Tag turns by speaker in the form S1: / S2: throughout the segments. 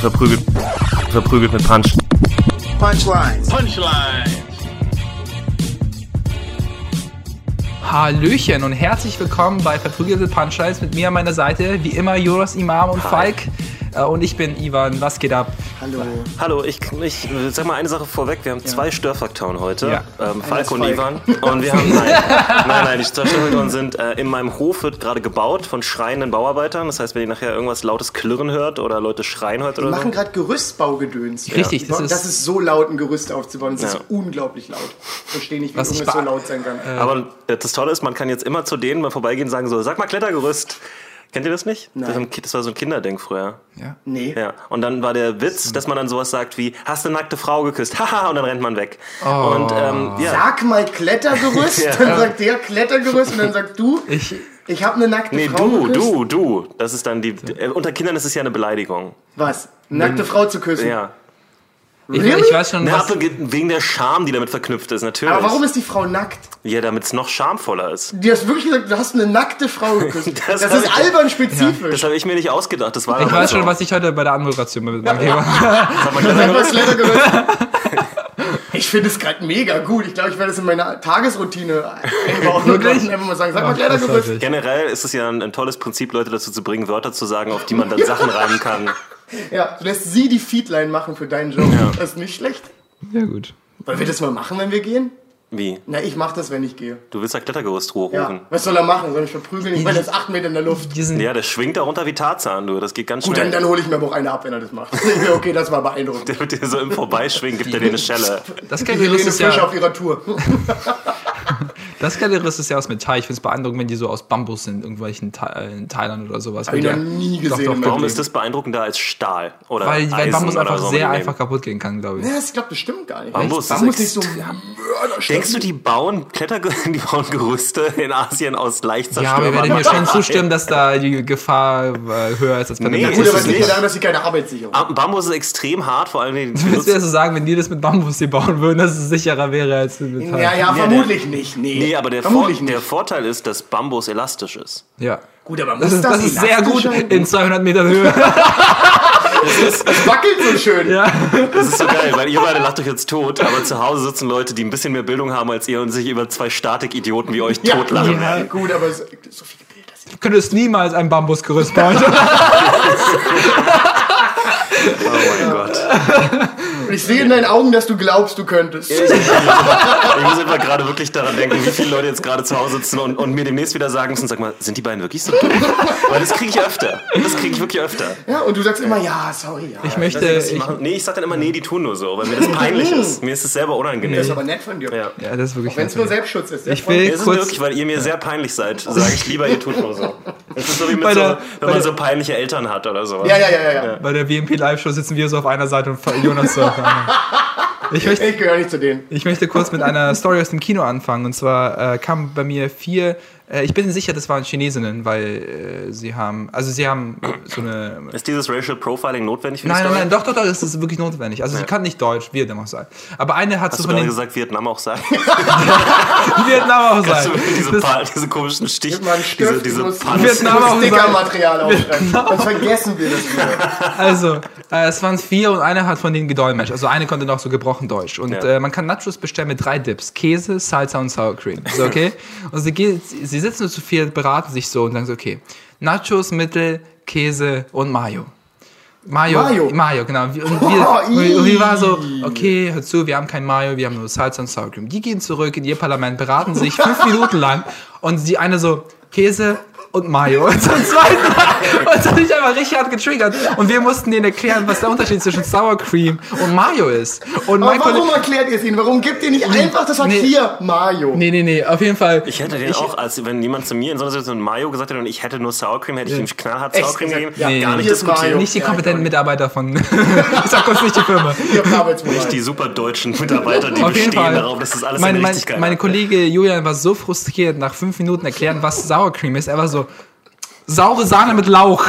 S1: verprügelt, verprügelt mit Punch.
S2: Punchlines.
S3: Punchlines.
S4: Hallöchen und herzlich willkommen bei Verprügelte Punchlines mit mir an meiner Seite, wie immer Jonas Imam und Falk. Äh, Und ich bin Ivan, was geht ab?
S2: Hallo.
S1: Hallo, ich, ich äh, sag mal eine Sache vorweg. Wir haben zwei Störfaktoren heute.
S4: Ja.
S1: Ähm, Falk
S2: ist
S1: und
S2: Falk.
S1: Ivan. Und wir haben, nein, nein, nein, die zwei Störfaktoren sind, äh, in meinem Hof wird gerade gebaut von schreienden Bauarbeitern. Das heißt, wenn ihr nachher irgendwas lautes Klirren hört oder Leute schreien heute
S2: Wir
S1: oder so.
S2: machen gerade Gerüstbaugedöns.
S4: Richtig,
S2: das
S4: das
S2: ist, das
S4: ist-
S2: ist so laut, ein Gerüst aufzubauen. Das
S1: Ja.
S2: ist unglaublich laut. Ich verstehe nicht, wie
S4: Was ich
S2: irgendwas so
S4: bei-
S2: laut sein kann.
S1: Aber äh, das Tolle ist, man kann jetzt immer zu denen beim Vorbeigehen sagen so, sag mal Klettergerüst. Kennt ihr das nicht?
S2: Nein.
S1: Das war ein Ki- Das war so ein Kinderding früher.
S4: Ja.
S2: nee.
S1: Ja, und dann war der Witz, dass man dann sowas sagt wie, hast eine nackte Frau geküsst, haha, und dann rennt man weg. Und ähm, ja,
S2: Oh. Sag mal Klettergerüst, dann sagt der Klettergerüst und dann sagst du, ich,
S4: Ich,
S2: habe eine nackte
S1: nee,
S2: Frau
S1: du,
S2: geküsst.
S1: du, du. Das ist dann die, äh, unter Kindern ist es ja eine Beleidigung.
S2: Was? Nackte Frau zu küssen?
S1: Ja.
S4: ich,
S2: Really?
S4: ich weiß schon,
S1: Ne,
S4: Hm. was,
S1: abge- wegen der Scham, die damit verknüpft ist, natürlich.
S2: Aber warum ist die Frau nackt?
S1: ja, damit es noch schamvoller ist.
S2: Die hast wirklich gesagt, du hast eine nackte Frau geküsst.
S1: Das
S2: das
S1: hab
S2: ist
S1: ich-
S2: albern
S1: Das
S2: spezifisch.
S1: habe ich mir nicht ausgedacht. Das war
S4: ich
S1: aber
S4: weiß
S1: so.
S4: schon, was ich heute bei der Anmoderation mit meinem Thema.
S1: Sag mal, Klettergerüst.
S2: Sag mal Klettergerüst. Ich finde es gerade mega gut. Ich glaube, ich werde es in meiner Tagesroutine einbauen.
S4: Wirklich?
S2: Einfach mal sagen, sag mal
S4: großartig.
S2: Klettergerüst.
S1: Generell ist es ja ein, ein tolles Prinzip, Leute dazu zu bringen, Wörter zu sagen, auf die man dann Sachen reimen kann.
S2: Ja, du lässt sie die Feedline machen für deinen Job. Das ist nicht schlecht.
S4: Ja, gut.
S2: Wollen wir das mal machen, wenn wir gehen?
S1: Wie?
S2: Na, ich mach das, wenn ich gehe.
S1: Du willst ja Klettergerüst hochrufen.
S2: Ja. Was soll er machen? Soll ich verprügeln? Ich meine, das ist acht Meter in der Luft.
S4: Die sind,
S1: Ja, das schwingt da runter wie Tarzan, du. Das geht ganz
S2: Gut,
S1: schnell.
S2: dann, dann hole ich mir aber auch eine ab, wenn er das macht. Okay, das war beeindruckend.
S1: Der wird dir so im Vorbeischwingen, gibt er dir eine Schelle.
S4: das
S2: Die Helene
S4: Klettergerüst ist
S2: Fischer
S4: ja,
S2: auf ihrer Tour.
S4: das Klettergerüst ist ja aus Metall. Ich finde es beeindruckend, wenn die so aus Bambus sind, irgendwelchen Tha äh, in Thailand oder sowas.
S2: Hab ich
S4: Wenn
S2: noch
S4: der-
S2: nie gesehen.
S4: doch,
S2: im
S4: doch,
S1: Warum
S2: Leben.
S1: ist das beeindruckender als Stahl oder
S4: weil, weil
S1: Eisen
S4: Bambus
S1: oder
S4: einfach
S1: so
S4: sehr
S1: angenehm?
S4: einfach kaputt gehen kann, glaube ich.
S2: Ja, das- ich glaube, das stimmt gar nicht.
S1: Bambus ist
S2: Bambus ist so
S1: extrem-
S2: mörderschlecht.
S1: Denkst du, die bauen Kletter, die bauen Gerüste in Asien aus leicht
S4: Ja, aber
S1: zerstörbaren
S4: werde ich mir schon
S1: Materialien?
S4: zustimmen, dass da die Gefahr äh, höher ist als bei
S1: Nee,
S4: dem
S1: gut,
S2: Gut,
S1: Ist
S2: aber
S1: es
S2: es liegt
S1: nicht?
S2: ja
S1: Ah,
S2: daran, dass sie keine Arbeitssicherung haben.
S1: Bam- Bambus ist extrem hart, vor allem den
S4: Das wäre so sagen, wenn die das mit Bambus hier bauen würden, dass es sicherer wäre als mit Metall.
S2: Ja, ja, vermutlich nicht. Nee,
S1: Nee, aber der, Vor
S2: vermutlich nicht.
S1: der Vorteil ist, dass Bambus elastisch ist.
S4: Ja.
S2: Gut, aber muss
S4: Das ist, das ist sehr
S2: elastisch
S4: gut
S2: sein?
S4: in 200 Metern Höhe.
S2: Es wackelt so schön.
S1: Das ist so geil, weil ihr beide lacht euch jetzt tot, aber zu Hause sitzen Leute, die ein bisschen mehr Bildung haben als ihr und sich über zwei Statik-Idioten wie euch
S2: Ja,
S1: totlachen.
S2: ja. Gut, aber so, so viele Bilder sind.
S4: Du könntest niemals ein Bambusgerüst bauen.
S1: Oh mein Gott.
S2: Und ich sehe in deinen Augen, dass du glaubst, du könntest.
S1: Ich muss einfach gerade wirklich daran denken, wie viele Leute jetzt gerade zu Hause sitzen und, und mir demnächst wieder sagen müssen, sag mal, sind die beiden wirklich so dumm? Weil das kriege ich öfter. Das kriege ich wirklich öfter.
S2: Ja, und du sagst immer, ja, sorry, ja.
S4: Ich möchte.
S1: Deswegen, was die
S4: Ich,
S1: machen, nee, ich sag dann immer, nee, die tun nur so, weil mir das peinlich ist. Mir ist es selber unangenehm.
S2: Das ist aber nett von dir.
S1: Ja.
S4: ja, das ist wirklich.
S2: Wenn es nur
S4: nervig.
S2: Selbstschutz ist.
S4: Ich will-
S1: Es ist
S4: Kurz-
S1: wirklich, weil ihr mir sehr peinlich seid, sage ich lieber, ihr tut nur so. Es ist so wie mit
S4: Bei
S1: so,
S4: der-
S1: wenn
S4: bei
S1: man
S4: der-
S1: so peinliche Eltern hat oder sowas.
S2: Ja, ja, ja, ja. ja.
S4: Bei der WMP Live-Show sitzen wir so auf einer Seite und Fa- Jonas so auf der anderen. Ich möchte,
S2: Ich gehöre nicht zu denen.
S4: ich möchte kurz mit einer Story aus dem Kino anfangen. Und zwar äh, kamen bei mir vier. Äh, ich bin sicher, das waren Chinesinnen, weil äh, sie haben. Also, sie haben so eine
S1: Ist dieses Racial Profiling notwendig für die
S4: Nein, nein,
S1: Story?
S4: nein, doch, doch, doch, das ist wirklich notwendig. Also sie kann nicht Deutsch, wie dem auch sei. Aber eine hat
S1: Hast
S4: so
S1: du
S4: von
S1: gerade
S4: den
S1: gesagt, Vietnam auch sagen?
S4: Vietnam auch sein.
S1: diese,
S4: Das,
S1: paar, diese komischen Stich,
S2: Gib mal einen
S1: diese,
S2: Stift, ich
S1: diese
S2: muss
S1: Panzer.
S4: Vietnam- auch
S2: Stickermaterial aufschreiben. Sonst vergessen wir das wieder.
S4: also, äh, es waren vier und eine hat von denen gedolmetscht. Also eine konnte noch so gebrochen Deutsch. Und
S1: Ja.
S4: äh, man kann Nachos bestellen mit drei Dips. Käse, Salsa und Sour Cream. So, okay? und sie, geht, sie sitzen nur zu viert, beraten sich so und sagen so, okay, Nachos, Mittel, Käse und Mayo. Mayo,
S2: Mayo.
S4: Mayo, genau. Und wir, und wir, und wir waren so, okay, hör zu, wir haben kein Mayo, wir haben nur Salz und Sour Cream. Die gehen zurück in ihr Parlament, beraten sich fünf Minuten lang und die eine so, Käse und Mayo. Und zum zweiten Mal, und dann ich einfach richtig hart getriggert. Und wir mussten denen erklären, was der Unterschied zwischen Sour Cream und Mayo ist. Und mein
S2: Aber warum
S4: Kollege,
S2: erklärt ihr es ihnen? Warum gebt ihr nicht einfach das hat
S4: Nee.
S2: hier Mario?
S4: nee, nee, nee, auf jeden Fall.
S1: Ich hätte den auch, als wenn jemand zu mir in so einer Situation Mayo gesagt hätte und ich hätte nur Sour Cream, hätte ich ihm knallhart Sour
S2: Echt
S1: Cream
S2: gesagt?
S1: gegeben.
S2: Ja,
S1: gar nicht
S2: hier ist
S1: diskutiert.
S2: Mayo.
S4: nicht die
S2: Ja,
S4: kompetenten
S2: ich
S4: Mitarbeiter von, ich sag kurz nicht die Firma.
S2: Ihr habt Arbeitsmoral.
S1: Die superdeutschen Mitarbeiter, die
S4: Auf jeden
S1: bestehen
S4: Fall.
S1: darauf, dass das alles
S4: mein,
S1: in
S4: mein,
S1: Richtigkeit
S4: meine
S1: hat.
S4: Kollege Julian war so frustriert nach fünf Minuten erklären, was Sour Cream ist. Er war so saure Sahne mit Lauch.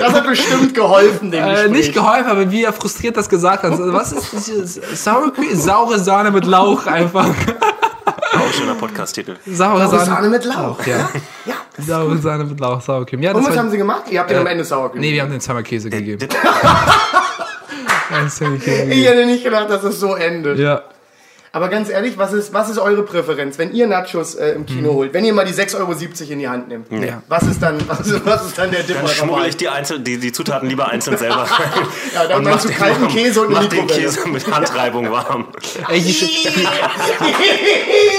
S2: Das hat bestimmt geholfen, dem
S4: Äh,
S2: Gespräch.
S4: nicht geholfen, aber wie er frustriert das gesagt hat. So, Was ist das hier? Sour Cream? Saure Sahne mit Lauch einfach.
S1: Auch schöner Podcast-Titel.
S4: Saure
S2: Saure
S4: Sahne.
S2: Sahne mit Lauch.
S4: Ja.
S2: Ja,
S4: Saure Sahne mit Lauch, Sour Cream. Ja,
S2: Und
S4: das
S2: was
S4: war,
S2: haben Äh, sie gemacht? Ihr habt ja am Ende Sour Cream.
S4: nee, wir haben den zweimal Käse gegeben.
S2: äh,
S4: Wir haben zweimal Käse
S2: ich
S4: gegeben.
S2: hätte nicht gedacht, dass es so endet.
S4: Ja.
S2: Aber ganz ehrlich, was ist, was ist eure Präferenz, wenn ihr Nachos äh, im Kino holt? Wenn ihr mal die 6,70 Euro in die Hand nehmt,
S4: Mhm. Ja.
S2: was, ist dann, was, ist, was ist dann der Dip
S1: Dann schmuggle ich die, Einzel die, die Zutaten lieber einzeln selber rein.
S2: Ja, dann meinst du
S1: den
S2: kalten
S1: warm.
S2: Käse und
S1: mach
S2: eine
S1: den
S2: Mikrowelle.
S1: Käse mit Handreibung warm.
S4: Ey, die,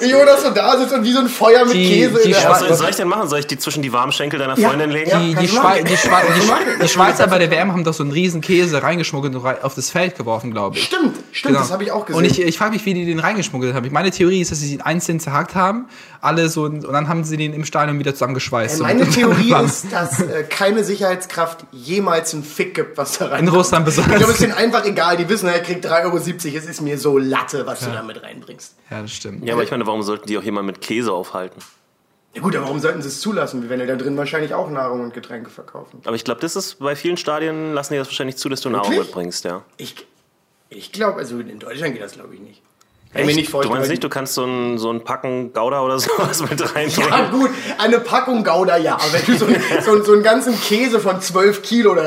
S2: Wie Jonas so da sitzt und wie so ein Feuer mit
S4: Die-
S2: Käse
S4: die
S2: in der
S1: Was
S2: Hand.
S1: soll, soll ich denn machen? Soll ich die zwischen die warmen Schenkel deiner Freundin legen?
S2: ja.
S4: die,
S2: Kannst
S4: die,
S2: du
S4: Schwe
S2: machen.
S4: die, Schwe die, Schwe die Schweizer bei der WM haben doch so einen riesen Käse reingeschmuggelt und rei- auf das Feld geworfen, glaube ich.
S2: Stimmt, stimmt,
S4: Genau.
S2: das habe ich auch gesehen.
S4: Und ich, ich frage mich, wie die den reingeschmuggelt haben. Ich- Meine Theorie ist, dass sie ihn einzeln zerhackt haben, alle so, und und dann haben sie den im Stadion wieder
S2: Äh,
S4: zusammengeschweißt.
S2: Meine
S4: Und-
S2: Theorie ist, dass äh, keine Sicherheitskraft jemals einen Fick gibt, was da rein
S4: In Russland
S2: Ich glaube, es
S4: besonders.
S2: ist denen einfach egal. Die wissen, er kriegt 3,70 Euro. Es ist mir so Latte, was du damit reinbringst.
S4: Ja, das stimmt.
S1: Ja, aber ich meine, warum sollten die auch jemand mit Käse aufhalten?
S2: Ja gut, aber warum sollten sie es zulassen? Wenn er da drin wahrscheinlich auch Nahrung und Getränke verkaufen.
S1: Aber ich glaube, das ist bei vielen Stadien lassen die das wahrscheinlich zu, dass du Nahrung
S2: Wirklich?
S1: mitbringst, ja.
S2: Ich, ich glaube, also in Deutschland geht das, glaube ich, nicht. Kann ich mir
S1: Echt?
S2: nicht vorstellen.
S1: Du meinst
S2: weil
S1: nicht, du kannst so ein, so ein Packen Gouda oder sowas mit
S2: die- ja
S1: reinbringen?
S2: gut, eine Packung Gouda, ja. Aber wenn du so, so, so einen ganzen Käse von 12 Kilo da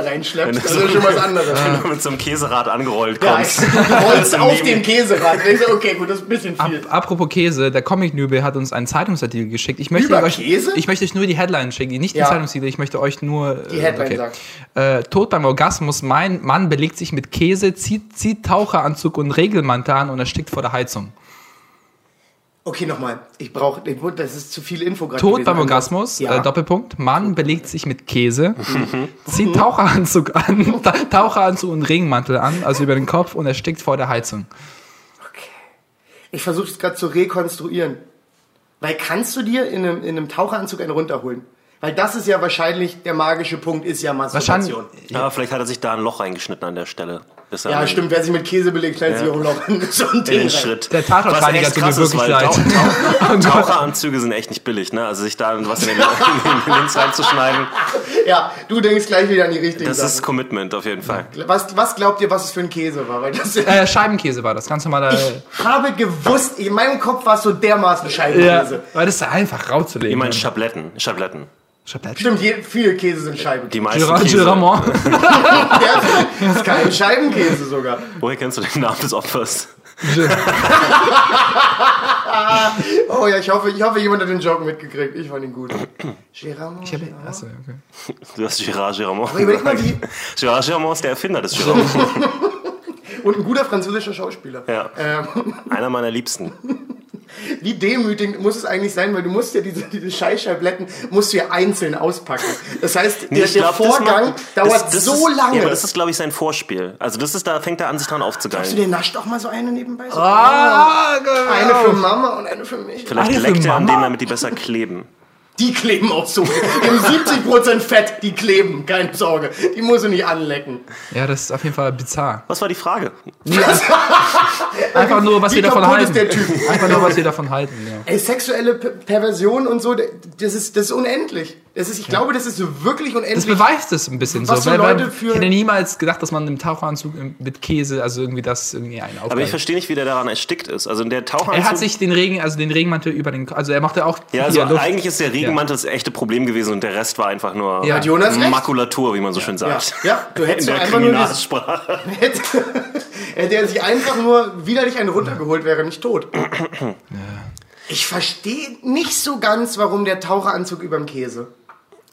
S1: Wenn
S2: reinschleppst,
S1: du
S2: das
S1: so-
S2: ist schon was anderes.
S1: Wenn du mit so einem Käserad angerollt
S2: Ja,
S1: kommst.
S2: du rollst auf
S1: Neben-
S2: dem Käserad. Ich so, okay, gut, das ist ein bisschen
S4: Ap
S2: viel.
S4: apropos Käse, der Comic-Nübel hat uns einen Zeitungsartikel geschickt. Ich möchte
S2: Über
S4: euch,
S2: Käse?
S4: Ich möchte euch nur die Headline schicken, nicht
S2: Ja.
S4: den Zeitungstitel, ich möchte euch nur... Die
S2: Headline sagt.
S4: Äh, Tod beim Orgasmus, mein Mann belegt sich mit Käse, zieht, zieht Taucheranzug und Regelmantel an und erstickt vor der Heizung.
S2: Okay, nochmal. Ich brauche, das ist zu viel Info gerade.
S4: Tod
S2: gewesen.
S4: beim Orgasmus,
S2: Ja. Mhm.
S4: äh, Doppelpunkt, Mann belegt sich mit Käse, zieht Taucheranzug an, Ta Taucheranzug und Regenmantel an, also über den Kopf und erstickt vor der Heizung.
S2: Ich versuche es gerade zu rekonstruieren. Weil kannst du dir in einem, in einem Taucheranzug einen runterholen? Weil das ist ja wahrscheinlich, der magische Punkt ist ja
S4: Wahrscheinlich,
S2: Masturbation.
S1: Aber vielleicht hat er sich da ein Loch reingeschnitten an der Stelle. Bis er an
S2: Ja,
S1: den-
S2: stimmt, wer sich mit Käse belegt, schneidet sich auch noch in so ein
S1: In
S2: Ding
S1: den
S2: rein.
S1: Schritt.
S4: Der Tatortreiniger
S1: echt
S4: tut mir
S1: krass ist,
S4: wirklich
S1: weil
S4: leid.
S1: Tauch- Tauch-
S4: Und-
S1: Taucheranzüge sind echt nicht billig, ne? Also sich da was in den, in den Links reinzuschneiden,
S2: Ja, du denkst gleich wieder an die richtigen
S1: das ist
S2: Sachen.
S1: Commitment auf jeden Fall.
S2: Was, was glaubt ihr, was es für ein Käse war? Weil das, ich
S4: Äh, Scheibenkäse war das, ganz normaler...
S2: habe gewusst, in meinem Kopf war es so dermaßen
S4: Ja,
S2: Scheibenkäse.
S4: weil das ist einfach rauszulegen.
S1: Ich meine Schabletten, Schabletten.
S4: Schablett.
S2: Stimmt, je, viele Käse sind Scheibenkäse.
S1: Die meisten
S4: Gerard
S1: Käse.
S4: Giramont.
S2: Der das ist kein Scheibenkäse sogar.
S1: Woher kennst du den Namen des Opfers?
S2: Oh ja, ich hoffe, ich hoffe, jemand hat den Joke mitgekriegt. Ich fand ihn gut. Gerard.
S4: Ich hab- achso, okay.
S1: Du hast Gerard Giramont.
S2: Aber überleg mal, wie-
S1: gesagt. Gerard Giramont ist der Erfinder des Giramont.
S2: Und ein guter französischer Schauspieler.
S1: Ja.
S2: Ähm,
S1: Einer meiner Liebsten.
S2: wie demütigend muss es eigentlich sein, weil du musst ja diese, diese Scheißschabletten musst du ja einzeln auspacken. Das heißt, der,
S1: ich
S2: der
S1: glaub, das
S2: Vorgang
S1: macht-
S2: dauert
S1: das- das
S2: so
S1: ist,
S2: lange.
S1: Ja, aber das ist, glaube ich, sein Vorspiel. Also das ist, da fängt er an, sich dran
S2: Hast
S1: aufzugeilen.
S2: du dir nascht auch mal so eine nebenbei? So?
S4: Ah,
S2: Eine für Mama und eine für mich.
S1: Vielleicht
S4: Ah, der
S1: leckt
S4: für
S1: er an
S4: Mama?
S1: denen, damit die besser kleben.
S2: Die kleben auch so. Die haben 70% Fett, die kleben, keine Sorge. Die musst du nicht anlecken.
S4: ja, das ist auf jeden Fall bizarr.
S1: Was war die Frage?
S4: Einfach nur, was
S2: Wie
S4: wir davon
S2: kaputt ist
S4: halten.
S2: der Typ?
S4: Einfach nur, was wir davon halten. Ja.
S2: Ey, sexuelle Per- Perversion und so, d- das ist, das ist unendlich. Das ist, ich glaube, das ist wirklich
S4: Das
S2: unendlich.
S4: beweist es ein bisschen
S2: Was
S4: so.
S2: für
S4: Weil, weil
S2: Leute für-
S4: ich hätte niemals gedacht, dass man im Taucheranzug im- mit Käse, also irgendwie das irgendwie einen
S1: Aber ich
S4: aufgleicht.
S1: verstehe nicht, wie der daran erstickt ist. Also der Taucheranzug...
S4: Er hat sich den Regen, also den Regenmantel über den, also er machte auch
S1: Ja, also
S4: hier Luft.
S1: eigentlich ist der Regenmantel das echte Problem gewesen und der Rest war einfach nur
S4: Ja.
S2: Hat Jonas recht?
S1: Makulatur, wie man so schön
S2: Ja,
S1: sagt.
S2: ja, du
S1: In
S2: hättest doch
S1: der
S2: einfach nur dieses,
S1: Kriminalsprache.
S2: hätte, hätte er sich einfach nur widerlich einen runtergeholt, wäre er nicht tot. Ich verstehe nicht so ganz, warum der Taucheranzug überm Käse.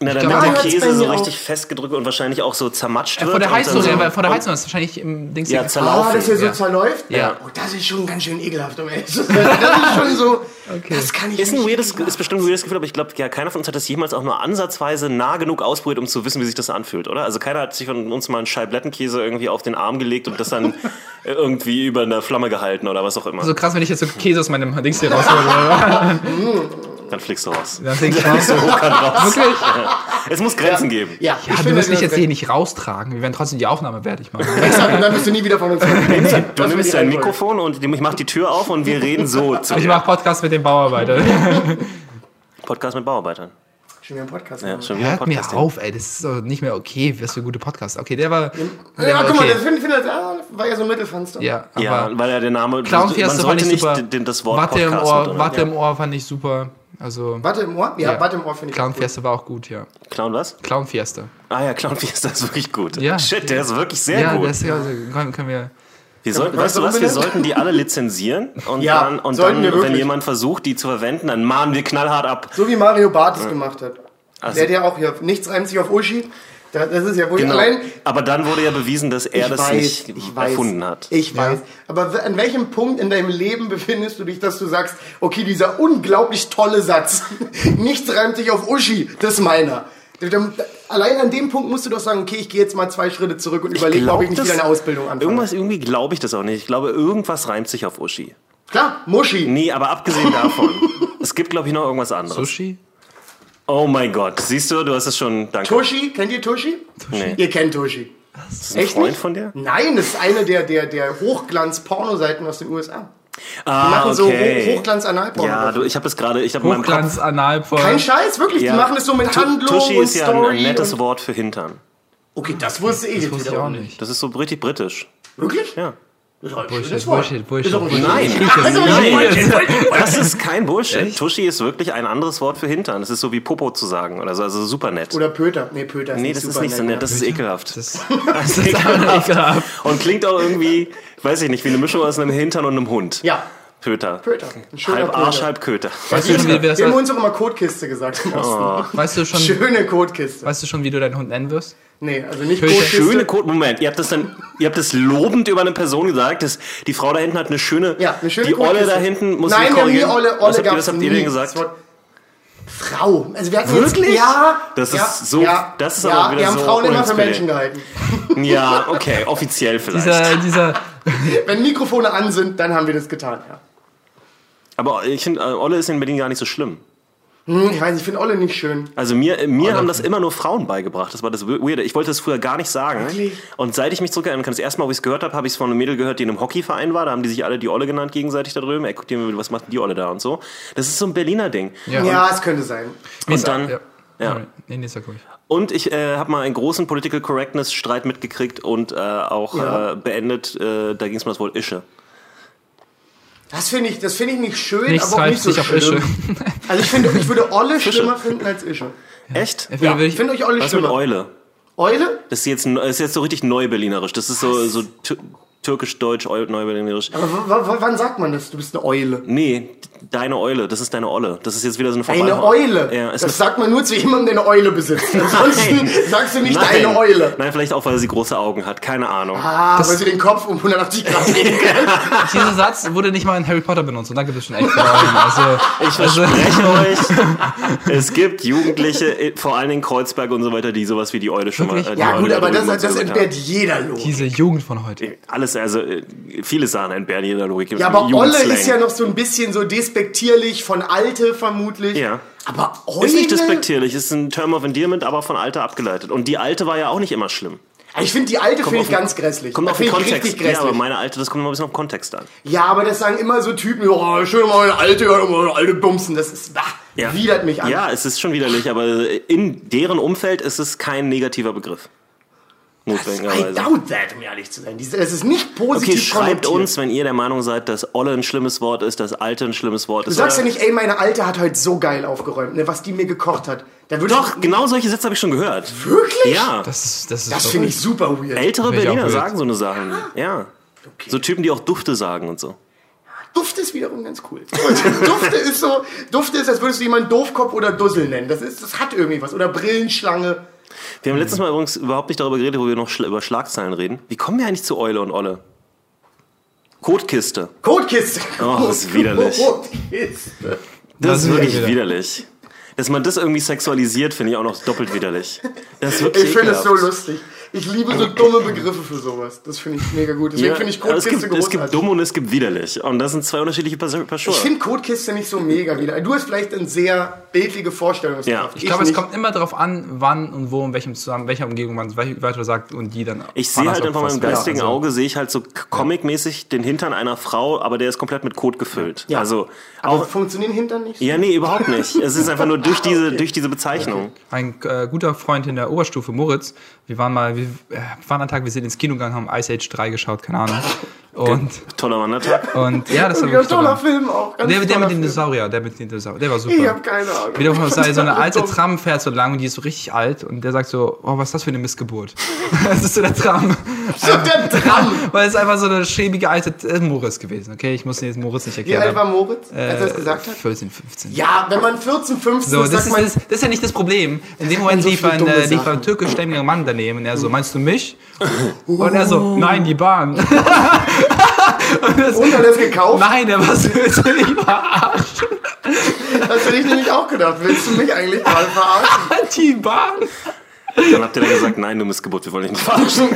S1: Na, damit der
S4: glaub,
S2: da hört's bei
S1: Käse
S2: mir
S1: so
S2: auf.
S1: richtig festgedrückt und wahrscheinlich auch so zermatscht wird.
S4: Vor der
S1: und dann
S4: Heizung,
S1: so,
S4: ja, weil vor der Heizung ist wahrscheinlich im Dings.
S1: Ja,
S2: Ah, dass er
S1: zerlaufen.
S2: so
S4: Ja.
S2: zerläuft?
S1: Ja.
S2: Oh, das ist schon ganz schön ekelhaft, um ehrlich zu sein. Das ist schon so, das kann ich
S1: Ist, ein
S2: nicht.
S1: weirdes, ist bestimmt ein weirdes Gefühl, aber ich glaube, ja, keiner von uns hat das jemals auch nur ansatzweise nah genug ausprobiert, um zu wissen, wie sich das anfühlt, oder? Also keiner hat sich von uns mal einen Scheiblettenkäse irgendwie auf den Arm gelegt und das dann irgendwie über eine Flamme gehalten oder was auch immer.
S4: So Also krass, wenn ich jetzt so Käse aus meinem Dings hier raushole.
S1: Dann fliegst du raus.
S4: Dann denke ich auch so. Wirklich?
S1: Es muss Grenzen geben.
S2: Ja,
S4: Ja,
S2: ich
S4: du
S2: finde,
S4: wirst mich
S2: das
S4: jetzt
S2: recht.
S4: hier nicht raustragen. Wir werden trotzdem die Aufnahme fertig machen.
S2: Exakt, und dann bist du nie wieder von uns weg.
S1: Du nimmst dein Mikrofon und ich mach die Tür auf und wir reden so zu
S4: Ich mache Podcast mit dem Bauarbeiter.
S1: Podcast mit Bauarbeitern.
S2: Schon wieder ein Podcast.
S1: Ja, schon wieder
S4: Hört mir
S1: Podcasting.
S4: auf, ey. Das ist doch nicht mehr okay. Was für gute Podcasts. Okay, der war. Der
S2: Ja,
S4: war
S2: guck mal,
S4: okay.
S2: das finde find, ah, war ja so ein Mittelfanster.
S4: Ja, aber.
S1: Ja, weil ja der Name.
S4: Clown
S1: man
S4: Fiesta fand
S1: sollte
S4: ich
S1: nicht
S4: super.
S1: den- das Wort
S4: Watte im
S1: Podcast
S4: Ohr,
S1: mit-
S4: Watte im Ohr fand ich super. Also
S2: Warte im Ohr? Ja,
S4: Ja.
S2: Warte im Ohr finde ich.
S4: Clown
S2: Clown
S4: Fiesta war auch gut, ja.
S1: Clown was?
S4: Clown Fiesta.
S1: Ah ja, Clown Fiesta ist wirklich gut.
S4: Ja.
S1: Shit, der ist wirklich sehr
S4: ja,
S1: gut.
S4: das also, können, können wir.
S1: Wir sollten, weißt
S2: Weißt
S1: du
S2: du,
S1: was, wir
S2: warum wir-
S1: sollten die alle lizenzieren und
S2: Ja,
S1: dann, und dann
S2: sollten wir
S1: wenn
S2: wirklich.
S1: jemand versucht, die zu verwenden, dann mahnen wir knallhart ab.
S2: So wie Mario Barth es gemacht hat.
S1: Also-
S2: der, der auch hier nichts reimt sich auf Uschi. Da- Das ist ja wohl allein.
S1: Genau. Aber dann wurde ja bewiesen, dass er
S2: Ich
S1: das
S2: weiß,
S1: nicht
S2: ich weiß,
S1: erfunden hat.
S2: Ich weiß. Aber w- an welchem Punkt in deinem Leben befindest du dich, dass du sagst, okay, dieser unglaublich tolle Satz, nichts reimt sich auf Uschi, das ist meiner. Dann- Allein an dem Punkt musst du doch sagen, okay, ich gehe jetzt mal zwei Schritte zurück und überlege, ob
S1: glaub
S2: ich nicht
S1: das-
S2: wieder eine Ausbildung anfange.
S1: Irgendwas, irgendwie glaube ich das auch nicht. Ich glaube, irgendwas reimt sich auf Uschi.
S2: Klar, Muschi.
S1: Nee, aber abgesehen davon, es gibt, glaube ich, noch irgendwas anderes.
S4: Sushi?
S1: Oh mein Gott, siehst du, du hast es schon, danke.
S2: Tuschi, kennt ihr Tuschi?
S1: Nee.
S2: Ihr kennt Tuschi.
S1: Ist das ein Freund von dir?
S2: Nein, das ist eine der, der, der Hochglanz-Porno-Seiten aus den USA. Die
S1: Ah,
S2: machen so Hoch-
S1: okay.
S2: Hochglanz-Analporno.
S1: ja, du, ich habe das gerade, ich habe in meinem Kopf...
S4: Hochglanz, Analporn.
S2: Kein Scheiß, wirklich.
S1: Ja.
S2: Die machen es so mit
S1: Tu-
S2: Handlung
S1: Tuschi
S2: und
S1: ist ja ein,
S2: Story.
S1: ein nettes
S2: und
S1: Wort für Hintern.
S2: okay, das wusste ich
S4: Das
S2: jetzt
S4: wusste ich
S2: wiederum
S4: auch nicht.
S1: Das ist so richtig britisch.
S2: Wirklich?
S1: Ja.
S2: Das ist halt ein schönes
S4: Bullshit,
S2: Wort.
S4: Bullshit, Bullshit. Bullshit.
S1: Nein.
S2: Also, Bullshit, Bullshit.
S1: Das ist kein Bullshit. Tuschi ist wirklich ein anderes Wort für Hintern. Das ist so wie Popo zu sagen oder so, also super nett.
S2: Oder Pöter. Nee, Pöter ist
S1: nee,
S2: nicht
S1: das ist
S2: super
S1: nicht so nett, das ist ekelhaft.
S4: Das,
S1: Das ist
S4: ekelhaft.
S1: Und klingt auch irgendwie, weiß ich nicht, wie eine Mischung aus einem Hintern und einem Hund.
S2: Ja,
S1: Pöter.
S2: Pöter. Ein schöner
S1: Halb
S2: Pöter.
S1: Arsch, halb Köter.
S4: weißt, du schon, wie wir
S2: Wir haben
S4: das,
S2: uns auch immer Kotkiste gesagt im
S1: Oh.
S2: Osten.
S4: weißt, du schon,
S2: Schöne Kotkiste.
S4: weißt du schon, wie du deinen Hund nennen wirst?
S2: Nee, also nicht
S4: Pöter.
S2: Kotkiste.
S1: Schöne Code. Moment, ihr habt das dann, ihr habt das lobend über eine Person gesagt, dass die Frau da hinten hat eine schöne,
S2: Ja, eine schöne
S1: die Olle
S2: Kotkiste.
S1: da hinten muss
S2: Nein,
S1: ich
S2: wir haben nie
S1: korrigieren.
S2: Olle. Olle
S1: was habt ihr,
S2: gab's
S1: was habt
S2: nie.
S1: ihr denn gesagt?
S2: Das Wort Frau. Also wir hatten
S1: Wirklich?
S2: Jetzt, ja.
S1: Das ist
S2: ja,
S1: so-
S2: Ja,
S1: das ist
S2: ja,
S1: aber wieder
S2: wir haben
S1: so
S2: Frauen immer für
S1: uninspiriert.
S2: Menschen gehalten.
S1: Ja, okay, offiziell vielleicht.
S4: Dieser, dieser,
S2: Wenn Mikrofone an sind, dann haben wir das getan, ja.
S1: Aber ich finde, äh, Olle ist in Berlin gar nicht so schlimm.
S2: Hm, Ich weiß, ich finde Olle nicht schön.
S1: Also mir, äh, mir haben das immer nur Frauen beigebracht. Das war das Weirde. Ich wollte das früher gar nicht sagen.
S2: Wirklich?
S1: Und seit ich mich zurückerinnern kann, das erste Mal, wo ich es gehört habe, habe ich es von einem Mädel gehört, die in einem Hockeyverein war. Da haben die sich alle die Olle genannt gegenseitig da drüben. Ey, guck dir mal, was macht denn die Olle da und so. Das ist so ein Berliner Ding.
S4: ja,
S2: ja, es könnte sein.
S1: Und dann...
S4: ja.
S1: Ja.
S4: Nee, nee, sag ruhig.
S1: Und ich äh, habe mal einen großen Political Correctness-Streit mitgekriegt und äh, auch
S2: Ja.
S1: äh, beendet. Äh, da ging es um das Wort Ische.
S2: Das finde ich, das finde ich nicht schön,
S4: Nichts
S2: aber auch nicht
S4: reißt
S2: so
S4: sich auf
S2: schlimm.
S4: Ische.
S2: Also ich finde, ich würde Olle schlimmer finden als Ische.
S1: Echt?
S2: Ja,
S4: Würde ich-
S2: finde euch Olle
S1: Was mit
S2: schlimmer.
S1: Eule?
S2: Eule?
S1: Das ist jetzt, das ist jetzt so richtig neuberlinerisch. Das ist so, so tü- türkisch-deutsch, eu- neuberlinerisch.
S2: Aber w- w- wann sagt man das? Du bist eine Eule.
S1: Nee, deine Eule, das ist deine Olle. Das ist jetzt wieder so eine
S2: Eine
S1: Verballhorn-
S2: Eule.
S1: Ja, ist
S2: das sagt man nur zu jemandem, der eine Eule besitzt. Ansonsten sagst du nicht eine Eule.
S1: Nein, vielleicht auch, weil sie große Augen hat. Keine Ahnung.
S2: Ah, weil sie den Kopf um 180 Grad drehen kann.
S4: Dieser Satz wurde nicht mal in Harry Potter benutzt und da gibt es schon echt Frauen. Also,
S1: Ich verspreche euch, es gibt Jugendliche, äh, vor allen Dingen Kreuzberg und so weiter, die sowas wie die Eule schon
S4: Wirklich?
S1: mal. äh, die
S2: Ja
S1: Eule
S2: gut,
S1: da
S2: aber
S1: drüben
S2: das,
S1: und so
S2: das
S1: gesagt
S2: entbehrt jeder Logik.
S4: diese Jugend von heute.
S1: haben. Alles, also äh, viele Sachen entbehren jeder Logik.
S2: Ja, aber Olle
S1: Jugendslang.
S2: ist ja noch so ein bisschen so despektierlich von Alte vermutlich.
S1: Ja.
S2: Aber Eule?
S1: Ist nicht despektierlich, ist ein Term of Endearment, aber von Alter abgeleitet. Und die Alte war ja auch nicht immer schlimm.
S2: Ich finde die Alte finde
S1: auf
S2: ich
S1: den-
S2: ganz grässlich.
S1: Kommt
S2: Da
S1: auf den
S2: finde ich
S1: Kontext.
S2: Richtig
S1: Ja, aber
S2: grässlich.
S1: meine Alte, das kommt immer ein bisschen auf den Kontext an.
S2: Ja, aber das sagen immer so Typen, oh, schön mal eine alte, ja, mal eine alte Bumsen. Das ist, bah,
S1: Ja.
S2: widert mich an.
S1: Ja, es ist schon widerlich, aber in deren Umfeld ist es kein negativer Begriff.
S2: I
S1: Notwendigerweise.
S2: doubt that, um ehrlich zu sein. Diese- Es ist nicht positiv
S1: also. Okay, schreibt
S2: konnotiert.
S1: uns, wenn ihr der Meinung seid, dass Olle ein schlimmes Wort ist, dass Alte ein schlimmes Wort
S2: Du
S1: ist.
S2: sagst ja
S1: oder?
S2: nicht, ey, meine Alte hat heute so geil aufgeräumt, ne, was die mir gekocht hat. Da würde
S1: Doch, genau solche Sätze habe ich schon gehört.
S2: ich, wirklich?
S1: Ja,
S4: Das ist, das ist
S2: Das
S4: verrückt.
S2: finde ich super weird.
S1: ältere
S4: Bin ich auch
S1: Berliner
S4: wild.
S1: sagen so eine Sachen.
S2: Ah.
S1: Ja. So Typen, die auch Dufte sagen und so.
S2: Duft ist wiederum ganz cool. Dufte ist so, Dufte ist, als würdest du jemanden Doofkopf oder Dussel nennen. Das ist, das hat irgendwie was. Oder Brillenschlange.
S1: Wir haben
S4: Hm.
S1: letztes Mal übrigens überhaupt nicht darüber geredet, wo wir noch schla- über Schlagzeilen reden. Wie kommen wir eigentlich zu Eule und Olle? Kotkiste.
S2: Kotkiste.
S1: Oh, das ist widerlich.
S2: Kotkiste.
S1: Das,
S4: Das
S1: ist
S4: ist
S1: wirklich
S4: wieder-
S1: widerlich. Dass man das irgendwie sexualisiert, finde ich auch noch doppelt widerlich. Das ist wirklich
S2: Ich finde es
S1: ekelhaft.
S2: so lustig. Ich liebe so dumme Begriffe für sowas. Das finde ich mega gut. Deswegen
S1: Ja,
S2: finde ich
S1: aber es,
S2: Kotkiste
S1: gibt, es gibt
S2: großartig.
S1: dumm und es gibt widerlich. Und das sind zwei unterschiedliche Pas Paar
S2: Ich
S1: Schuhe.
S2: finde Kotkiste nicht so mega wieder. Du hast vielleicht eine sehr bildliche Vorstellungskraft.
S1: Ja, ich
S4: Ich glaube, es
S2: nicht.
S4: kommt immer darauf an, wann und wo, in welchem Zusammen, welcher Umgebung man welche Wörter sagt und die dann.
S1: Ich sehe halt einfach meinem geistigen
S4: Auge.
S1: Auge, sehe ich halt so k- comicmäßig den Hintern einer Frau, aber der ist komplett mit Kot gefüllt.
S2: Ja.
S1: Also
S2: Aber
S1: auch.
S2: funktionieren Hintern nicht?
S1: Ja, nee, überhaupt nicht. Es ist einfach nur durch diese, durch diese Bezeichnung.
S4: Ein äh, guter Freund in der Oberstufe, Moritz, wir waren mal, wir äh, waren an einem Tag, wir sind ins Kino gegangen, haben Ice Age 3 geschaut, keine Ahnung. Und,
S1: Toller Wandertag.
S4: und ja, das war
S2: Ein
S4: wirklich
S2: toller
S4: toll.
S2: Film auch. Ganz
S4: Der, der
S2: toller
S4: mit den
S2: Film.
S4: Dinosaurier, der mit den Dinosaurier, der war super.
S2: Ich hab keine Ahnung.
S4: Wieder von sei so eine alte
S2: Dumm.
S4: Tram fährt so lang und die ist so richtig alt und der sagt so, oh, was ist das für eine Missgeburt? das ist so der Tram.
S2: Der Tram.
S4: Weil es einfach so eine schäbige alte äh, Moritz gewesen, okay? Ich muss den jetzt Moritz nicht
S2: Wie
S4: erklären.
S2: alt war Moritz, als er es
S4: Äh,
S2: gesagt hat?
S4: 14, 15.
S2: Ja, wenn man 14, 15
S4: So,
S2: sagt,
S4: das ist,
S2: man,
S4: das, das ist ja nicht das Problem. In dem Moment
S2: so
S4: lief
S2: viele
S4: ein,
S2: dumme
S4: äh, lief
S2: Sachen.
S4: ein türkischstämmiger Mann daneben und er so, meinst du mich? Und er
S2: Oh.
S4: so, nein, die Bahn.
S2: und hat er es gekauft.
S4: nein, er war so, die Bahn.
S2: Das hätte ich nämlich auch gedacht. Willst du mich eigentlich gerade verarschen?
S4: Die Bahn.
S1: Dann habt ihr dann gesagt, nein, du Missgeburt, wir wollen dich nicht verarschen.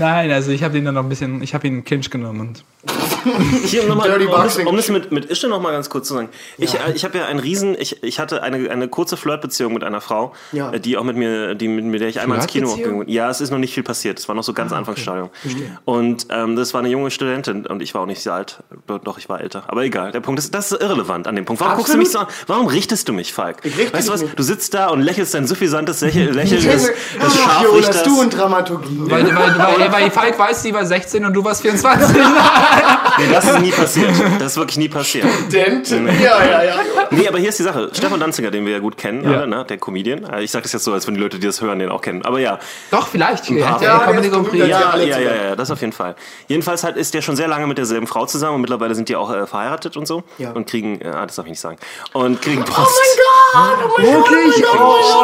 S4: Nein, also ich habe ihn dann noch ein bisschen, ich habe ihn in Clinch genommen und
S1: Hier um nochmal,
S2: Dirty
S1: um das,
S2: Boxing.
S1: um das mit, mit Ische nochmal ganz kurz zu sagen. Ich, äh, ich habe ja einen riesen, ich, ich hatte eine, eine kurze Flirtbeziehung mit einer Frau,
S2: Ja.
S1: äh, die auch mit mir, die mit, mit der ich einmal ins Kino
S4: Flirtbeziehung?
S1: gegangen bin. Ja, es ist noch nicht viel passiert. Es war noch so
S2: Ah,
S1: ganz Anfangsstadium. Und ähm, das war eine junge Studentin und ich war auch nicht sehr alt. Doch, ich war älter. Aber egal. Der Punkt ist, das ist irrelevant an dem Punkt. Warum guckst du mich so an? Warum richtest du mich, Falk?
S2: Ich richte
S1: weißt du was?
S2: mich nicht.
S1: Du sitzt da und lächelst dein suffisantes Lächeln, Lächeln
S2: Ich
S1: des, des
S2: denke, ach, Ah, Jonas,
S1: Scharfrichters.
S2: du und Dramaturgie.
S4: weil, weil, weil, weil Falk weiß, sie war 16 und du warst 24.
S1: Nee, das ist nie passiert. Das ist wirklich nie passiert.
S2: Dent. Ja, ja, ja.
S1: Nee, aber hier ist die Sache. Stefan Danziger, den wir ja gut kennen,
S4: Ja.
S1: alle, ne? der Comedian. Also Ich sage das jetzt so, als wenn die Leute, die das hören, den auch kennen. Aber ja.
S4: Doch, vielleicht. Er hat
S2: Ja,
S4: ja, Comedy
S2: jetzt
S4: Grand Prix.
S2: berühmt er.
S1: Ja,
S2: alle
S1: ja, ja,
S2: zusammen.
S1: ja, das auf jeden Fall. Jedenfalls halt ist der schon sehr lange mit derselben Frau zusammen und mittlerweile sind die auch äh, verheiratet und so.
S2: Ja. Oh
S1: Und kriegen, äh, ah, das darf ich nicht sagen. Und kriegen Post.
S4: Wirklich? Oh,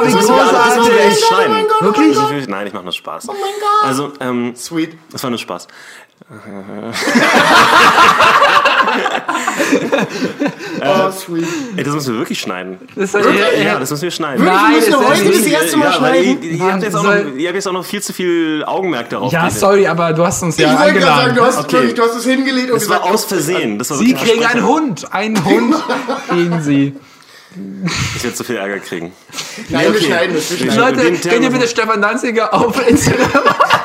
S4: wie
S1: Das müssen wir alles- das müssen wir
S4: großartig.
S1: echt
S2: oh
S1: schneiden.
S4: Wirklich?
S1: Also, ich- Nein, ich mache nur Spaß. Oh mein Gott. Also, ähm,
S2: Sweet.
S1: das war nur Spaß.
S4: Äh,
S2: Oh, sweet.
S1: Ey, das müssen wir wirklich schneiden.
S4: Das ist- er-
S1: Ja,
S4: er-
S1: das müssen wir schneiden.
S4: Wirklich? Nein,
S2: Nein, müssen
S4: das
S2: wir
S4: ist
S2: heute
S4: nicht-
S2: das erste Mal
S1: ja, weil
S2: schneiden.
S1: ihr, ihr, habt jetzt auch noch,
S4: Mann, soll-
S1: ihr habt jetzt auch noch viel zu viel Augenmerk darauf.
S4: Ja,
S1: gelegt.
S4: sorry, aber du hast uns
S2: Ich
S4: ja
S2: wollte gerade sagen, du
S4: eingeladen.
S2: hast,
S1: Okay.
S2: wirklich, du hast es hingelegt und
S1: Das war
S2: gesagt,
S1: aus Versehen. Das war
S4: Sie
S1: wirklich ein
S4: kriegen einen
S1: Versprecher.
S4: Hund. Einen Hund kriegen sie.
S1: Ich werde zu viel Ärger kriegen.
S2: nein, wir
S1: okay.
S2: schneiden es. Wir
S1: Wir schneiden-
S2: schneiden es.
S4: Leute,
S1: den Term-
S4: könnt ihr bitte Stefan Danziger auf Instagram?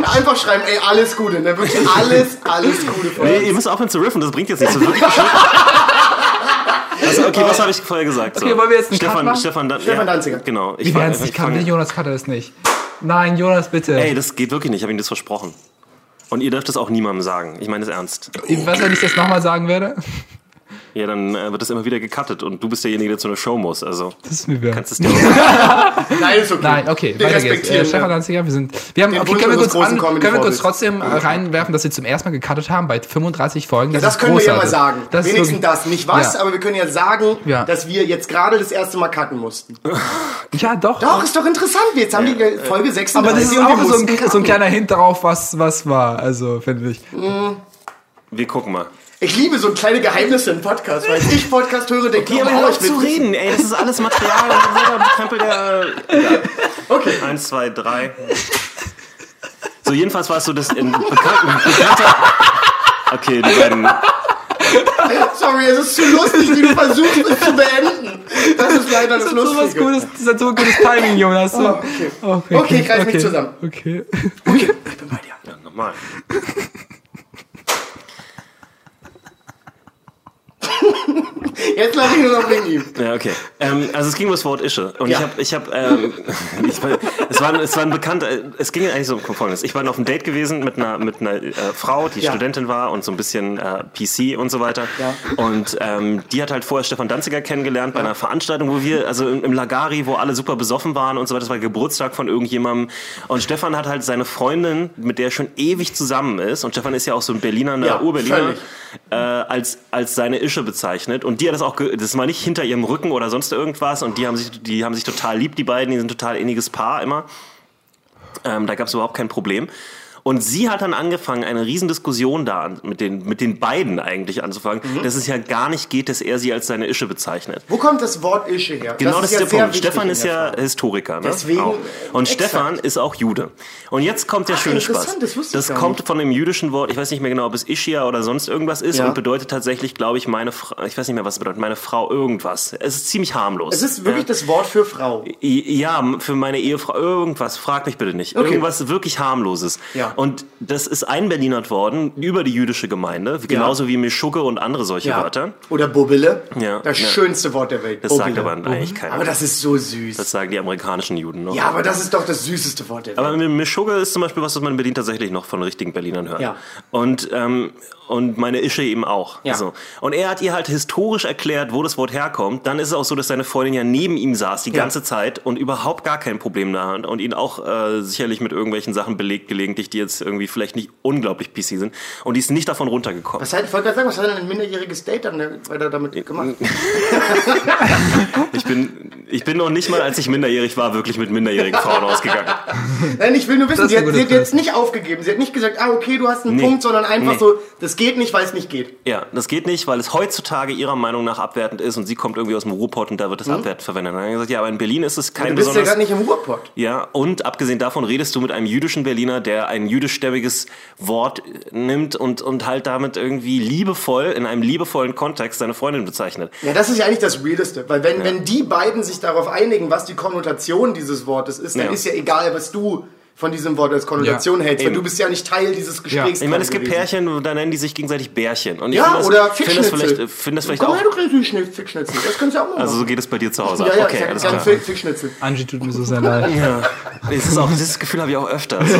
S2: Einfach schreiben, ey, alles Gute. Ne? Wirklich alles, alles Gute von
S1: Nee,
S2: uns.
S1: ihr müsst aufhören zu riffen, das bringt jetzt nichts. Das wird- Also, okay, was habe ich vorher gesagt? So.
S4: Okay, wollen wir jetzt einen Cut
S1: Stefan,
S4: machen?
S1: Stefan, Dan
S2: Stefan Danziger.
S1: Genau.
S4: Ich
S1: war-
S4: werde es nicht
S1: fang-
S4: kann. Bitte, Jonas kann das nicht. Nein, Jonas, bitte.
S1: Ey, das geht wirklich nicht, ich habe ihm das versprochen. Und ihr dürft das auch niemandem sagen. Ich meine es ernst.
S4: Was, wenn ich das nochmal sagen werde?
S1: Ja, dann äh, wird das immer wieder gecuttet und du bist derjenige, der zu einer Show muss. Also,
S4: Das ist mir wert.
S1: kannst es dir auch-
S2: Nein, ist okay.
S4: Nein, okay,
S2: wir
S4: weiter geht's. Äh,
S2: respektieren.
S4: Stefan
S2: ja.
S4: Danziger, wir sind. Wir haben,
S2: Den
S4: okay,
S2: Wunsch
S4: können wir
S2: unseres
S4: kurz, an,
S2: großen
S4: können wir kurz
S2: Comedy-Vorbilds.
S4: trotzdem äh, reinwerfen, dass wir zum ersten Mal gecuttet haben bei 35 Folgen. Das,
S2: das
S4: ist
S2: können wir ja mal
S4: großartig.
S2: sagen.
S4: Das ist
S2: Wenigstens
S4: wirklich-
S2: das. Nicht was,
S4: Ja.
S2: aber wir können ja sagen,
S4: Ja.
S2: dass wir jetzt gerade das erste Mal cutten mussten.
S4: Ja, doch.
S2: Doch, ist doch interessant. Jetzt haben die äh, Folge 36
S4: Aber das ist
S2: und wir
S4: auch so
S2: mussten
S4: ein,
S2: cutten.
S4: so ein kleiner Hint darauf, was, was war. Also, finde ich.
S1: Wir gucken mal.
S2: Ich liebe so kleine Geheimnisse im Podcast, weil ich Podcast höre, denke
S1: Hier,
S2: ich,
S1: aber
S2: oh,
S1: hör
S2: ich
S1: auf zu
S2: bin...
S1: reden, ey, das ist alles Material. Und so weiter. Krempel der. Ja.
S2: Okay.
S1: Eins, zwei, drei. So, jedenfalls war es so, dass in bekannten. Bekannter okay, die beiden.
S2: Sorry, es ist zu lustig, wie du versuchst, es zu beenden. Das ist leider das,
S4: Das ist so was
S2: Lustige.
S4: Gutes, das ist so ein gutes Timing, Jonas. So.
S2: okay.
S4: okay,
S2: Okay, greif mich zusammen.
S4: Okay.
S1: Ja, nochmal.
S2: Jetzt lache ich nur noch wegen ihm.
S1: Ja, okay. Ähm, also es ging um das Wort Ische. Und
S2: Ja.
S1: ich habe, ich habe, ähm, ich war, es war, ein- es war ein bekannter, es ging eigentlich so um Folgendes. Ich war auf einem Date gewesen mit einer, mit einer äh, Frau, die
S2: Ja.
S1: Studentin war und so ein bisschen äh, PC und so weiter.
S2: Ja.
S1: Und ähm, die hat halt vorher Stefan Danziger kennengelernt bei einer Veranstaltung, wo wir, also im, im Lagari, wo alle super besoffen waren und so weiter. Das war Geburtstag von irgendjemandem. Und Stefan hat halt seine Freundin, mit der er schon ewig zusammen ist. Und Stefan ist ja auch so ein Berliner, ne,
S2: Ja,
S1: Ur-Berliner
S2: völlig.
S1: äh, als, als seine Ische bezeichnet. Und die hat das auch, ge- das war nicht hinter ihrem Rücken oder sonst irgendwas. Und die haben sich, die haben sich total lieb, die beiden, die sind total inniges Paar immer. Ähm, da gab es überhaupt kein Problem. Und sie hat dann angefangen, eine Riesendiskussion da an, mit, den, mit den beiden eigentlich anzufangen, dass es ja gar nicht geht, dass er sie als seine Ische bezeichnet.
S2: Wo kommt das Wort Ische her?
S1: Genau das, ist
S2: ja
S1: der
S2: sehr
S1: Punkt.
S2: wichtig
S1: Stefan
S2: in
S1: ist
S2: der
S1: ja
S2: Frage.
S1: Historiker. Ne?
S2: Deswegen,
S1: Auch. Und
S2: exakt.
S1: Stefan ist auch Jude. Und jetzt kommt der schöne
S2: interessant,
S1: Spaß.
S2: das wusste ich gar
S1: kommt von dem jüdischen Wort, ich weiß nicht mehr genau, ob es Ischia oder sonst irgendwas ist
S2: Ja.
S1: und bedeutet tatsächlich, glaube ich, meine Frau, ich weiß nicht mehr, was es bedeutet, meine Frau irgendwas. Es ist ziemlich harmlos.
S2: Es ist wirklich das Wort für Frau.
S1: I- Ja, m- für meine Ehefrau irgendwas, frag mich bitte nicht. Irgendwas wirklich harmloses.
S2: Ja.
S1: Und das ist einberlinert worden über die jüdische Gemeinde, genauso wie Mischugge und andere solche
S2: Ja.
S1: Wörter.
S2: Oder Bubbele.
S1: Ja.
S2: Das
S1: Ja.
S2: schönste Wort der Welt.
S1: Das sagt
S2: Bubbele.
S1: aber eigentlich keiner.
S2: Mhm. Aber das ist so süß.
S1: das sagen die amerikanischen Juden noch.
S2: ja, aber das ist doch das süßeste Wort der Welt.
S1: Aber mit Mischugge ist zum Beispiel was, was man in Berlin tatsächlich noch von richtigen Berlinern hört.
S2: Ja.
S1: Und, ähm, und meine Ische eben auch.
S2: Ja.
S1: So. Und er hat ihr halt historisch erklärt, wo das Wort herkommt. Dann ist es auch so, dass seine Freundin ja neben ihm saß die
S2: Ja.
S1: ganze Zeit und überhaupt gar kein Problem da hat und ihn auch äh, sicherlich mit irgendwelchen Sachen belegt gelegentlich, die jetzt irgendwie vielleicht nicht unglaublich PC sind. Und die ist nicht davon runtergekommen.
S2: was hat, ich wollte gerade sagen, was hat denn ein minderjähriges Date dann weiter damit gemacht?
S1: Ich bin, ich bin noch nicht mal, als ich minderjährig war, wirklich mit minderjährigen Frauen ausgegangen.
S2: Nein, ich will nur wissen,
S4: Das ist
S2: sie
S4: eine
S2: hat, sie
S4: gute
S2: hat jetzt nicht aufgegeben. Sie hat nicht gesagt, ah, okay, du hast einen
S1: Nee.
S2: Punkt, sondern einfach
S1: Nee.
S2: so, das geht nicht, weil es nicht geht.
S1: Ja, das geht nicht, weil es heutzutage ihrer Meinung nach abwertend ist und sie kommt irgendwie aus dem Ruhrpott und da wird es abwertend verwendet. Dann hat er gesagt, ja, aber in Berlin ist es kein
S2: Du bist Hm? ja
S1: besonders.
S2: gerade nicht im Ruhrpott.
S1: Ja, und abgesehen davon redest du mit einem jüdischen Berliner, der ein jüdischstämmiges Wort äh, nimmt und, und halt damit irgendwie liebevoll, in einem liebevollen Kontext seine Freundin bezeichnet.
S2: Ja, das ist ja eigentlich das Weirdeste, weil wenn, wenn die beiden sich darauf einigen, was die Konnotation dieses Wortes ist, dann
S1: Ja.
S2: ist ja egal, was du von diesem Wort als Konnotation hältst, weil
S1: Eben.
S2: du bist ja nicht Teil dieses Gesprächs.
S1: Ich meine, es gibt
S2: gewesen.
S1: Pärchen, da nennen die sich gegenseitig Bärchen. Und ich
S2: Ja,
S1: finde das,
S2: oder
S1: finde das vielleicht, äh,
S2: Fischschnitzel.
S1: finde das vielleicht
S2: Komm
S1: auch.
S2: her, du kleines Fischschnitzel, Fischschnitzel. das kannst du auch mal
S1: Also so
S2: machen.
S1: geht es bei dir zu Hause. ab.
S2: Ja, ja,
S1: okay,
S2: ich
S1: alles
S2: sag
S1: klar.
S2: ganz Fisch- Fischschnitzel.
S4: Angie tut mir so sehr leid.
S1: Ja. Es ist auch, dieses Gefühl habe ich auch öfter. Also,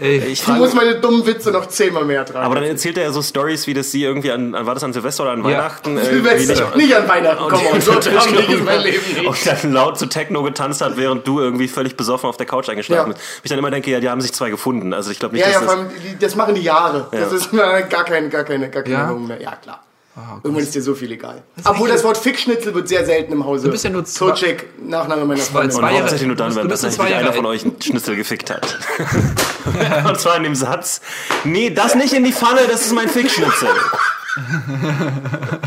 S4: Ey,
S1: ich
S2: Du
S1: frage
S2: musst meine dummen Witze noch zehnmal mehr tragen.
S4: Äh,
S1: Aber dann erzählt er ja so Stories, wie dass sie irgendwie an, an war das an Silvester oder an Weihnachten? irgendwie
S2: Silvester,
S1: nicht-
S2: nicht, an Weihnachten, komm on, so traurig ist mein Leben nicht.
S1: und dann laut zu Techno getanzt hat, während du irgendwie völlig besoffen auf der Couch eingeschlafen
S2: Ja.
S1: bist. Ich dann immer denke, ja, die haben sich zwei gefunden. Also ich glaube nicht,
S2: Ja, ja,
S1: dass
S2: vor allem, die- das machen die Jahre. Das ist na, gar keine, gar keine, gar keine
S4: Ja? Ah,
S2: Erinnerung mehr. Ja, klar. Irgendwann ist dir so viel egal. Obwohl das Wort Fickschnitzel wird sehr selten im Hause. Du
S4: bist ja nur zwei-
S2: Zocek, Nachname meiner Freundin.
S1: das
S4: zwei
S1: und
S4: Jahre-
S1: hauptsächlich nur dann,
S4: du
S1: wenn
S4: bist
S1: tatsächlich
S4: zwei Jahre
S1: einer
S4: alt.
S1: von euch einen Schnitzel gefickt hat. und zwar in dem Satz, nee, das nicht in die Pfanne, das ist mein Fickschnitzel.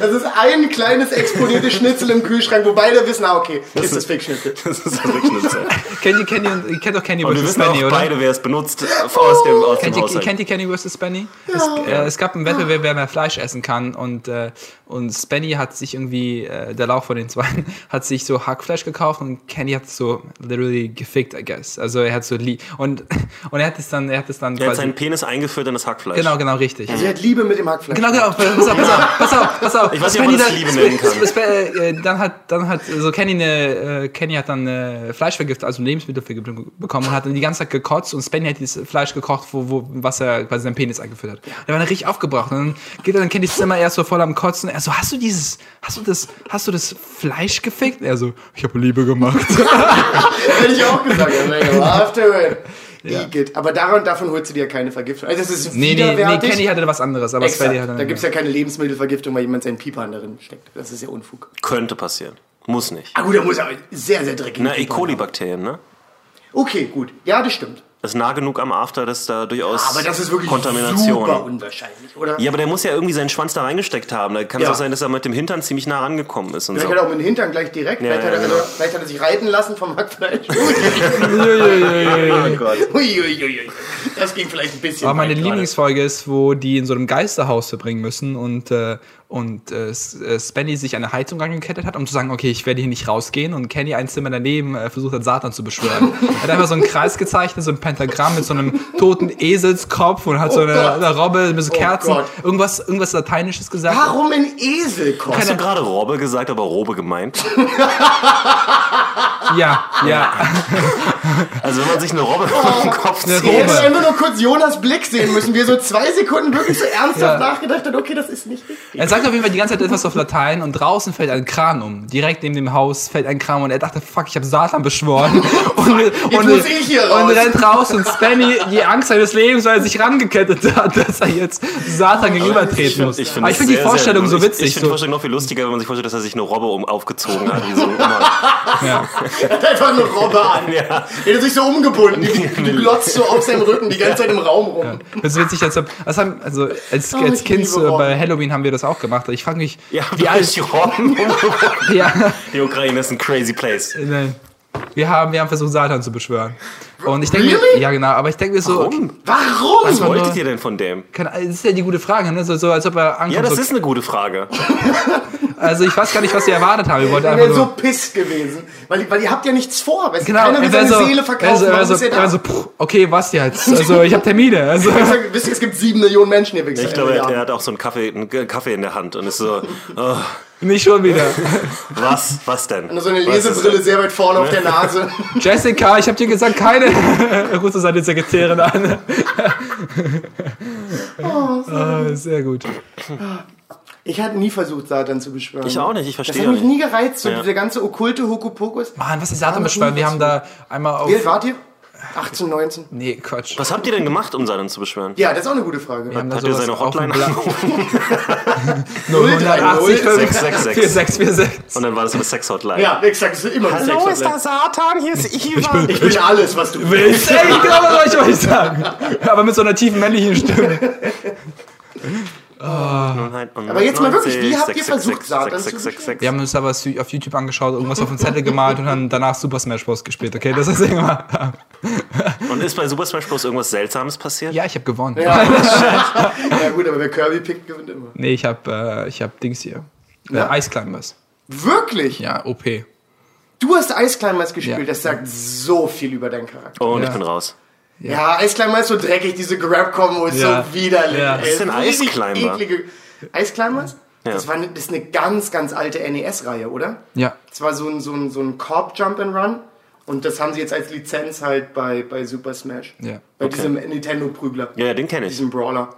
S2: Das ist ein kleines exponiertes Schnitzel im Kühlschrank, wo beide wissen, ah, okay, ist das Fickschnitzel.
S1: Das ist ein Fickschnitzel.
S4: kennt ihr Kenny und ihr kennt doch Kenny
S1: Und wir
S4: vs.
S1: wissen
S4: Benny,
S1: auch
S4: oder?
S1: beide, wer es benutzt, äh, aus dem, aus dem
S4: Kennt ihr,
S1: Haushalt.
S4: kennt ihr Kenny vs. Spenny? Es, äh, es gab einen Wettbewerb, wer mehr Fleisch essen kann und, äh, und Spenny hat sich irgendwie, äh, der Lauch von den Zweien, hat sich so Hackfleisch gekauft und Kenny hat so literally gefickt, I guess. Also er hat so lieb. Und, und er hat es dann, er hat es dann
S1: Er hat
S4: quasi.
S1: seinen Penis eingeführt in das Hackfleisch.
S4: genau, genau, richtig.
S2: Sie hat Liebe mit dem Hackfleisch.
S4: Genau, genau, pass auf, pass auf, pass auf, pass auf.
S1: Ich weiß nicht, ob man das
S4: dann-
S1: Liebe nennen kann.
S4: Sp- Sp- äh, dann hat, dann hat so Kenny eine, äh, Kenny hat dann äh, Fleischvergiftung, also Lebensmittelvergiftung bekommen und hat dann die ganze Zeit gekotzt und Spenny hat dieses Fleisch gekocht, wo, wo, was er quasi seinen Penis eingeführt hat. Der war dann richtig aufgebracht und dann geht er in Kennys Zimmer, er ist so voll am Kotzen, er so, hast du dieses, hast du das, hast du das Fleisch gefickt? Er so, ich habe Liebe gemacht.
S2: Hätte
S4: genau.
S2: ich auch gesagt. Ja, mega, war after it. Igitt. Aber daran, davon holst du dir keine Vergiftung. Also das ist
S4: nee, nee, nee,
S2: widerwärtig.
S4: Kenny hatte was anderes, aber
S2: Exakt.
S4: Spenny hatte
S2: Da gibt's ja keine Lebensmittelvergiftung, weil jemand seinen Pieper darin steckt. Das ist ja Unfug.
S1: Könnte passieren. Muss nicht.
S2: Ah gut, da muss aber sehr, sehr dreckig.
S1: Na, E. coli-Bakterien, ne?
S2: Okay, gut. Ja, das stimmt.
S1: Das ist nah genug am After, dass da durchaus
S2: Aber das ist wirklich
S1: Kontamination.
S2: super unwahrscheinlich, oder?
S1: Ja, aber der muss ja irgendwie seinen Schwanz da reingesteckt haben. Da kann es
S2: Ja. genau.
S1: auch sein, dass er mit dem Hintern ziemlich nah rangekommen ist und so.
S2: Vielleicht hat er auch mit dem Hintern gleich direkt, vielleicht,
S1: ja,
S2: hat er,
S1: genau.
S2: vielleicht hat er sich reiten lassen vom Hackfleisch. Oh
S4: ja.
S2: Uiuiuiui. Das ging vielleicht ein bisschen.
S4: Aber meine
S2: weit gerade.
S4: Lieblingsfolge ist, wo die in so einem Geisterhaus verbringen müssen und, äh, und äh, S- äh, Spenny sich an eine Heizung angekettet hat, um zu sagen, okay, ich werde hier nicht rausgehen. Und Kenny ein Zimmer daneben äh, versucht hat, Satan zu beschwören. er hat einfach so einen Kreis gezeichnet, so ein Pentagramm mit so einem toten Eselskopf und hat so
S2: Oh
S4: eine,
S2: Gott.
S4: eine Robbe mit so
S2: Oh
S4: Kerzen,
S2: Gott.
S4: irgendwas, irgendwas Lateinisches gesagt.
S2: Warum ein Esel kommt?
S1: Hast du gerade Robbe gesagt, aber Robe gemeint?
S2: Ah.
S4: Ja, ja.
S1: Also wenn man sich eine Robbe auf den Kopf zieht.
S2: Ich hätte
S4: Oh. Robbe.
S2: einfach nur kurz Jonas Blick sehen müssen, wie er so zwei Sekunden wirklich so ernsthaft
S4: Ja.
S2: nachgedacht hat, okay, das ist nicht richtig.
S4: Er sagt auf jeden Fall die ganze Zeit etwas auf Latein und draußen fällt ein Kran um. Direkt neben dem Haus fällt ein Kran um und er dachte, fuck, ich habe Satan beschworen. Und, und,
S2: muss ich hier
S4: und
S2: raus.
S4: rennt raus und Spenny, die Angst seines Lebens, weil er sich rangekettet hat, dass er jetzt Satan gegenübertreten muss.
S1: Ich
S4: Aber ich
S1: das
S4: finde die
S1: sehr, sehr-
S4: Vorstellung so
S1: ich-
S4: witzig.
S1: Ich finde die
S4: so.
S1: Vorstellung noch viel lustiger, wenn man sich vorstellt, dass er sich eine Robbe um, aufgezogen hat. Wie so immer.
S2: Er hat einfach eine Robbe an.
S1: Ja.
S2: Er hat sich so umgebunden, die, die, die glotzt so auf seinem Rücken die ganze Zeit im Raum rum.
S4: Das ist witzig, als, ob- als, haben, also als,
S2: Oh,
S4: als
S2: ich
S4: Kind
S2: liebe
S4: so, bei
S2: Robben.
S4: Halloween haben wir das auch gemacht. Ich frage mich,
S1: Ja,
S4: wie
S1: wie
S4: alt.
S1: alles die Robben.
S4: Ja,
S1: Die Ukraine ist ein crazy place.
S4: nein. wir, haben, wir haben versucht, Satan zu beschwören. Und ich denke mir-
S2: Really?
S4: ja genau, aber ich denke mir so, okay,
S1: Warum?
S2: Warum?
S1: Was wolltet
S4: nur-
S1: ihr denn von dem?
S4: Keine, Ahnung, das ist ja die gute Frage, ne? So, so als ob er ankommt.
S1: Ja, das
S4: so,
S1: ist eine gute Frage.
S4: Also ich weiß gar nicht, was sie erwartet haben. Wir wollten
S2: Ihr
S4: einfach
S2: wärt so
S4: nur.
S2: pisst gewesen. Weil, weil ihr habt ja nichts vor. Weißt? du?
S4: Genau,
S2: Keiner will
S4: er wär
S2: seine
S4: so-
S2: Seele
S4: er
S2: verkaufen.
S4: so- er
S2: warum
S4: so,
S2: ist er
S4: er
S2: da?
S4: so, puh, okay, was jetzt? Also ich habe Termine. Also.
S2: Also, wisst ihr, es gibt sieben Millionen Menschen hier
S1: Ich glaube, er, er hat auch so einen Kaffee, einen Kaffee in der Hand und ist so, oh,
S4: Nicht schon wieder.
S1: was, was denn?
S2: Nur so eine
S1: Was ist
S2: Lesebrille
S1: denn?
S2: sehr weit vorne auf der Nase.
S4: Jessica, ich habe dir gesagt, keine. Er ruft so seine Sekretärin an. Ah, sehr gut.
S2: Ich hatte nie versucht, Satan zu beschwören.
S1: Ich auch nicht, ich verstehe
S2: Das hat
S1: auch
S2: mich nie gereizt, so
S1: Ja.
S2: dieser ganze okkulte Hokuspokus.
S4: Mann, was ist Satan beschwören? Wir haben da einmal auf.
S2: Wie alt wart ihr? 18, 19?
S4: Nee, Quatsch.
S1: Was habt ihr denn gemacht, um Satan zu beschwören?
S2: Ja, das ist auch eine gute Frage.
S4: Wir haben da
S1: Hat er
S4: sowas
S1: seine
S4: auf dem
S1: Hotline
S4: Bla-
S1: sechs.
S4: 4646.
S1: Und dann war das eine Sex-Hotline.
S2: Ja, exakt, das ist immer eine
S1: Hallo, ist
S2: Sexhotline.
S1: da Satan? Hier ist Ivan.
S2: Ich will alles, was du willst.
S4: Ey, genau das wollte ich euch sagen. Aber mit so einer tiefen männlichen Stimme.
S1: Aber
S2: jetzt mal wirklich, wie habt ihr versucht, Satan zu
S4: Wir haben uns aber auf YouTube angeschaut, irgendwas auf den Zettel gemalt und haben danach Super Smash Bros. gespielt, okay? Das ist irgendwann.
S1: Und ist bei Super Smash Bros. irgendwas Seltsames passiert?
S4: Ja, ich habe gewonnen.
S2: Ja gut, aber wer Kirby pickt, gewinnt immer.
S4: Nee, ich habe äh, ich hab Dings hier. Äh, Ice Climbers.
S2: Wirklich?
S4: Ja, OP.
S2: Du hast Ice Climbers gespielt,
S4: Ja.
S2: das sagt so viel über deinen Charakter.
S1: Und ich
S4: Ja.
S1: bin raus.
S2: Ja, Ice Climber ist so dreckig, diese Grab-Combo ist
S4: Ja.
S2: so widerlich.
S4: Ja.
S2: ey.
S1: Was ist denn Ice
S2: Richtig
S1: Climber?
S2: eklige- Ice Climbers?
S1: Ja.
S2: Das, war eine, das ist eine ganz, ganz alte NES-Reihe, oder?
S4: Ja.
S2: Das war so ein, so ein, so ein Korb-Jump-and-Run und das haben sie jetzt als Lizenz halt bei, bei Super Smash.
S4: Ja.
S2: Bei diesem Nintendo-Prügler,
S1: Ja, ja, den kenne ich.
S2: diesem Brawler.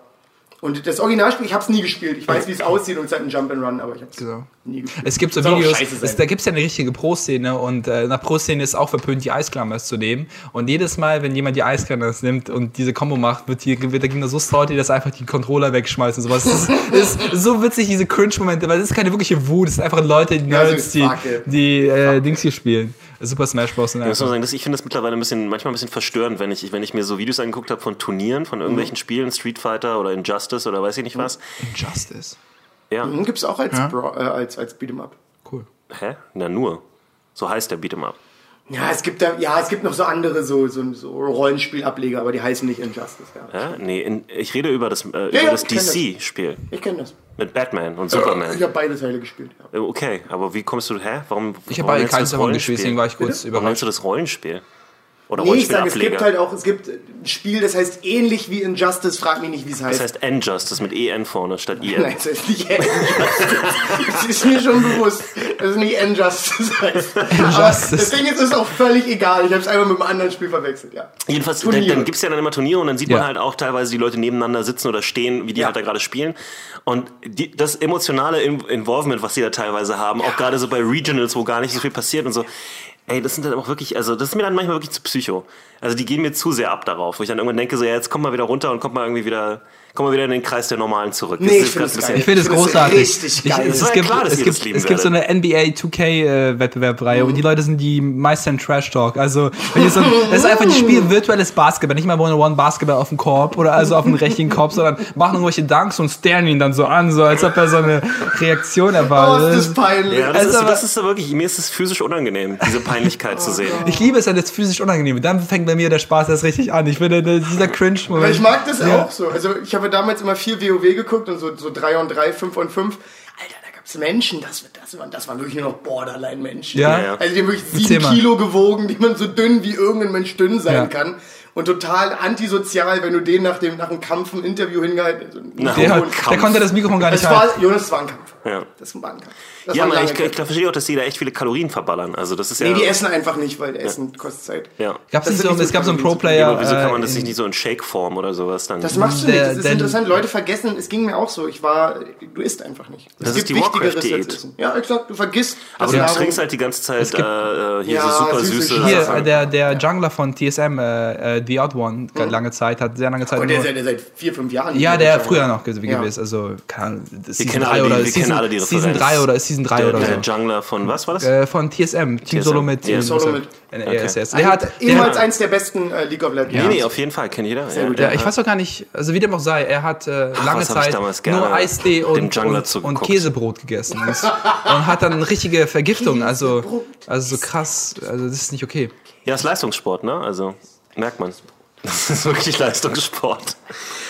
S2: Und das Originalspiel, ich hab's nie gespielt. Ich weiß, wie es aussieht und es ist halt ein Jump-and-Run, aber ich hab's
S4: Genau.
S2: nie gespielt.
S4: Es gibt so
S2: Soll auch
S4: Videos,
S2: scheiße sein.
S4: es, da gibt es ja eine richtige Pro-Szene und äh, nach Pro-Szene ist auch verpönt, die Eisklammers zu nehmen. Und jedes Mal, wenn jemand die Eisklammers nimmt und diese Kombo macht, wird, die, wird der Gegner so salty, dass er einfach die Controller wegschmeißt und sowas. Das ist, ist so witzig, diese Cringe-Momente, weil das ist keine wirkliche Wut, das sind einfach Leute, die
S2: Ja, so
S4: Nerds, die,
S2: Fackel.
S4: die äh, Dings hier spielen. Super Smash Bros. und
S1: Ich muss mal
S4: einfach.
S1: sagen, das, ich finde das mittlerweile ein bisschen, manchmal ein bisschen verstörend, wenn ich, wenn ich mir so Videos angeguckt habe von Turnieren, von
S2: Mhm.
S1: irgendwelchen Spielen, Street Fighter oder Injustice oder weiß ich nicht was.
S4: Injustice.
S1: Ja.
S2: Und Hm, gibt's auch als, Bra- äh, als, als Beat'em Up.
S4: Cool.
S1: Hä? Na nur. So heißt der Beat'em Up.
S2: Ja, es gibt da, ja, es gibt noch so andere so, so, so Rollenspielableger, aber die heißen nicht Injustice. Ja.
S1: Ja? Nee, in, ich rede über das, äh, über
S2: ja,
S1: das
S2: ich kenn das. Äh,
S1: DC-Spiel
S2: Ich kenne das.
S1: mit Batman und
S2: Ich
S1: Superman.
S2: habe beide Teile gespielt. Ja.
S1: Äh, Okay, aber wie kommst du her? Warum?
S4: Ich habe beide keins davon gespielt, deswegen war ich kurz
S1: Warum
S4: überrascht.
S1: nennst du das Rollenspiel? Oder
S2: Nee, ich sage, es gibt
S1: Rollenspielableger?
S2: halt auch, es gibt ein Spiel, das heißt ähnlich wie Injustice, frag mich nicht, wie es heißt.
S1: Das heißt N-Justice mit EN vorne statt IN.
S2: Nein, es heißt nicht Injustice. das ist mir schon bewusst, dass es nicht Injustice heißt. Aber das Ding ist, es ist auch völlig egal. Ich habe es einmal mit einem anderen Spiel verwechselt, ja.
S1: Jedenfalls, dann,
S2: Turniere.
S1: dann gibt es ja dann immer Turniere und dann sieht
S4: Ja.
S1: man halt auch teilweise die Leute nebeneinander sitzen oder stehen, wie die
S2: Ja.
S1: halt da gerade spielen. Und die, das emotionale In Involvement, was die da teilweise haben, auch gerade so bei Regionals, wo gar nicht so viel passiert und so. Ey, das sind dann auch wirklich, also das ist mir dann manchmal wirklich zu psycho. Also die gehen mir zu sehr ab darauf, wo ich dann irgendwann denke, so ja, jetzt komm mal wieder runter und komm mal irgendwie wieder, komm mal wieder in den Kreis der Normalen zurück.
S2: Nee,
S1: ist
S2: ich find
S1: grad
S2: das
S1: ein
S2: geil.
S4: Ich finde es
S2: Ich find das
S4: großartig.
S2: richtig geil.
S4: Ich, es,
S1: Es war ja
S4: gibt,
S1: klar, dass
S4: es,
S1: ihr
S4: gibt,
S1: das lieben
S4: es gibt so eine NBA 2K-Wettbewerbreihe äh, und die Leute sind die meisten Trash Talk. Also, wenn ihr so, das ist einfach, die spielen virtuelles Basketball, nicht mal One-on-One Basketball auf dem Korb oder also auf dem rechten Korb, sondern machen irgendwelche Dunks und staren ihn dann so an, so als ob er so eine Reaktion
S2: Oh, ist
S4: erwartet.
S2: das peinlich.
S1: Ja, das,
S4: Also
S1: ist,
S4: aber-
S1: das ist so wirklich, mir ist es physisch unangenehm, diese Peinlichkeit
S2: Oh
S1: zu sehen.
S4: ich liebe es, wenn es physisch unangenehm wird. Dann fängt bei mir der Spaß erst richtig an. Ich finde, das- dieser
S2: Weil
S4: Cringe-Moment.
S2: ich mag das
S4: Ja.
S2: auch so. Also ich habe damals immer viel WoW geguckt und so, so 3 und 3, 5 und 5. Alter, da gab es Menschen, das, das, waren, das waren wirklich nur noch Borderline-Menschen.
S4: Ja.
S1: Ja, ja.
S2: Also die haben wirklich
S4: Erzähl
S2: sieben
S4: mal.
S2: Kilo gewogen, die man so dünn wie irgendein Mensch dünn sein
S4: Ja.
S2: kann. Und total antisozial, wenn du den nach dem, nach dem Kampf im Interview hingehalten hast.
S1: Na,
S4: Der, hat,
S1: Kampf.
S4: der konnte das Mikrofon gar
S2: Das
S4: nicht halten.
S2: war, Jonas, das war ein Kampf.
S1: Ja.
S2: Das war ein Kampf. Das
S1: Ja,
S2: war ein
S1: man,
S2: langer
S1: ich, ich
S2: Kampf.
S1: verstehe auch, dass die da echt viele Kalorien verballern. Also das ist ja.
S2: Nee, die essen einfach nicht, weil Essen kostet Zeit.
S1: ja.
S2: Das
S4: Gab's nicht
S2: sind
S4: so,
S2: nicht so
S4: es gab so einen
S2: Kategorien.
S4: Pro-Player.
S1: Wieso kann man
S4: äh,
S1: das nicht so in Shake-Form oder sowas dann?
S2: Das machst du
S4: Der-
S2: nicht, das ist
S4: Äh, denn-
S2: interessant. Leute vergessen, es ging mir auch so. Ich war, du isst einfach nicht.
S1: Das
S2: es
S1: ist
S2: gibt
S1: die Warcraft-Diät.
S2: Wichtigeres als Essen. Ja, exakt, du vergisst.
S1: aber
S2: dass
S1: du
S2: Nahrung-
S1: trinkst halt die ganze Zeit äh,
S4: gibt-
S1: äh, hier
S2: Ja,
S1: so super
S2: süße
S1: süße.
S2: Scheiße.
S4: Hier,
S1: Sachen.
S4: äh, der, der Jungler von TSM, äh, äh, The Odd One, lange Zeit, hat sehr lange Zeit.
S2: Und Hm. Oh, der ist ja
S4: Nur,
S2: der seit vier, fünf Jahren.
S4: ja,
S2: hier
S4: der
S2: schon.
S4: früher noch gewesen
S2: Ja.
S4: ist. Also, keine Ahnung, Season
S1: kennen alle
S4: 3
S1: die-
S4: oder
S1: wir kennen
S4: Season,
S1: alle die
S4: Season
S1: Referenz.
S4: 3 oder Season 3
S1: der,
S4: oder
S1: der
S4: so.
S1: Jungler von was war das?
S4: Äh, von TSM, Team Solo Äh, mit.
S1: Team
S2: Solo mit.
S4: ESS.
S2: Der
S4: Der hat. Der
S2: ehemals
S4: hat
S2: eins der besten äh, League of Legends.
S1: nee, nee, auf jeden Fall kennt jeder. Sehr
S4: ja, ich weiß auch gar nicht, also wie dem auch sei, er hat äh, lange
S1: was hab ich
S4: Zeit
S1: damals gerne
S4: nur Eistee
S1: dem
S4: und,
S1: Jungler
S4: und, und
S1: zugeguckt.
S4: Käsebrot gegessen. Und, und hat dann eine richtige Vergiftung. Also, also so krass, also das ist nicht okay.
S1: ja, ist Leistungssport, ne? Also merkt man. Das ist wirklich Leistungssport.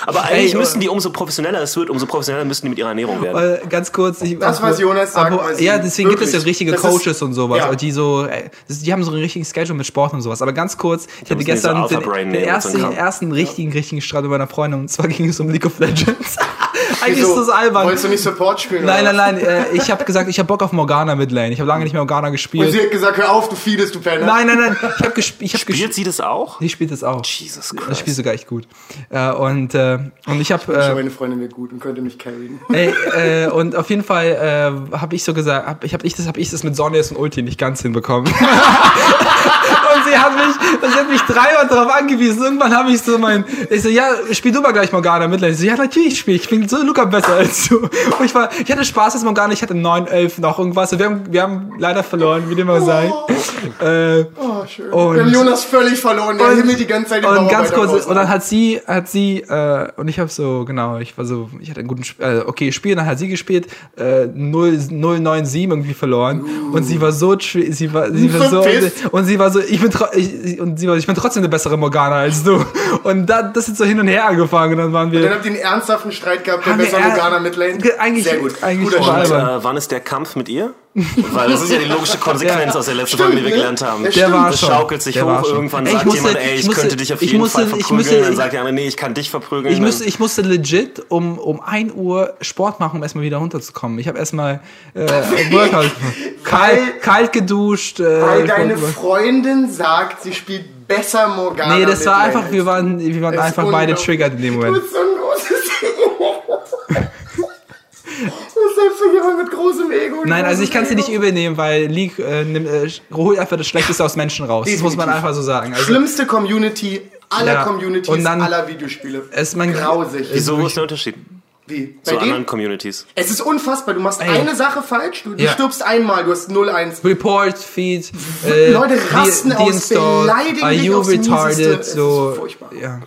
S1: Aber eigentlich
S4: Ey,
S1: müssen die, umso professioneller es wird, umso professioneller müssen die mit ihrer Ernährung werden.
S4: Äh, ganz kurz. Ich,
S2: Das, was Jonas sagt,
S4: aber,
S2: weiß
S4: Ja,
S2: ich.
S4: deswegen gibt es ja
S2: Wirklich.
S4: richtige
S2: Das ist-
S4: Coaches und sowas,
S2: ja.
S4: die so, ey, das, die haben so einen richtigen Schedule mit Sport und sowas. Aber ganz kurz, ich hatte
S1: müssen diese
S4: gestern den,
S1: Alpha-Brain
S4: den,
S1: nehmen also und so
S4: ersten,
S1: einen
S4: den
S1: Kram.
S4: ersten richtigen, richtigen Streit mit meiner Freundin und zwar ging es um League of Legends. Eigentlich ist das albern.
S2: Wolltest du nicht Support spielen?
S4: Nein,
S2: oder?
S4: nein, nein, äh, ich habe gesagt, ich habe Bock auf Morgana Midlane. Ich habe lange nicht mehr Morgana
S2: Und sie
S4: gespielt.
S2: hat gesagt, hör auf, du fiedest, du Penner.
S4: Nein, nein, nein, ich habe gespielt. Ich habe gespielt.
S1: Spielt sie das auch?
S4: Ich spiele das auch.
S1: Jesus
S4: Das
S1: Christ.
S4: spielt sogar echt gut. Äh, und, äh, und ich habe.
S2: Ich
S4: Äh,
S2: glaube, meine Freundin wird gut und könnte mich carryen.
S4: Ey, äh, und auf jeden Fall äh, habe ich so gesagt, hab, ich habe ich das, hab ich das mit Sonnes und Ulti nicht ganz hinbekommen. und sie hat mich, sie hat mich dreimal darauf angewiesen. Irgendwann habe ich so mein, ich so, ja, spiel du mal gleich Morgana mit. Ich so, ja, natürlich spiel ich. Ich bin so Luca besser als du. Und ich war, ich hatte Spaß als Morgana. Ich hatte 9, 11 noch irgendwas. Und Wir haben, wir haben leider verloren, wie dem auch sei. Äh,
S2: Oh, schön.
S4: Und-
S2: Wir haben Jonas völlig verloren. Der himmelt die ganze Zeit die
S4: und
S2: Mauer
S4: ganz
S2: weiter ne?
S4: kurz,
S2: draußen
S4: und dann
S2: an.
S4: hat sie, hat sie, äh, und ich habe so, genau, ich war so, ich hatte einen guten, Sp- äh, okay, Spiel, dann hat sie gespielt, äh, 0 097 irgendwie verloren, und sie war so, tr- sie war, sie war so,
S2: Verpisst.
S4: und, sie war so, ich bin, tro- ich, sie- und sie war, ich bin trotzdem eine bessere Morgana als du, und da, das ist so hin und her angefangen, und dann waren
S2: Dann
S4: wir,
S2: habt ihr einen ernsthaften Streit gehabt, der
S4: Haben wir
S2: besser
S4: er-
S2: Lugana mitlane.
S4: Ge- eigentlich-
S2: Sehr gut.
S4: eigentlich
S2: Guter
S4: schon.
S1: Und
S2: Schnitt.
S4: Albern.
S1: äh, wann ist der Kampf mit ihr? Weil das ist ja die logische Konsequenz aus der letzten Folge, die wir
S2: ne?
S1: gelernt haben.
S2: Der
S4: der war
S1: Das
S4: schon.
S1: schaukelt sich
S4: der war
S1: hoch,
S4: schon.
S1: irgendwann
S4: Ey, ich
S1: sagt
S4: musste-
S1: jemand, ey, ich,
S4: musste-
S1: könnte dich auf
S4: ich
S1: jeden
S4: musste-
S1: Fall
S4: ich
S1: verprügeln.
S4: musste-
S1: dann sagt der andere, nee, ich kann dich verprügeln.
S4: Ich
S1: Dann-
S4: musste, ich musste legit um, um 1 Uhr Sport machen, um erstmal wieder runterzukommen. Ich habe erstmal äh, Workout. kalt, kalt geduscht. Äh,
S2: Weil deine
S4: Workout.
S2: Freundin sagt, sie spielt besser Morgana
S4: Nee, das war
S2: Midlane
S4: einfach, wir
S2: als
S4: waren, wir waren
S2: Das ist
S4: einfach beide
S2: unglaublich.
S4: triggert in dem
S2: Du
S4: Moment.
S2: bist so ein großes Ego. Du bist einfach jemand mit großem Ego.
S4: Nein, also ich kann es dir nicht
S2: über.
S4: übernehmen, weil League äh, nimm, äh, holt einfach das Schlechteste aus Menschen raus. Das muss man
S2: Definitiv.
S4: einfach so sagen. Also,
S2: Schlimmste Community aller
S4: Ja,
S2: Communities
S4: und dann-
S2: aller Videospiele.
S4: es- man-
S2: grausig.
S1: Wieso wo ist der Unterschied
S2: Wie? Bei
S1: zu
S2: dem?
S1: anderen Communities?
S2: Es ist unfassbar. Du machst eine Sache falsch, du, du
S4: Ja.
S2: stirbst einmal, du hast 0-1.
S4: Report, Feed, äh,
S2: Leute rasten
S4: de-
S2: aus,
S4: deinstall,
S2: beleidigen
S4: Are
S2: dich
S4: you
S2: aufs Mieseste.
S4: retarded?
S2: Es ist
S4: So,
S2: furchtbar.
S4: ja.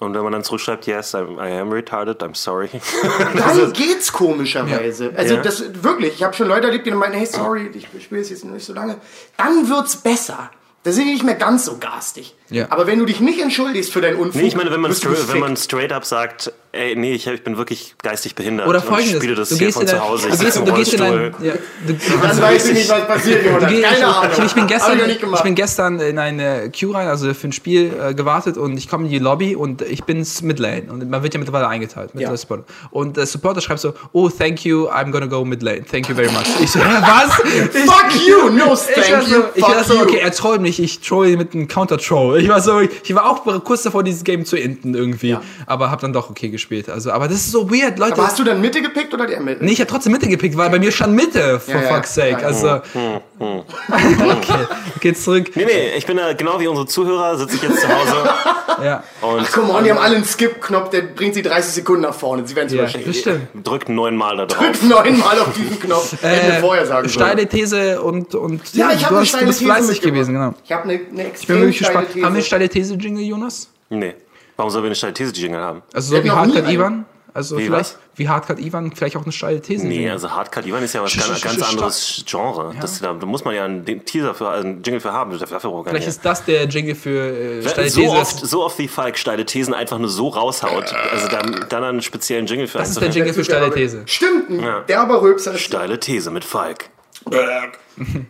S1: Und wenn man dann zurückschreibt, yes, I'm, I am retarded, I'm sorry.
S4: Also
S2: Dann geht's komischerweise. Also
S1: Ja.
S2: das wirklich, ich habe schon Leute erlebt, die dann meinten, hey, sorry, ich spiele es jetzt noch nicht so lange. Dann wird's besser. Da sind die nicht mehr ganz so garstig.
S4: Ja.
S2: Aber wenn du dich nicht entschuldigst für deinen Unfug,
S1: Nee, ich meine, wenn man,
S2: bist du
S1: stra- wenn man
S2: gefickt.
S1: straight up sagt, ey, nee, ich, ich bin wirklich geistig behindert
S4: Oder
S1: und ich
S4: folgendes.
S1: spiele das
S4: du
S1: hier
S4: gehst
S1: von
S4: in
S1: zu
S4: ein-
S1: Hause,
S4: du
S1: ich
S4: gehst,
S1: sitze im
S4: du gehst in
S1: Rollstuhl.
S4: ein, ja, du, also
S2: dann weiß ich nicht, was passiert, Jonas.
S4: Ich,
S2: Keine Ahnung.
S4: ich, ich bin
S2: Hab
S4: gestern,
S2: ich noch nicht
S4: ich
S2: gemacht.
S4: bin gestern in eine Queue rein, also für ein Spiel äh, gewartet und ich komme in die Lobby und ich bin Midlane und man wird ja mittlerweile eingeteilt mit
S2: Ja.
S4: der Supporter. Und der Supporter schreibt so, oh thank you, I'm gonna go Midlane, thank you very much. Ich so, hä, was? Ich,
S2: Fuck you, no
S4: ich war
S2: thank you,
S4: so, ich war
S2: fuck
S4: so
S2: you.
S4: okay, er trollt mich, ich troll mit einem Counter-Troll. Ich war so, ich war auch kurz davor, dieses Game zu enden irgendwie, aber hab dann doch okay gespielt. Also, aber das ist so weird, Leute.
S2: Aber hast du dann Mitte gepickt oder die Emmel?
S4: Nee, ich hab trotzdem Mitte gepickt, weil bei mir stand Mitte, for
S2: Ja, ja.
S4: fuck's sake.
S2: Ja.
S4: Also.
S1: Hm,
S4: okay, geht's zurück.
S1: Nee, nee, ich bin da genau wie unsere Zuhörer, sitze ich jetzt zu Hause
S4: Ja,
S1: und
S2: Come on, die haben alle einen Skip-Knopf, der bringt sie 30 Sekunden nach vorne. Sie werden es
S4: ja
S2: überschätzen.
S4: das stimmt.
S1: drückt neunmal da drauf.
S2: Drück neunmal auf diesen Knopf, hätten wir vorher sagen sollen.
S4: Äh, steile These und, und
S2: Ja, ich
S4: du,
S2: habe eine
S4: hast,
S2: steile
S4: du bist
S2: These
S4: fleißig
S2: mitgemacht.
S4: gewesen, genau.
S2: Ich habe eine, eine
S4: Ich bin
S2: extrem
S4: wirklich
S2: steile
S4: gespannt. Haben wir
S2: These.
S4: steile These-Jingle, Jonas?
S1: Nee. Warum sollen wir eine steile These-Jingle haben?
S4: Also
S2: Wir
S4: so wie
S2: hatten noch nie
S4: Hardcut
S2: einen.
S4: Ivan? Also
S1: Wie,
S4: vielleicht
S1: was?
S4: wie Hardcut Ivan, vielleicht auch eine steile These.
S1: Nee, also Hardcut Ivan ist ja was
S4: Sch-
S1: ganz,
S4: sch-
S1: ganz
S4: sch-
S1: anderes Genre. Das, da, da muss man ja einen den Teaser für, also einen Jingle für haben, dafür braucht man
S4: Vielleicht
S1: ja.
S4: ist das der Jingle für äh, steile
S1: so
S4: These.
S1: oft, so oft wie Falk steile Thesen einfach nur so raushaut, also da, dann einen speziellen Jingle für
S4: das ist der Jingle für steile These.
S2: Stimmt, ein derber Rülpser. ist-
S1: Steile These mit Falk.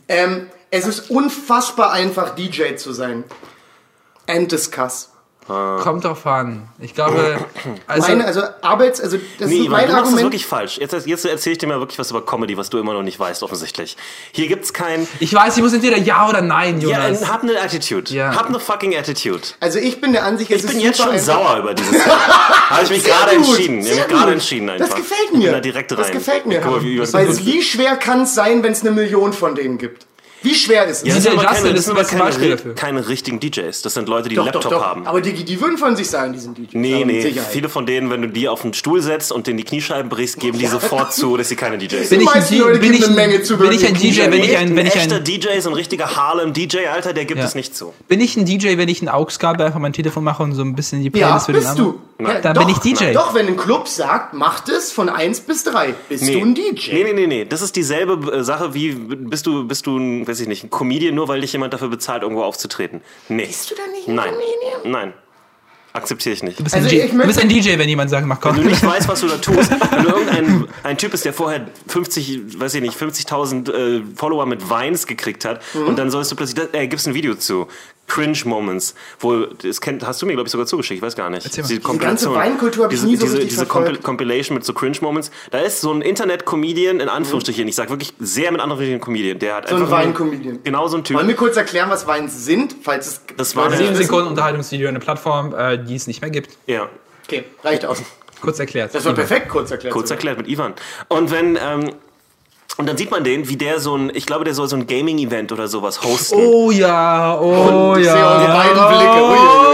S2: ähm, es ist unfassbar einfach, DJ zu sein. And discuss.
S4: Kommt drauf an. Ich glaube, also,
S2: Meine, also Arbeits... Also, das
S1: Nee,
S2: ist
S1: Ivan,
S2: mein
S1: du machst es
S2: Argument.
S1: wirklich falsch. Jetzt, jetzt erzähle ich dir mal wirklich was über Comedy, was du immer noch nicht weißt, offensichtlich. Hier gibt's kein...
S4: ich weiß, ich muss entweder ja oder nein,
S1: Ja,
S4: Jonas.
S1: hab ne Attitude.
S4: Ja.
S1: Hab ne fucking Attitude.
S2: Also ich bin der Ansicht, es
S1: Ich
S2: ist
S1: bin jetzt schon
S2: super einfach.
S1: sauer über dieses Jahr. Habe ich mich
S2: Sehr
S1: gerade
S2: gut,
S1: entschieden. Ich
S2: sehr
S1: habe mich gerade
S2: gut.
S1: entschieden einfach.
S2: Das gefällt
S1: Ich bin
S2: mir.
S1: da direkt rein.
S2: Das gefällt mir.
S1: Ich guck mal, wie, was
S2: Weil
S1: das
S2: wie schwer kann es sein, wenn es eine Million von denen gibt? Wie schwer ist es?
S1: das sind
S4: Dieser
S1: aber
S4: Justin
S1: keine, das
S4: ist
S1: sind
S4: ein
S1: aber
S4: bestes
S1: keine,
S4: Beispiel
S1: ri-
S4: dafür.
S1: keine richtigen DJs. Das sind Leute, die
S2: Doch,
S1: Laptop
S2: doch, doch.
S1: haben.
S2: Aber Digi, die würden von sich sagen, die sind DJs.
S1: Nee,
S2: aber mit
S1: nee,
S2: Sicherheit.
S1: viele von denen, wenn du die auf den Stuhl setzt und denen die Kniescheiben brichst, geben die sofort zu, dass sie keine DJs sind.
S4: Bin ich ein,
S2: meisten
S4: D-
S2: Leute
S4: bin
S2: geben
S4: ich,
S2: eine Menge zu,
S4: bin ich ein
S2: wenn die
S4: DJ, wenn ich ein, wenn ich
S1: echter
S4: ein,
S1: DJ ist ein richtiger Harlem-DJ, Alter, der gibt
S4: Ja.
S1: es nicht zu.
S4: bin ich ein DJ, wenn ich einen AUX-Kabel einfach mein Telefon mache und so ein bisschen die
S2: Ja,
S4: Playlist für den
S2: bist du. Ja,
S4: Dann bin ich DJ.
S2: Doch, wenn ein Club sagt, macht es von 1 bis 3, bist du ein DJ.
S1: Nee, nee, nee, nee. Das ist dieselbe äh, Sache wie bist du, bist du ein, weiß ich nicht, ein Comedian, nur weil dich jemand dafür bezahlt, irgendwo aufzutreten. Nee. Bist
S2: du denn nicht ein
S1: Nein.
S2: Comedian?
S1: Nein. Akzeptiere ich nicht.
S4: Du bist,
S2: Also
S4: ein,
S2: ich
S4: G- du
S2: möchte-
S4: bist ein DJ, wenn jemand sagt, mach
S1: Wenn du
S4: Cocktail.
S1: nicht weißt, was du da tust, wenn du irgendein ein Typ ist, der vorher 50, weiß ich nicht, 50.000 äh, Follower mit Vines gekriegt hat
S2: Mhm.
S1: und dann sollst du plötzlich, da- äh, gibt's ein Video zu. Cringe Moments, wo das kennt, hast du mir glaube ich sogar zugeschickt, ich weiß gar nicht.
S4: Erzähl mal.
S1: Diese
S2: ganze
S1: Kompilation,
S2: Weinkultur hab ich
S1: diese,
S2: nie so
S1: diese,
S2: richtig
S1: diese Kompil
S2: verfolgt.
S1: Compilation mit so Cringe Moments. Da ist so ein Internet Comedian in Anführungsstrichen, ich sag wirklich sehr mit Anführungsstrichen Comedian, der hat
S2: Mhm. So ein
S1: einfach nur-
S2: Wein-Comedian.
S1: Genau so ein Typ.
S2: Wollen wir kurz erklären, was Weins sind, falls es.
S1: Das war
S2: Leute
S1: der-
S2: nicht
S4: 7
S2: wissen?
S4: Sekunden Unterhaltungsvideo, eine Plattform, äh, die es nicht mehr gibt.
S1: Ja.
S2: Okay, reicht aus.
S4: Kurz erklärt.
S2: Das war perfekt kurz erklärt.
S1: Mhm. Kurz erklärt mit Ivan. Und wenn, ähm, und dann sieht man den, wie der so ein, ich glaube, der soll so ein Gaming-Event oder sowas hosten.
S4: Oh ja, oh
S2: Ich sehe eure
S4: ja.
S2: beiden Blicke. Ui,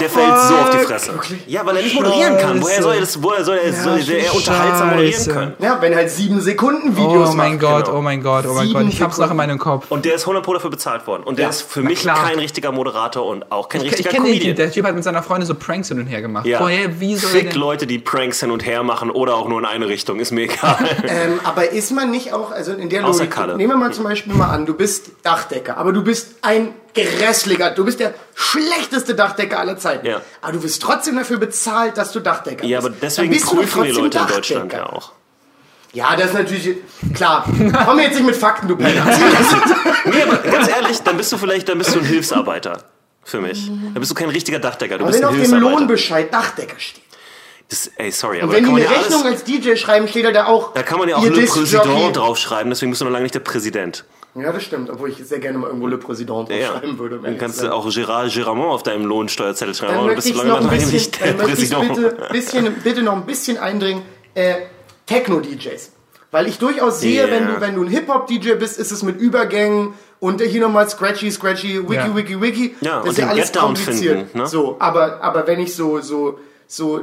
S1: Der fällt so auf die Fresse. Ja, weil er nicht moderieren kann. Woher
S4: Oh Scheiße.
S1: soll er das, woher soll er, soll er unterhaltsam moderieren
S4: Scheiße.
S1: können?
S2: ui. Ja, wenn halt sieben Sekunden Videos
S4: Oh mein
S2: macht.
S4: Gott,
S1: genau.
S4: oh mein Gott, oh mein
S2: Sieben
S4: Gott. Ich hab's noch in
S2: Sekunden.
S4: meinem Kopf.
S1: Und der ist 100 Pro dafür bezahlt worden. Und der
S2: Ja,
S1: ist für mich
S4: klar.
S1: kein richtiger Moderator und auch kein
S4: Ich
S1: richtiger
S4: kenne den Typ.
S1: Comedian.
S4: Der Typ hat mit seiner Freundin so Pranks hin und her gemacht.
S1: Ja.
S4: Vorher, wie soll er
S1: Fick
S4: denn?
S1: Leute, die Pranks hin und her machen oder auch nur in eine Richtung, ist mir
S4: Äh,
S1: egal.
S2: Ähm, aber ist man nicht auch, also in der
S1: Außer
S2: Logik,
S1: Kalle.
S2: nehmen wir mal zum Beispiel mal an, du bist Dachdecker, aber du bist ein grässlicher, du bist der schlechteste Dachdecker aller Zeiten.
S1: Ja.
S2: Aber du bist trotzdem dafür bezahlt, dass du Dachdecker
S1: ja,
S2: bist.
S1: aber
S2: Dann
S1: deswegen
S2: bist du
S1: prüfen wir Leute
S2: trotzdem
S1: in
S2: Dachdecker.
S1: Deutschland ja auch.
S2: Ja, das ist natürlich, klar, komm jetzt nicht mit Fakten, du Penner.
S1: Nee, aber ganz ehrlich, dann bist du vielleicht, dann bist du ein Hilfsarbeiter. Für mich. Dann bist du kein richtiger Dachdecker, du
S2: Aber
S1: bist
S2: wenn
S1: ein
S2: auf dem
S1: Hilfsarbeiter.
S2: Lohnbescheid Dachdecker steht.
S1: Das, ey, sorry,
S2: Und
S1: aber da
S2: wenn die
S1: kann man
S2: eine
S1: ja alles,
S2: Rechnung als DJ schreiben, steht da da auch.
S1: da kann man ja auch
S2: ihr
S1: Le
S2: Disc-Jockey.
S1: Président draufschreiben, deswegen bist du noch lange nicht der Präsident.
S2: Ja, das stimmt, obwohl ich sehr gerne mal irgendwo Le Président
S1: Ja.
S2: draufschreiben würde. um
S1: Dann
S2: ehrlich zu
S1: kannst
S2: sein.
S1: du auch Gérard Giramont auf deinem Lohnsteuerzettel schreiben.
S2: Dann
S1: aber du
S2: möchte
S1: bist
S2: ich
S1: lange
S2: noch ein
S1: noch lange
S2: bisschen,
S1: nicht der
S2: dann möchte ich
S1: Präsident.
S2: bitte, bisschen, bitte noch ein bisschen eindringen. Äh, Techno-DJs. Weil ich durchaus sehe,
S1: Ja.
S2: wenn du, wenn du ein Hip-Hop-DJ bist, ist es mit Übergängen und hier nochmal Scratchy, Scratchy, Wiki,
S4: Ja.
S2: Wiki, Wiki.
S1: Ja,
S2: das
S1: und
S2: ist ja
S1: den
S2: alles
S1: Get-Down
S2: kompliziert.
S1: finden, ne?
S2: So, aber, aber wenn ich so, so, so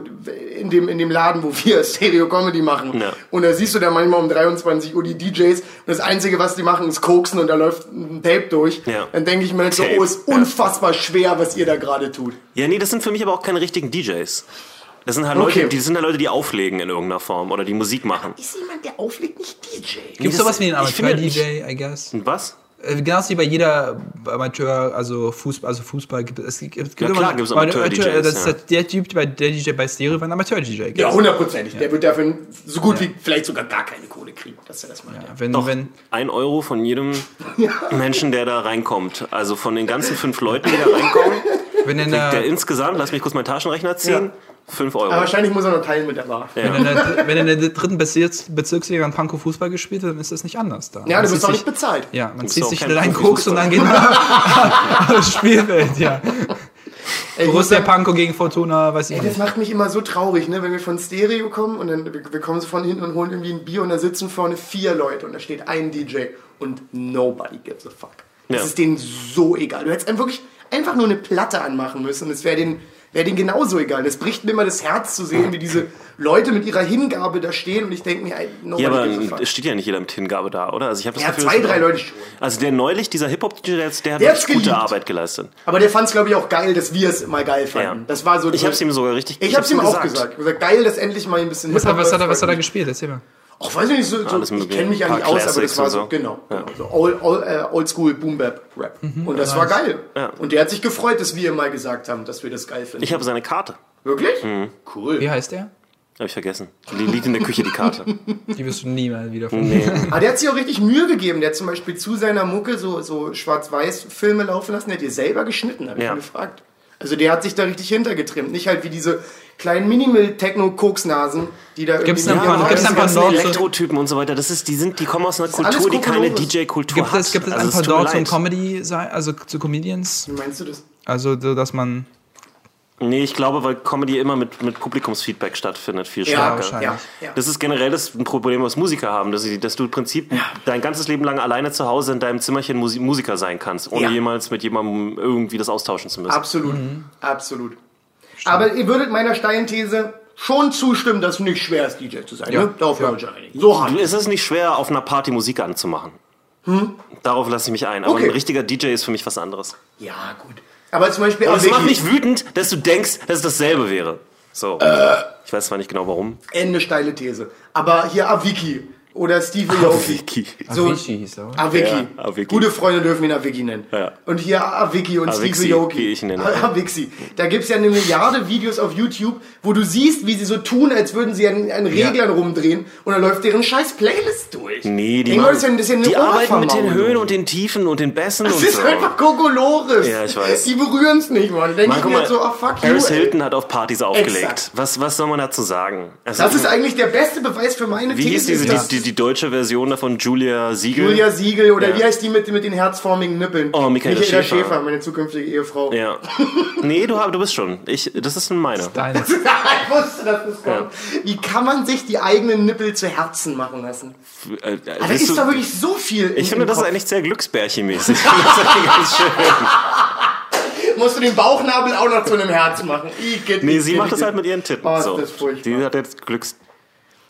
S2: in dem, in dem Laden, wo wir Stereo Comedy machen,
S1: Ja.
S2: und da siehst du dann manchmal um 23 Uhr die DJs und das Einzige, was die machen, ist koksen und da läuft ein Tape durch.
S1: Ja.
S2: Dann denke ich mir halt so,
S1: Tape,
S2: oh, ist
S1: ja.
S2: unfassbar schwer, was ihr da gerade tut.
S1: Ja, nee, das sind für mich aber auch keine richtigen DJs. Das sind halt
S2: Okay.
S1: Leute, die das sind halt Leute, die auflegen in irgendeiner Form oder die Musik machen.
S2: ist jemand, der auflegt, nicht DJ.
S4: Gibt's sowas wie den
S1: Ich finde
S4: Amateur-DJ, I guess?
S1: Was?
S4: Äh, Genauso wie bei jeder Amateur, also Fußball, also Fußball gibt es. es gibt, es gibt
S1: klar,
S4: immer-
S1: gibt's
S4: bei der
S1: Amateur-DJs,
S4: Amateur- Das ist
S1: ja.
S4: der Typ, bei der DJ bei Stereo war ein Amateur-DJ.
S2: Ja,
S4: gell?
S2: hundertprozentig. Der wird dafür so gut wie vielleicht sogar gar keine Kohle kriegen, dass er das macht. Ja.
S4: Wenn, wenn,
S1: Ein Euro von jedem Menschen, der da reinkommt. Also von den ganzen fünf Leuten, die da reinkommen,
S4: wenn in
S1: kriegt der
S4: der,
S1: insgesamt, lass mich kurz meinen Taschenrechner ziehen, fünf Euro.
S2: Äh, Aber wahrscheinlich muss er noch teilen mit der Bar. Ja,
S4: wenn in der, wenn in der dritten Bezirks, Bezirksliga in Pankow Fußball gespielt wird, dann ist das nicht anders da. Man
S2: du
S4: zieht
S2: bist doch
S4: sich-
S2: nicht bezahlt.
S4: Ja, man
S1: bist
S4: zieht
S1: doch
S4: sich
S1: kein
S4: schnell einen
S1: Profi-Fußballer.
S4: Koks und dann geht man aufs Spielfeld, ja.
S2: Ey, ich muss
S4: Borussia
S2: sagen,
S4: Pankow gegen Fortuna, weiß ich
S2: das
S4: nicht.
S2: macht mich immer so traurig, ne? wenn wir von Stereo kommen und dann wir wir kommen so von hinten und holen irgendwie ein Bier und da sitzen vorne vier Leute und da steht ein DJ und nobody gives a fuck. Das
S1: Ja.
S2: ist denen so egal. Du hättest einem wirklich einfach nur eine Platte anmachen müssen und es wäre denen, wär denen genauso egal. Das bricht mir immer das Herz zu sehen, wie diese Leute mit ihrer Hingabe da stehen und ich denke mir, ey, nobody
S1: Ja, aber
S2: gives a fuck.
S1: es steht ja nicht jeder mit Hingabe da, oder? Also ich habe das
S2: Ja,
S1: Gefühl,
S2: zwei,
S1: dass-
S2: drei Leute schon.
S1: Also der neulich, dieser Hip-Hop-DJ, der, hat- der hat
S2: Der hat's
S1: wirklich gute
S2: geliebt.
S1: Arbeit geleistet.
S2: Aber der fand es, glaube ich, auch geil, dass wir es mal geil fanden.
S1: Ja.
S2: Das war so.
S1: Ich hab's ihm sogar richtig-
S2: Ich,
S1: ich
S2: hab's
S1: hab's
S2: ihm
S1: ihm
S2: auch
S1: gesagt.
S2: gesagt. Ich hab gesagt, geil, dass endlich mal ein bisschen.
S4: Was hat, was, hat er,
S2: Hip-Hop
S4: was hat er
S2: läuft.
S4: gespielt? Erzähl mal.
S2: Ach, weiß ich nicht, so, so,
S1: Alles
S2: ich
S1: Mögliche.
S2: kenne mich ja
S1: Paar
S2: nicht aus, aber das
S1: Classics
S2: war
S1: und
S2: so,
S1: so.
S2: genau. So old, old, äh, Oldschool Boom Bap Rap.
S4: Mhm.
S2: und das war geil. Und der hat sich gefreut, dass wir ihm mal gesagt haben, dass wir das geil finden.
S1: Ich Mhm. habe seine Karte.
S2: Wirklich? Cool.
S4: Wie heißt er?
S1: Habe ich vergessen. Die liegt in der Küche, die Karte.
S4: Die wirst du nie mal wieder von
S2: Aber Ah, der hat sich auch richtig Mühe gegeben. Der hat zum Beispiel zu seiner Mucke so, so Schwarz-Weiß-Filme laufen lassen. Der hat die selber geschnitten, habe ich
S1: Ja.
S2: ihn gefragt. Also der hat sich da richtig hintergetrimmt. Nicht halt wie diese kleinen Minimal-Techno-Koksnasen, die da irgendwie...
S4: Gibt's da ein paar-
S2: Ja,
S4: gibt's da ein paar
S2: das-
S1: Die
S4: Norms-
S1: Elektrotypen und so weiter, das ist, die sind, die kommen aus einer
S2: alles
S1: Kultur, die keine
S2: Kokolores.
S1: DJ-Kultur
S4: Gibt
S1: hat.
S4: es, gibt es ein
S1: also,
S4: paar um
S1: es tut mir
S4: Dorts und
S1: leid.
S4: Comedy, also zu Comedians?
S2: Wie meinst du das?
S4: Also, so, dass man.
S1: Nee, ich glaube, weil Comedy immer mit, mit Publikumsfeedback stattfindet, viel
S2: Ja,
S1: stärker.
S4: wahrscheinlich.
S2: ja, ja.
S1: Das ist generell das ein Problem, was Musiker haben, dass, sie, dass du im Prinzip dein ganzes Leben lang alleine zu Hause in deinem Zimmerchen Musi Musiker sein kannst, ohne
S2: Ja.
S1: jemals mit jemandem irgendwie das austauschen zu müssen.
S2: Absolut, absolut. Aber ihr würdet meiner steilen These schon zustimmen, dass es nicht schwer ist, DJ zu sein.
S4: Ja.
S2: Ne? Darauf hören wir uns einigen. So hart.
S1: Es ist nicht schwer, auf einer Party Musik anzumachen. Darauf lasse ich mich ein. Aber
S2: Hm? Okay.
S1: ein richtiger DJ ist für mich was anderes.
S2: Ja, gut. Aber zum Beispiel...
S1: Und
S2: auch
S1: es macht
S2: Vicky.
S1: mich wütend, dass du denkst, dass es dasselbe
S2: Äh.
S1: wäre. So. Ich weiß zwar nicht genau warum.
S2: Ende steile These. Aber hier Aviki, Oder Steve Aoki.
S1: Vicky.
S2: So,
S4: Avicii hieß er, oder?
S2: Avicii.
S1: Ja, Avicii.
S2: Gute Freunde dürfen ihn Avicii nennen.
S1: Ja.
S2: Und hier Avicii und
S1: Avicii,
S2: Steve Aoki.
S1: wie ich ihn nenne.
S2: Avicii. Da gibt's ja eine Milliarde Videos auf YouTube, wo du siehst, wie sie so tun, als würden sie an, an Reglern rumdrehen und dann läuft deren scheiß Playlist durch.
S1: Nee, die,
S2: Irgendwann ist ja ein bisschen eine
S1: die arbeiten mit den
S2: Obervermaulung.
S1: Höhen und den Tiefen und den Bässen und
S2: Das ist
S1: so.
S2: einfach Kokolores.
S1: Ja, ich weiß.
S2: Die berühren's nicht, Mann. Da Denk
S1: Mann,
S2: ich
S1: guck
S2: mir
S1: mal,
S2: so, oh fuck
S1: Paris
S2: you. ey.
S1: Hilton hat auf Partys aufgelegt.
S2: Exakt.
S1: Was, was soll man dazu sagen? Also,
S2: Das ist eigentlich der beste Beweis für meine
S1: wie hieß diese,
S2: dass
S1: die, die, die deutsche Version davon? Julia Siegel?
S2: Julia Siegel oder
S1: Ja.
S2: wie heißt die mit, mit den herzformigen Nippeln?
S1: Oh, Michaela Schäfer.
S2: Schäfer, meine zukünftige Ehefrau.
S1: Ja. Nee, du, du bist schon. Ich, das ist meine.
S4: Deine.
S2: ich wusste, dass das kommt. Wie kann man sich die eigenen Nippel zu Herzen machen lassen?
S1: Äh, äh,
S2: Aber da
S1: willst
S2: ist
S1: du-
S2: doch wirklich so viel.
S1: ich finde, das ist
S2: Kopf.
S1: eigentlich sehr Glücksbärchen-mäßig. Das ist eigentlich ganz schön.
S2: Musst du den Bauchnabel auch noch zu einem Herz machen. Igitt,
S1: Nee,
S2: igitt,
S1: sie macht das
S2: igitt.
S1: halt mit ihren Titten.
S2: Oh, ist
S1: so.
S2: das furchtbar.
S1: Die hat jetzt Glücks.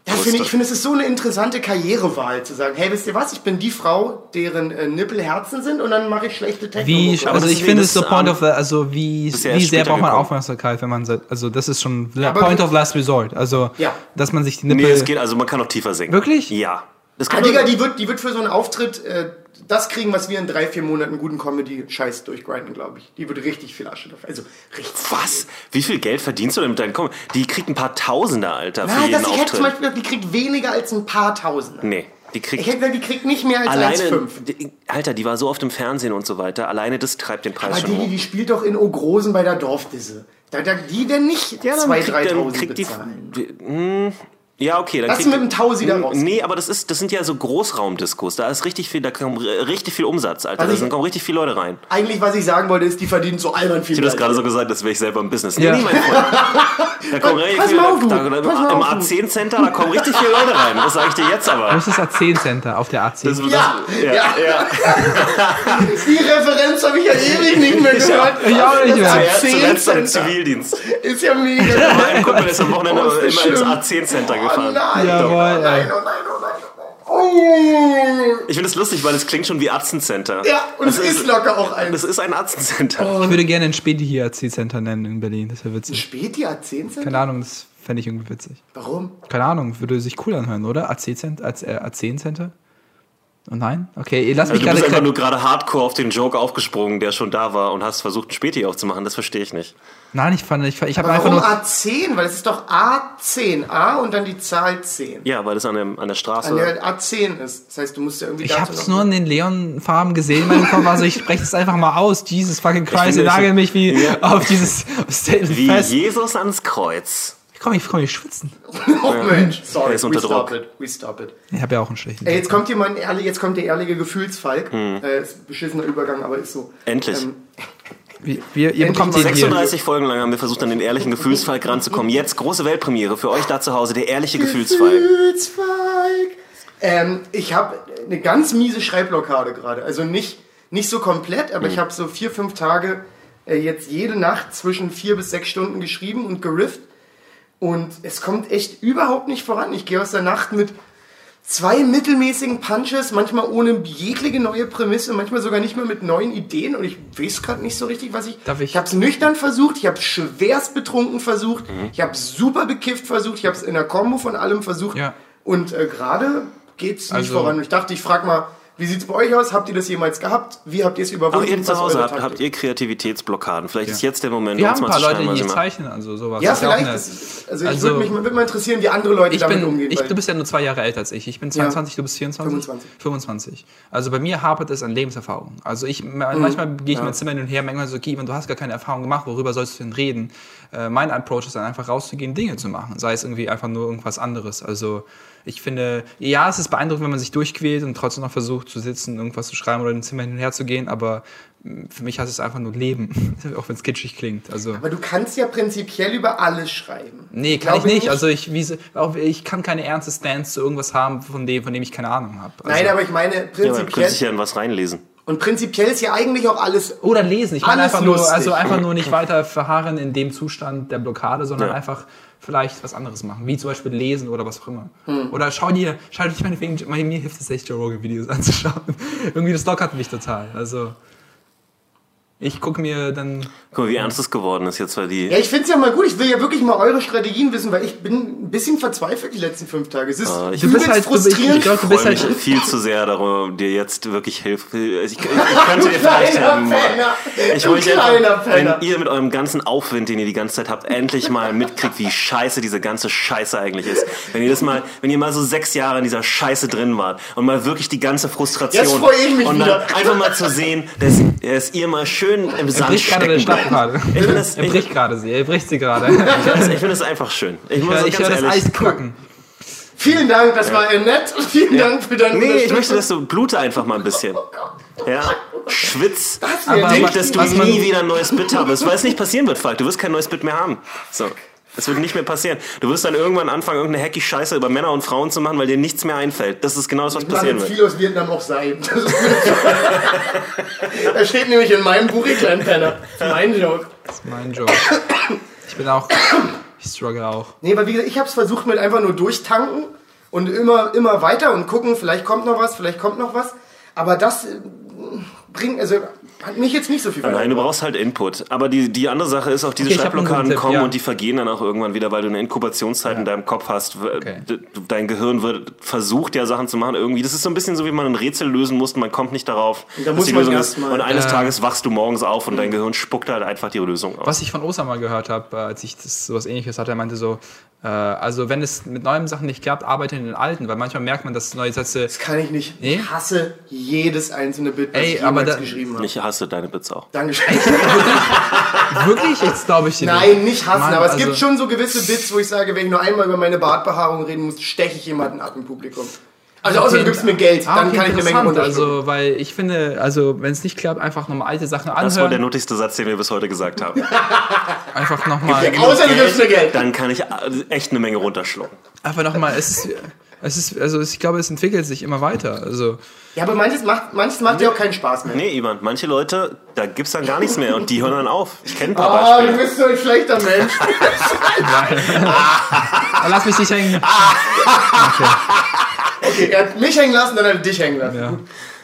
S2: Ja, finde ich, ich finde, es ist so eine interessante Karrierewahl zu sagen, hey, wisst ihr was, ich bin die Frau, deren äh, Nippel Herzen sind und dann mache ich schlechte Technik.
S4: Wie,
S1: Aber
S4: also
S1: das
S4: ich
S1: ist
S4: finde es
S1: wenigstens
S4: so Point
S1: an-
S4: of, also wie,
S1: ja
S4: wie
S1: erst
S4: sehr
S1: später
S4: braucht man
S1: gekommen.
S4: Aufmerksamkeit, wenn man, so- also das ist schon la-
S2: aber
S4: Point
S2: wir-
S4: of Last Resort, also,
S2: Ja.
S4: dass man sich die
S1: Nee,
S4: Nippel,
S1: es geht, also man kann auch tiefer singen.
S4: Wirklich?
S1: Ja. Das
S2: Ah,
S1: kann
S2: Digga,
S1: man,
S2: die wird, die wird für so einen Auftritt äh, das kriegen, was wir in drei, vier Monaten guten Comedy-Scheiß durchgrinden, glaube ich. Die wird richtig viel Asche dafür. Also richtig.
S1: was? Wie viel Geld verdienst du denn mit deinem Kommen? Die kriegt ein paar Tausender, Alter, für
S2: Na,
S1: jeden
S2: das, ich hätte
S1: Auftritt.
S2: zum Beispiel gesagt, die kriegt weniger als ein paar Tausende.
S1: nee, die kriegt
S2: Ich hätte gesagt, die kriegt nicht mehr als
S1: alleine.
S2: 1,5.
S1: Die, Alter, die war so oft im Fernsehen und so weiter. Alleine das treibt den Preis
S2: Aber
S1: schon
S2: die,
S1: hoch.
S2: die spielt doch in Ogrosen bei der Dorfdisse. Da, da, die werden nicht
S1: Ja, dann
S2: 2.000,
S1: kriegt- dann
S2: 3.000
S1: kriegt die-
S2: bezahlen.
S1: hm, Ja, okay, dann
S2: Lass
S1: kriegt
S2: mit dem Tausi da
S1: Mm,
S2: raus.
S1: Nee, aber das ist, das sind ja so Großraumdiskos. Da ist richtig viel, da kommt r- richtig viel Umsatz, Alter.
S2: Also
S1: Also da
S2: ich-
S1: kommen richtig viele Leute rein.
S2: Eigentlich, was ich sagen wollte, ist, die verdienen so albern viel
S1: Ich habe das
S2: Geld.
S1: gerade so gesagt, das wäre ich selber im Business.
S4: Ja.
S1: Nee, nee, mein Freund. Da kommen richtig
S2: Pass
S1: viele
S2: mal auf,
S1: Leute.
S2: du.
S1: Da, da,
S2: Pass mal
S1: Im
S2: auf, du.
S1: A10-Center, da kommen richtig viele Leute rein. Das sage ich dir jetzt aber.
S4: das ist A10 Center auf der A10.
S1: Das, das,
S2: Ja,
S1: ja,
S2: ja.
S1: ja.
S2: Die Referenz habe ich ja ewig nicht mehr gehört.
S4: ich auch nicht mehr.
S1: Zuerst-
S2: Das
S1: Zuletzt im
S2: A10-Center.
S1: Zivildienst. Äh,
S2: Ist ja mega.
S1: Mein Kumpel ist am Wochenende
S2: Oh, ist das
S1: immer ins
S2: schlimm.
S1: A10-Center
S2: Oh
S1: gefahren.
S2: nein.
S4: Jawohl,
S2: oh nein, oh nein, oh nein, oh nein.
S1: Ich finde es lustig, weil es klingt schon wie Atzen-Center.
S2: Oh. Ja, und es
S1: Das
S2: ist locker auch ein.
S1: Das ist ein Atzen-Center.
S4: Ich würde gerne ein Späti hier A10 Center nennen in Berlin, das wäre witzig.
S2: Späti A10 sind?
S4: Keine Ahnung, das fände ich irgendwie witzig.
S2: Warum?
S4: Keine Ahnung, würde sich cool anhören, oder? AC Cent, als, äh, A10 Center? Oh nein? Okay, ihr lasst mich
S1: Also du bist einfach
S4: gerade...
S1: nur gerade hardcore auf den Joke aufgesprungen, der schon da war und hast versucht, einen Späti aufzumachen. Das verstehe ich nicht.
S4: Nein, ich fand, ich, ich habe einfach
S2: Warum
S4: nur...
S2: A10? Weil es ist doch A10. A und dann die Zahl 10.
S1: Ja, weil das an, dem, an der Straße...
S2: An der A10 ist. Das heißt, du musst ja irgendwie
S4: Ich
S2: dazu
S4: hab's
S1: genau.
S2: noch-
S4: nur in den Leon-Farben gesehen, mein Kopf war so, ich spreche das einfach mal aus. Jesus fucking Christ,
S1: finde,
S4: ihr
S1: ich-
S4: nagelt mich wie auf dieses Statement
S1: Wie
S4: fest.
S1: Jesus ans Kreuz.
S4: Komm, ich komme nicht schwitzen.
S2: Oh Mensch,
S1: Er
S2: sorry,
S1: ist unter
S2: we stop
S1: Druck.
S2: it, we stop it.
S4: Ich habe ja auch einen schlechten
S2: Ey,
S4: Tag.
S2: jetzt kommt hier mein ehrlich, jetzt kommt der ehrliche Gefühlsfalk. Äh, ist ein beschissener Übergang, aber ist so.
S1: Hm. Endlich.
S2: Ähm,
S4: Wir, wir, ihr
S2: endlich
S4: bekommt
S2: mal
S4: den hier.
S1: 36 Folgen lang haben wir versucht, an den ehrlichen Gefühlsfalk ranzukommen. Jetzt große Weltpremiere für euch da zu Hause, der ehrliche Gefühlsfalk.
S2: Gefühlsfalk. Ähm, ich habe eine ganz miese Schreibblockade gerade. Also nicht, nicht so komplett, aber ich habe so vier, fünf Tage äh, jetzt jede Nacht zwischen vier bis sechs Stunden geschrieben und gerifft. Und es kommt echt überhaupt nicht voran. Ich gehe aus der Nacht mit zwei mittelmäßigen Punches, manchmal ohne jegliche neue Prämisse, manchmal sogar nicht mehr mit neuen Ideen. Und ich weiß gerade nicht so richtig, was ich.
S4: Darf ich-
S2: ich habe es nüchtern versucht, ich habe es schwerst betrunken versucht,
S4: Mhm.
S2: ich habe es super bekifft versucht, ich habe es in der Kombo von allem versucht.
S4: Ja.
S2: Und äh, gerade geht's nicht
S4: Also-
S2: voran. Und Ich dachte, ich frage mal, wie sieht's bei euch aus? Habt ihr das jemals gehabt? Wie habt ihr es
S1: Auch
S2: überwunden?
S1: ihr zu
S2: Was
S1: Hause
S2: eure
S1: habt,
S2: Taktik?
S1: habt ihr Kreativitätsblockaden. Vielleicht ist jetzt der Moment, um
S4: Wir
S1: uns
S4: haben ein
S1: mal
S4: paar
S1: zu
S4: Leute,
S1: schreiben, was
S4: die
S1: ihr macht.
S4: zeichnen, also sowas.
S2: ja,
S4: ist auch
S2: vielleicht.
S4: eine-
S2: ist, also, ich
S4: Also-
S2: würde mich, würd mich mal interessieren, wie andere Leute
S4: ich
S2: damit
S4: bin,
S2: umgehen.
S4: ich,
S2: weil-
S4: du bist ja nur zwei Jahre älter als ich. Ich bin 22, du bist 24?
S2: 25.
S4: 25. Also bei mir hapert es an Lebenserfahrung. Also ich,
S2: Mhm.
S4: manchmal gehe ich mein Zimmer hin und her, manchmal so, okay, wenn du hast gar keine Erfahrung gemacht, worüber sollst du denn reden? Äh, mein Approach ist dann einfach rauszugehen, Dinge zu machen. Sei es irgendwie einfach nur irgendwas anderes. Also ich finde, ja, es ist beeindruckend, wenn man sich durchquält und trotzdem noch versucht zu sitzen, irgendwas zu schreiben oder im Zimmer hin und her zu gehen, aber mh, für mich heißt es einfach nur Leben, auch wenn es kitschig klingt. Also
S2: Aber du kannst ja prinzipiell über alles schreiben.
S4: Nee, kann ich
S2: Glaube
S4: nicht. Also ich, wie, so- auch, ich kann keine ernste Stance zu irgendwas haben, von dem, von dem ich keine Ahnung habe. Also,
S2: Nein, aber ich meine
S1: Ja, aber ihr könnt
S2: prinzipiell.
S1: sich ja in was reinlesen.
S2: und prinzipiell ist ja eigentlich auch alles.
S4: oder lesen. Ich meine
S2: Alles
S4: einfach nur,
S2: lustig.
S4: also einfach nur nicht weiter verharren in dem Zustand der Blockade, sondern
S1: Ja.
S4: einfach vielleicht was anderes machen, wie zum Beispiel lesen oder was auch immer. Oder schau dir, schau dir meinetwegen, mein- mir hilft es echt, Joe Rogan Videos anzuschauen. Irgendwie das lockert mich total. Also Ich gucke mir dann.
S1: Guck mal, wie ernst es geworden ist jetzt, weil die.
S2: Ja, ich finde es ja mal gut. Ich will ja wirklich mal eure Strategien wissen, weil ich bin ein bisschen verzweifelt die letzten fünf Tage. Es ist
S1: Ah, ich-
S2: übelst
S4: bist halt- du bist-
S2: frustrierend.
S4: glaub, du
S1: Ich
S4: bist
S1: freue mich
S4: halt-
S1: viel zu sehr darum, dir jetzt wirklich Hilfe. Ich, ich, ich könnte dir vielleicht helfen.
S2: Penner.
S1: Ich
S2: Du
S1: wollte
S2: kleiner
S1: einfach, wenn
S2: Penner.
S1: ihr mit eurem ganzen Aufwind, den ihr die ganze Zeit habt, endlich mal mitkriegt, wie scheiße diese ganze Scheiße eigentlich ist. Wenn ihr das mal, wenn ihr mal so sechs Jahre in dieser Scheiße drin wart und mal wirklich die ganze Frustration
S2: Jetzt freue ich mich
S1: und
S2: wieder.
S1: dann einfach mal zu sehen, dass, dass ihr mal schön im Sand
S4: bricht gerade der
S1: stecken bleibt.
S4: Schlappkarte.
S1: Ich finde das,
S4: Er
S1: ich,
S4: bricht gerade sie, er bricht sie gerade.
S1: ich find das, ich find das einfach schön. Ich muss
S4: Ja,
S1: ganz
S4: ich höre das
S1: ehrlich.
S4: Eis knacken.
S2: Vielen Dank, das war ja nett. Vielen Dank für deine
S1: Nee, ich
S2: Unterstützung.
S1: möchte, dass du blute einfach mal ein bisschen. Ja. Schwitz.
S2: wär
S4: Aber-
S2: dick.
S1: Denk, dass du
S4: was man-
S1: nie wieder ein neues Bit haben wirst, weil es nicht passieren wird, Falk. Du wirst kein neues Bit mehr haben. So. Das wird nicht mehr passieren. Du wirst dann irgendwann anfangen, irgendeine hacky Scheiße über Männer und Frauen zu machen, weil dir nichts mehr einfällt. Das ist genau das, was
S2: Das
S1: passieren
S2: wird
S1: wird.
S2: viel aus Vietnam auch sein. Das ist- das steht nämlich in meinem Buch, ihr kleinen Penner. Mein Joke.
S4: Das ist mein Joke. Ich bin auch. Ich struggle auch.
S2: Nee, aber wie gesagt, ich habe es versucht mit einfach nur durchtanken und immer, immer weiter und gucken, vielleicht kommt noch was, vielleicht kommt noch was. Aber das äh, bringt, also hat mich jetzt nicht so viel
S1: Nein,
S2: verändert.
S1: du brauchst halt Input. Aber die, die andere Sache ist, auch diese
S4: Okay, ich hab einen guten
S1: Schreibblockaden
S4: Tipp,
S1: kommen
S4: ja.
S1: und die vergehen dann auch irgendwann wieder, weil du eine Inkubationszeit in deinem Kopf hast. W-
S4: Okay.
S1: d- Dein Gehirn wird versucht, ja Sachen zu machen irgendwie. Das ist so ein bisschen so, wie man ein Rätsel lösen muss und man kommt nicht darauf,
S2: da muss
S1: die
S2: man
S1: Lösung
S2: erst
S1: ist.
S2: mal-
S1: Und eines
S4: Ja.
S1: Tages wachst du morgens auf und dein Gehirn spuckt halt einfach die Lösung aus.
S4: Was ich von Osa mal gehört habe, äh, als ich das, sowas ähnliches hatte, er meinte so, äh, also wenn es mit neuen Sachen nicht klappt, arbeite in den alten, weil manchmal merkt man, dass neue Sätze.
S2: Das kann ich nicht.
S4: Nee?
S2: Ich hasse jedes einzelne Bild, was
S4: Ey,
S2: ich
S4: aber
S2: jemals
S4: da-
S2: geschrieben habe.
S1: Ich hasse deine Bits auch.
S2: Dankeschön.
S4: Wirklich? Jetzt glaube ich dir
S2: Nein, nicht hassen,
S4: Mann,
S2: aber es
S4: also-
S2: gibt schon so gewisse Bits, wo ich sage, wenn ich nur einmal über meine Bartbehaarung reden muss, steche ich jemanden ab im Publikum. Also außer du gibst mir Geld,
S4: Ah,
S2: dann
S4: okay,
S2: kann ich eine Menge
S4: interessant.
S2: runterschlucken.
S4: Also, weil ich finde, also wenn es nicht klappt, einfach nochmal alte Sachen
S1: Das war der
S4: anhören.
S1: nötigste Satz, den wir bis heute gesagt haben.
S4: Einfach nochmal.
S2: außer du gibst mir Geld.
S1: Dann kann ich äh, echt eine Menge runterschlucken.
S4: Einfach nochmal. Es ist, es ist, also ich glaube, es entwickelt sich immer weiter. Also,
S2: Ja, aber manches macht, manches macht ja auch keinen Spaß mehr.
S1: Nee, Ivan, manche Leute, da gibt's dann gar nichts mehr und die hören dann auf. Ich kenne ein paar
S2: Ah,
S1: Beispiele.
S2: du bist so ein schlechter Mensch.
S4: Ah, lass mich nicht hängen.
S2: Okay, er hat mich hängen lassen, dann hat er dich hängen lassen.
S4: Ja.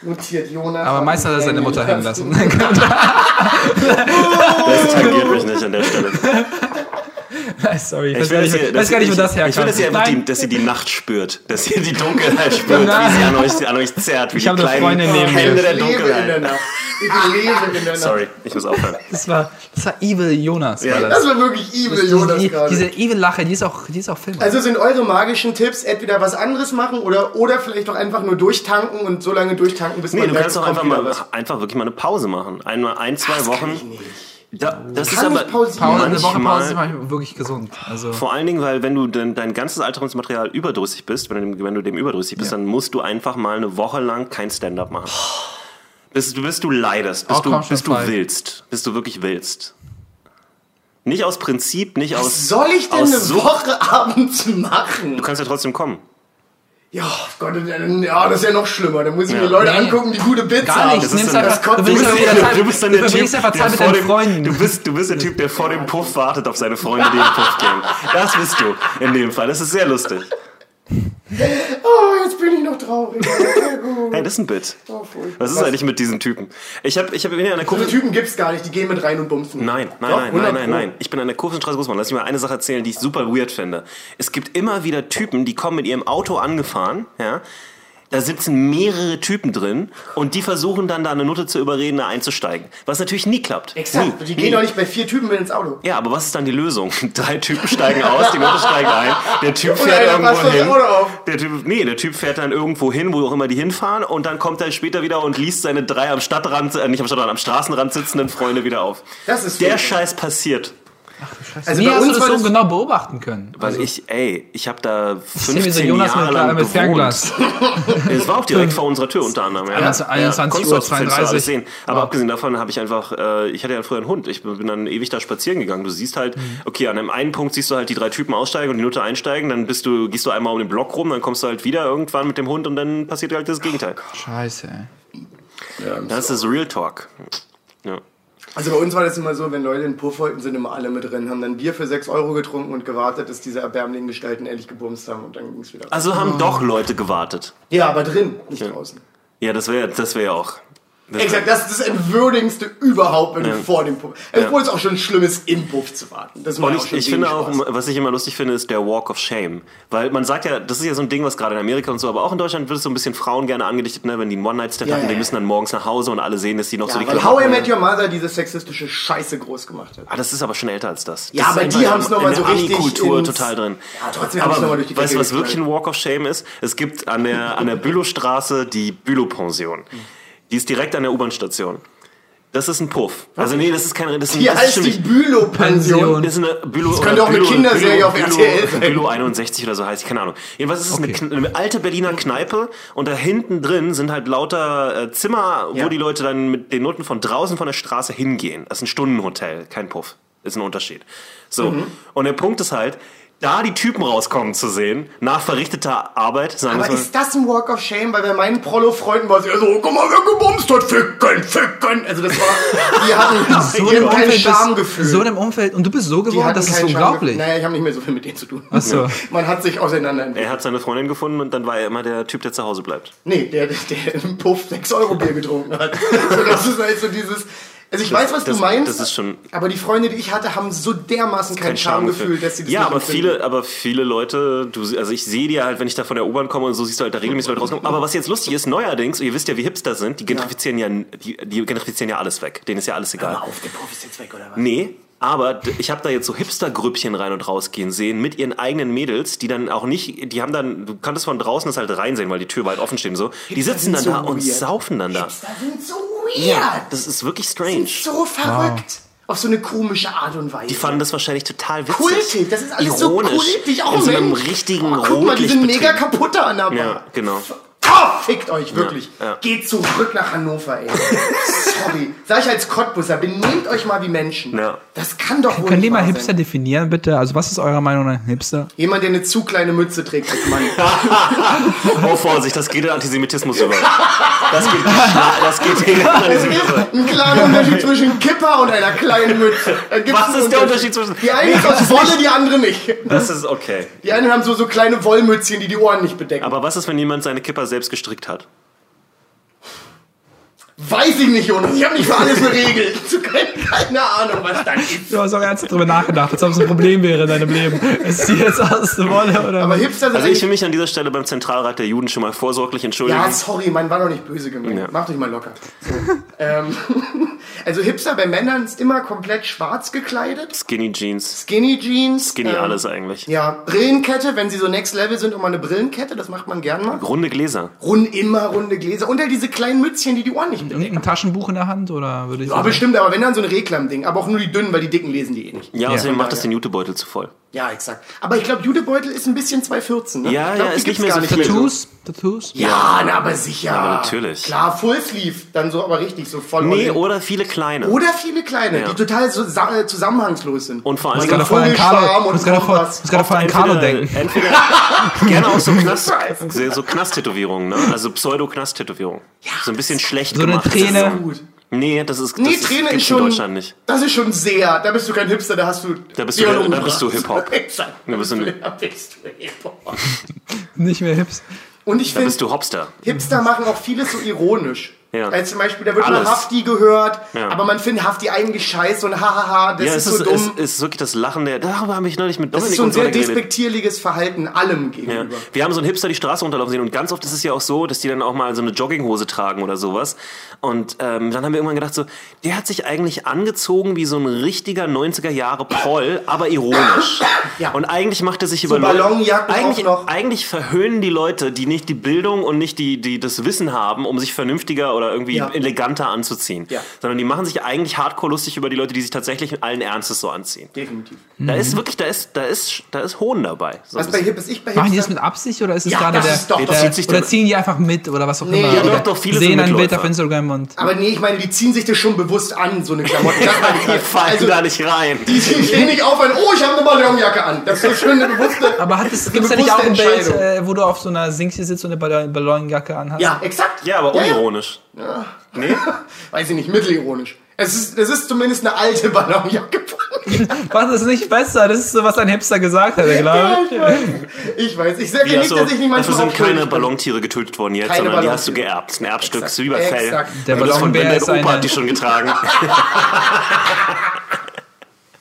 S2: Notiert Jonas.
S4: Aber meistens hat er seine Mutter hängen lassen.
S1: Das tangiert mich nicht an der Stelle.
S4: Sorry, ich
S1: Ich
S4: weiß
S1: will,
S4: gar
S1: dass
S4: nicht,
S1: ihr,
S4: weiß gar nicht, wo das
S1: ich,
S4: herkommt.
S1: ich will, dass ihr einfach die,
S4: Nein,
S1: dass ihr die Nacht spürt. Dass ihr die Dunkelheit spürt,
S4: Nein.
S1: wie sie an euch, an euch zerrt. Wie
S4: Ich
S1: die
S4: habe eine
S1: kleinen
S4: Freundin neben mir.
S1: Hände
S2: Ich
S1: der
S2: lebe in der
S1: Dunkelheit.
S2: Nacht. Ich lebe in der Nacht.
S1: Sorry, ich muss aufhören.
S4: das war, das war Evil Jonas.
S1: Ja,
S4: war das.
S2: Das war wirklich evil,
S4: Diese-
S2: Jonas
S4: die,
S2: gerade.
S4: diese Evil-Lache, die ist auch, die ist auch Film.
S2: Also sind eure magischen Tipps entweder was anderes machen oder, oder vielleicht doch einfach nur durchtanken und so lange durchtanken, bis
S1: Nee,
S2: man
S1: du
S2: merkt,
S1: kannst
S2: es
S1: doch
S2: kommt
S1: einfach
S2: wieder
S1: mal
S2: was.
S1: einfach wirklich mal eine Pause machen. Einmal ein, zwei Wochen. Da, das ist
S2: Kann
S1: aber
S2: nicht pausieren.
S4: Pause, eine Woche Pause ist
S1: manchmal,
S4: manchmal wirklich gesund. Also,
S1: vor allen Dingen, weil wenn du dein, dein ganzes Alterungsmaterial überdrüssig bist, wenn du, dem- wenn du dem überdrüssig bist, dann musst du einfach mal eine Woche lang kein Stand-up machen. Bis, du- bis du leidest, bis
S4: Oh,
S1: du,
S4: komm schon,
S1: bis du
S4: Falk.
S1: willst, bis du wirklich willst. Nicht aus Prinzip, nicht
S2: Was
S1: aus.
S2: soll ich denn
S1: aus
S2: eine
S1: Sucht.
S2: Woche abends machen?
S1: Du kannst ja trotzdem kommen.
S2: Ja, Gott, dann- ja, das ist ja noch schlimmer. Dann muss ich mir
S1: Ja.
S2: Leute
S4: Nee.
S2: angucken, die gute Bits
S4: Gar
S2: haben.
S4: nicht,
S1: Das ist
S4: nimm's
S1: dann-
S4: einfach,
S2: das kommt-
S4: du
S2: du
S4: bist
S2: bist
S4: einfach
S2: ja-
S4: wieder Zeit,
S1: Du bist dann der
S4: du
S1: Typ,
S4: verbringst einfach Zeit mit
S1: vor
S4: deinen
S1: dem,
S4: Freunden.
S1: Du bist, du bist der Typ, der vor dem Puff wartet auf seine Freunde, die in den Puff gehen. Das bist du in dem Fall. Das ist sehr lustig.
S2: Oh, jetzt bin ich noch traurig. Sehr gut.
S1: Hey, das ist ein Bit.
S2: Oh, furchtbar.
S1: Was ist eigentlich mit diesen Typen? Ich habe ich hab, bin ja an der
S2: So
S1: Kurve.
S2: Typen gibt's gar nicht, die gehen mit rein und bumsen.
S1: Nein, nein,
S2: Doch,
S1: nein, nein, nein,
S2: 100
S1: nein. Ich bin an der Kurvenstraße Großmann. Lass mich mal eine Sache erzählen, die ich super weird finde. Es gibt immer wieder Typen, die kommen mit ihrem Auto angefahren, ja. Da sitzen mehrere Typen drin und die versuchen dann da eine Nutte zu überreden, da einzusteigen. Was natürlich nie klappt.
S2: Exakt,
S1: Nie,
S2: die
S1: nie.
S2: gehen doch nicht bei vier Typen mit ins Auto.
S1: Ja, aber was ist dann die Lösung? Drei Typen steigen aus, die Leute steigen ein, der Typ
S2: Und
S1: fährt
S2: einer passt
S1: irgendwo
S2: das
S1: hin.
S2: Auto auf.
S1: Der typ, nee, der Typ fährt dann irgendwo hin, wo auch immer die hinfahren und dann kommt er später wieder und liest seine drei am Stadtrand, äh, nicht am Stadtrand, am Straßenrand sitzenden Freunde wieder auf.
S2: Das ist
S1: der
S2: weird.
S1: Scheiß passiert.
S2: Also
S4: Nie
S2: bei
S4: hast du
S2: uns
S4: das
S2: war
S4: so
S2: das
S4: genau beobachten können.
S1: Weil ich, ey, ich habe da
S4: Also Das ist irgendwie
S1: 15
S4: so Jonas
S1: Jahre
S4: mit,
S1: lang
S4: mit
S1: gewohnt.
S4: Fernglas.
S1: Es war auch direkt vor unserer Tür unter anderem. Ja.
S4: Also 21 Uhr,
S1: konntest du auch- konntest du
S4: 32.
S1: alles sehen. Aber abgesehen davon habe ich einfach, äh, ich hatte ja früher einen Hund. Ich bin dann ewig da spazieren gegangen. Du siehst halt, okay, an einem einen Punkt siehst du halt die drei Typen aussteigen und die Nutte einsteigen. Dann bist du, gehst du einmal um den Block rum, dann kommst du halt wieder irgendwann mit dem Hund und dann passiert halt das Gegenteil.
S4: Scheiße, ey.
S1: Das ist Real Talk. Ja.
S2: Also bei uns war das immer so, wenn Leute in Puff wollten, sind immer alle mit drin, haben dann Bier für 6 Euro getrunken und gewartet, dass diese erbärmlichen Gestalten endlich gebumst haben und dann ging's wieder.
S1: Also haben doch Leute gewartet.
S2: Ja, aber drin, nicht draußen.
S1: Ja, das wäre das wär ja auch.
S2: Exakt, das ist das Entwürdigendste überhaupt, wenn du vor dem Puff. Obwohl es auch schon schlimm ist, im Puff zu warten. Das macht
S1: Und
S2: auch
S1: ich,
S2: schon
S1: ich finde
S2: wenig
S1: auch,
S2: Spaß.
S1: was ich immer lustig finde, ist der Walk of Shame. Weil man sagt ja, das ist ja so ein Ding, was gerade in Amerika und so, aber auch in Deutschland wird es so ein bisschen Frauen gerne angedichtet, ne? wenn die einen One-Night-Stand
S2: Ja,
S1: hatten,
S2: ja,
S1: die
S2: ja.
S1: müssen dann morgens nach Hause und alle sehen, dass die noch so die
S2: Ja, weil How I Met Your Mother diese sexistische Scheiße groß gemacht hat.
S1: Ah, das ist aber schon älter als das.
S2: Ja,
S1: das
S2: aber
S1: ist
S2: die
S1: einfach
S2: haben's
S1: in-
S2: noch mal
S1: in
S2: so
S1: der
S2: richtig
S1: Ami-Kultur
S2: ins-
S1: total drin.
S2: Ja, trotzdem haben sie nochmal
S1: Aber
S2: durch die
S1: weißt du,
S2: Decke
S1: was wirklich ein
S2: geknallt.
S1: Walk of Shame ist? Es gibt an der, an der Bülowstraße die Bülow-Pension. Die ist direkt an der U-Bahn-Station. Das ist ein Puff. Also nee, das ist kein... Das ist ein,
S2: Hier
S1: das ist
S2: heißt die
S1: stimmig.
S2: Bülow-Pension.
S4: Pension.
S1: Das ist eine Bülow, das
S2: könnte auch eine Kinderserie auf RTL sein.
S1: Bülow 61 oder so heißt, keine Ahnung. Jedenfalls ist es eine,
S4: Okay.
S1: Kn- eine alte Berliner Kneipe und da hinten drin sind halt lauter äh, Zimmer, wo
S2: Ja.
S1: die Leute dann mit den Noten von draußen von der Straße hingehen. Das ist ein Stundenhotel, kein Puff. Ist ein Unterschied. So.
S2: Mhm.
S1: Und der Punkt ist halt, da die Typen rauskommen zu sehen, nach verrichteter Arbeit, sagen
S2: Aber
S1: wir mal-
S2: ist das ein Walk of Shame? Weil bei meinen Prollo-Freunden war es eher so, "Oh, guck mal, wer gebumst hat, ficken, ficken. Also das war, die hatten,
S4: So
S2: die
S4: einem
S2: hatten kein
S4: Umfeld bist-
S2: Schamgefühl.
S4: So einem Umfeld. Und du bist so
S2: die
S4: geworden,
S2: hatten
S4: das ist
S2: kein
S4: unglaublich.
S2: Schamgefühl. Naja, ich habe nicht mehr so viel mit denen zu tun.
S4: Ach so.
S2: Man hat sich auseinanderentwickelt.
S1: er hat seine Freundin gefunden und dann war er immer der Typ, der zu Hause bleibt.
S2: Nee, der, der, der im Puff 6 Euro Bier getrunken hat. So, das ist halt so dieses... Also ich
S1: Das-
S2: weiß, was
S1: das-
S2: du meinst,
S1: das ist schon-
S2: aber die Freunde, die ich hatte, haben so dermaßen kein,
S1: kein
S2: Schamgefühl,
S1: Schamgefühl.
S2: dass sie das
S1: ja,
S2: nicht
S1: aber
S2: empfinden.
S1: viele, aber viele Leute, du, sie- also ich sehe die ja halt, wenn ich da von der U-Bahn komme und so siehst du halt da regelmäßig Leute rauskommen. Aber was jetzt lustig ist, neuerdings, ihr wisst ja, wie Hipster sind, die gentrifizieren ja, die, die gentrifizieren ja alles weg. Denen ist ja alles egal.
S2: Hör mal auf, der Puff ist jetzt weg, oder was?
S1: Nee, aber d- ich habe da jetzt so Hipster-Grüppchen rein und rausgehen sehen mit ihren eigenen Mädels, die dann auch nicht, die haben dann, du kannst von draußen das halt reinsehen, weil die Tür weit offen steht und so. Die sitzen
S2: sind
S1: dann
S2: so
S1: da und
S2: weird.
S1: saufen dann da.
S2: Hipster sind so weird.
S1: Das ist wirklich
S2: sind
S1: strange.
S2: so verrückt. Auf so eine komische Art und Weise.
S1: Die fanden das wahrscheinlich total witzig.
S2: kultig. Das ist alles
S1: Ironisch.
S2: so kultig. Auch
S1: In so einem
S2: Mensch.
S1: richtigen
S2: oh, Guck mal, die sind mega
S1: Rotlichtbetrieb.
S2: kaputt an der Bar.
S1: Ja, genau.
S2: Ah, fickt euch, wirklich.
S1: Ja, ja.
S2: Geht zurück nach Hannover, ey. Sorry. Sag ich als Cottbusser, benehmt euch mal wie Menschen.
S1: Ja.
S2: Das kann doch wohl
S4: Können die
S2: nicht
S4: mal
S2: wahr
S4: Hipster
S2: sein.
S4: definieren, bitte? Also, was ist eurer Meinung nach ein Hipster?
S2: Jemand, der eine zu kleine Mütze trägt als Mann.
S1: Oh, Vorsicht, das geht in Antisemitismus über. Das geht, das geht in Antisemitismus über.
S2: Ein kleiner Unterschied zwischen Kipper und einer kleinen Mütze. Da gibt's
S1: Was
S2: einen
S1: ist der Unterschied zwischen-
S2: Die eine ist aus Wolle, die andere nicht.
S1: Das ist okay.
S2: Die einen haben so, so kleine Wollmützchen, die die Ohren nicht bedecken.
S1: Aber was ist, wenn jemand seine Kipper selbst gestrickt
S2: Also
S1: hat? Also
S2: Weiß ich nicht, Jonas. Ich habe nicht für alles eine Regel. So, keine, keine Ahnung, was da ist.
S4: Du hast auch ernsthaft drüber nachgedacht, als ob es ein Problem wäre in deinem Leben. Ist die jetzt aus der Wolle oder
S2: Aber
S4: was?
S2: Hipster sind
S1: Also ich
S2: eigentlich...
S1: will mich an dieser Stelle beim Zentralrat der Juden schon mal vorsorglich entschuldigen.
S2: Ja, sorry, man war doch nicht böse gemeint.
S1: Ja.
S2: Macht euch mal locker. So. ähm, also Hipster bei Männern ist immer komplett schwarz gekleidet.
S1: Skinny Jeans.
S2: Skinny Jeans.
S1: Skinny
S2: ähm,
S1: alles eigentlich.
S2: Ja, Brillenkette, wenn sie so Next Level sind, immer eine Brillenkette. Das macht man gern mal.
S1: Runde Gläser.
S2: Rund, immer runde Gläser. Und halt diese kleinen Mützchen, die die Ohren nicht bedecken.
S4: Ein Taschenbuch in der Hand oder würde ich
S2: Ja, bestimmt, aber wenn dann so ein Reklam-Ding. Aber auch nur die dünnen, weil die dicken lesen die eh nicht.
S1: Ja, außerdem
S2: Ja.
S1: macht das den Jutebeutel zu voll.
S2: Ja, exakt. Aber ich glaube, Judebeutel ist ein bisschen 214. Ne?
S1: Ja,
S2: ich glaub,
S1: ja,
S2: die
S1: ist nicht
S2: gibt's
S1: mehr
S2: gar
S1: so viel.
S2: mehr.
S4: Tattoos? Tattoos?
S2: Ja, na, aber sicher.
S1: Aber natürlich.
S2: Klar, Full Sleeve, dann so aber richtig, so voll. all
S1: Nee,
S2: in.
S1: oder viele kleine.
S2: Oh, oder viele kleine,
S1: Ja.
S2: die total so sa- äh, zusammenhangslos sind.
S1: Und vor allem-
S2: Weil
S1: Ich muss
S4: gerade
S2: so
S4: vorher an
S2: Vogelschwarm
S4: Carlo,
S2: und
S4: muss gerade vor-
S2: irgendwas.
S4: muss gerade vorher an Carlo denken.
S1: entweder gerne auch so Knast, sehr so Knast-Tätowierungen, ne? Also Pseudo-Knast-Tätowierungen. so ein bisschen schlecht
S4: so eine
S1: gemacht.
S4: Träne.
S1: Das ist-
S2: Gut.
S1: Nee, das ist das
S2: Nee,
S1: ist-
S2: Träne
S1: gibt's
S2: ist schon.
S1: in Deutschland nicht.
S2: Das ist schon sehr. Da bist du kein Hipster, da hast du. Da
S1: bist du- da bist du Hip-Hop. Ne.
S2: Exakt. Da bist
S1: bist
S2: du,
S1: du-
S2: da bist du Hip-Hop.
S4: Nicht mehr Hips.
S2: Und ich
S1: Da bist
S2: finde,
S1: du Hopster.
S2: Hipster machen auch vieles so ironisch.
S1: Ja.
S2: Als zum Beispiel, da wird mal
S1: Alles.
S2: Hafti gehört,
S1: Ja.
S2: aber man findet Hafti eigentlich scheiße und hahaha, das
S1: ja,
S2: ist
S1: es
S2: so
S1: ist,
S2: dumm.
S1: es ist wirklich das Lachen der. Darüber habe ich neulich mit
S2: das
S1: Dominik
S2: ist so ein
S1: und so
S2: sehr
S1: geredet.
S2: despektierliches Verhalten allem
S1: Ja.
S2: gegenüber.
S1: Wir haben so einen Hipster die Straße runterlaufen sehen und ganz oft ist es ja auch so, dass die dann auch mal so eine Jogginghose tragen oder sowas. Und ähm, dann haben wir irgendwann gedacht so, der hat sich eigentlich angezogen wie so ein richtiger 90er Jahre Proll, aber ironisch.
S2: Ja.
S1: Und eigentlich macht er sich über
S2: Ballonjacken
S1: eigentlich,
S2: auch noch.
S1: eigentlich verhöhnen die Leute, die nicht die Bildung und nicht die, die das Wissen haben, um sich vernünftiger oder irgendwie
S2: Ja.
S1: eleganter anzuziehen.
S2: Ja.
S1: Sondern die machen sich eigentlich hardcore lustig über die Leute, die sich tatsächlich allen Ernstes so anziehen.
S2: Definitiv.
S1: Da ist wirklich, da ist, da ist, da ist Hohn dabei. So ein
S2: Mhm. Was bei
S1: bisschen.
S2: Hip ist ich bei
S4: Machen die das
S2: Hipster-
S4: mit Absicht oder ist es
S2: Ja,
S4: gerade
S2: das
S4: der,
S2: ist doch-
S1: Nee, das
S4: der
S1: zieht sich
S4: oder
S1: doch-
S4: ziehen die einfach mit oder was auch
S2: Nee,
S4: immer?
S2: ja,
S4: oder
S1: doch, doch, viele
S4: sehen
S1: sind Ah,
S4: ein Bild
S1: Mitläufer.
S4: auf Instagram und
S2: aber nee, ich meine, die ziehen sich das schon bewusst an, so eine Klamotte. Das meine ich
S1: Die
S2: halt.
S1: fallen
S2: also,
S1: da nicht rein.
S2: die stehen nicht auf, weil, oh, ich habe eine Ballonjacke an. Das ist so schön eine bewusste.
S4: aber hat es
S2: eine
S4: gibt's da nicht auch
S2: bewusste
S4: ein Bild,
S2: Entscheidung.
S4: äh, wo du auf so einer Sinksi sitzt und eine Ballon Ballonjacke anhast?
S2: Ja, exakt.
S1: Ja, aber unironisch.
S2: Weiß ich nicht, mittelironisch. Es ist, es ist zumindest eine alte Ballonjacke.
S4: Macht das nicht besser. Das ist so, was ein Hipster gesagt hat, glaube
S2: ich weiß. Ich weiß. Ich sage
S1: Die
S2: nicht,
S1: hast du-
S2: dass ich nicht
S1: dafür
S2: manchmal
S1: sind keine
S2: aufschuldig bin.
S1: Ballontiere getötet worden jetzt,
S2: Keine
S1: sondern die hast du
S2: Ballontiere.
S1: geerbt. Ein Erbstück,
S2: Exakt.
S1: so wie bei Fell.
S2: Exakt.
S4: Der
S1: Und das von
S4: Ballonbär
S1: dein
S4: ist
S1: Opa
S4: eine-
S1: hat die schon getragen.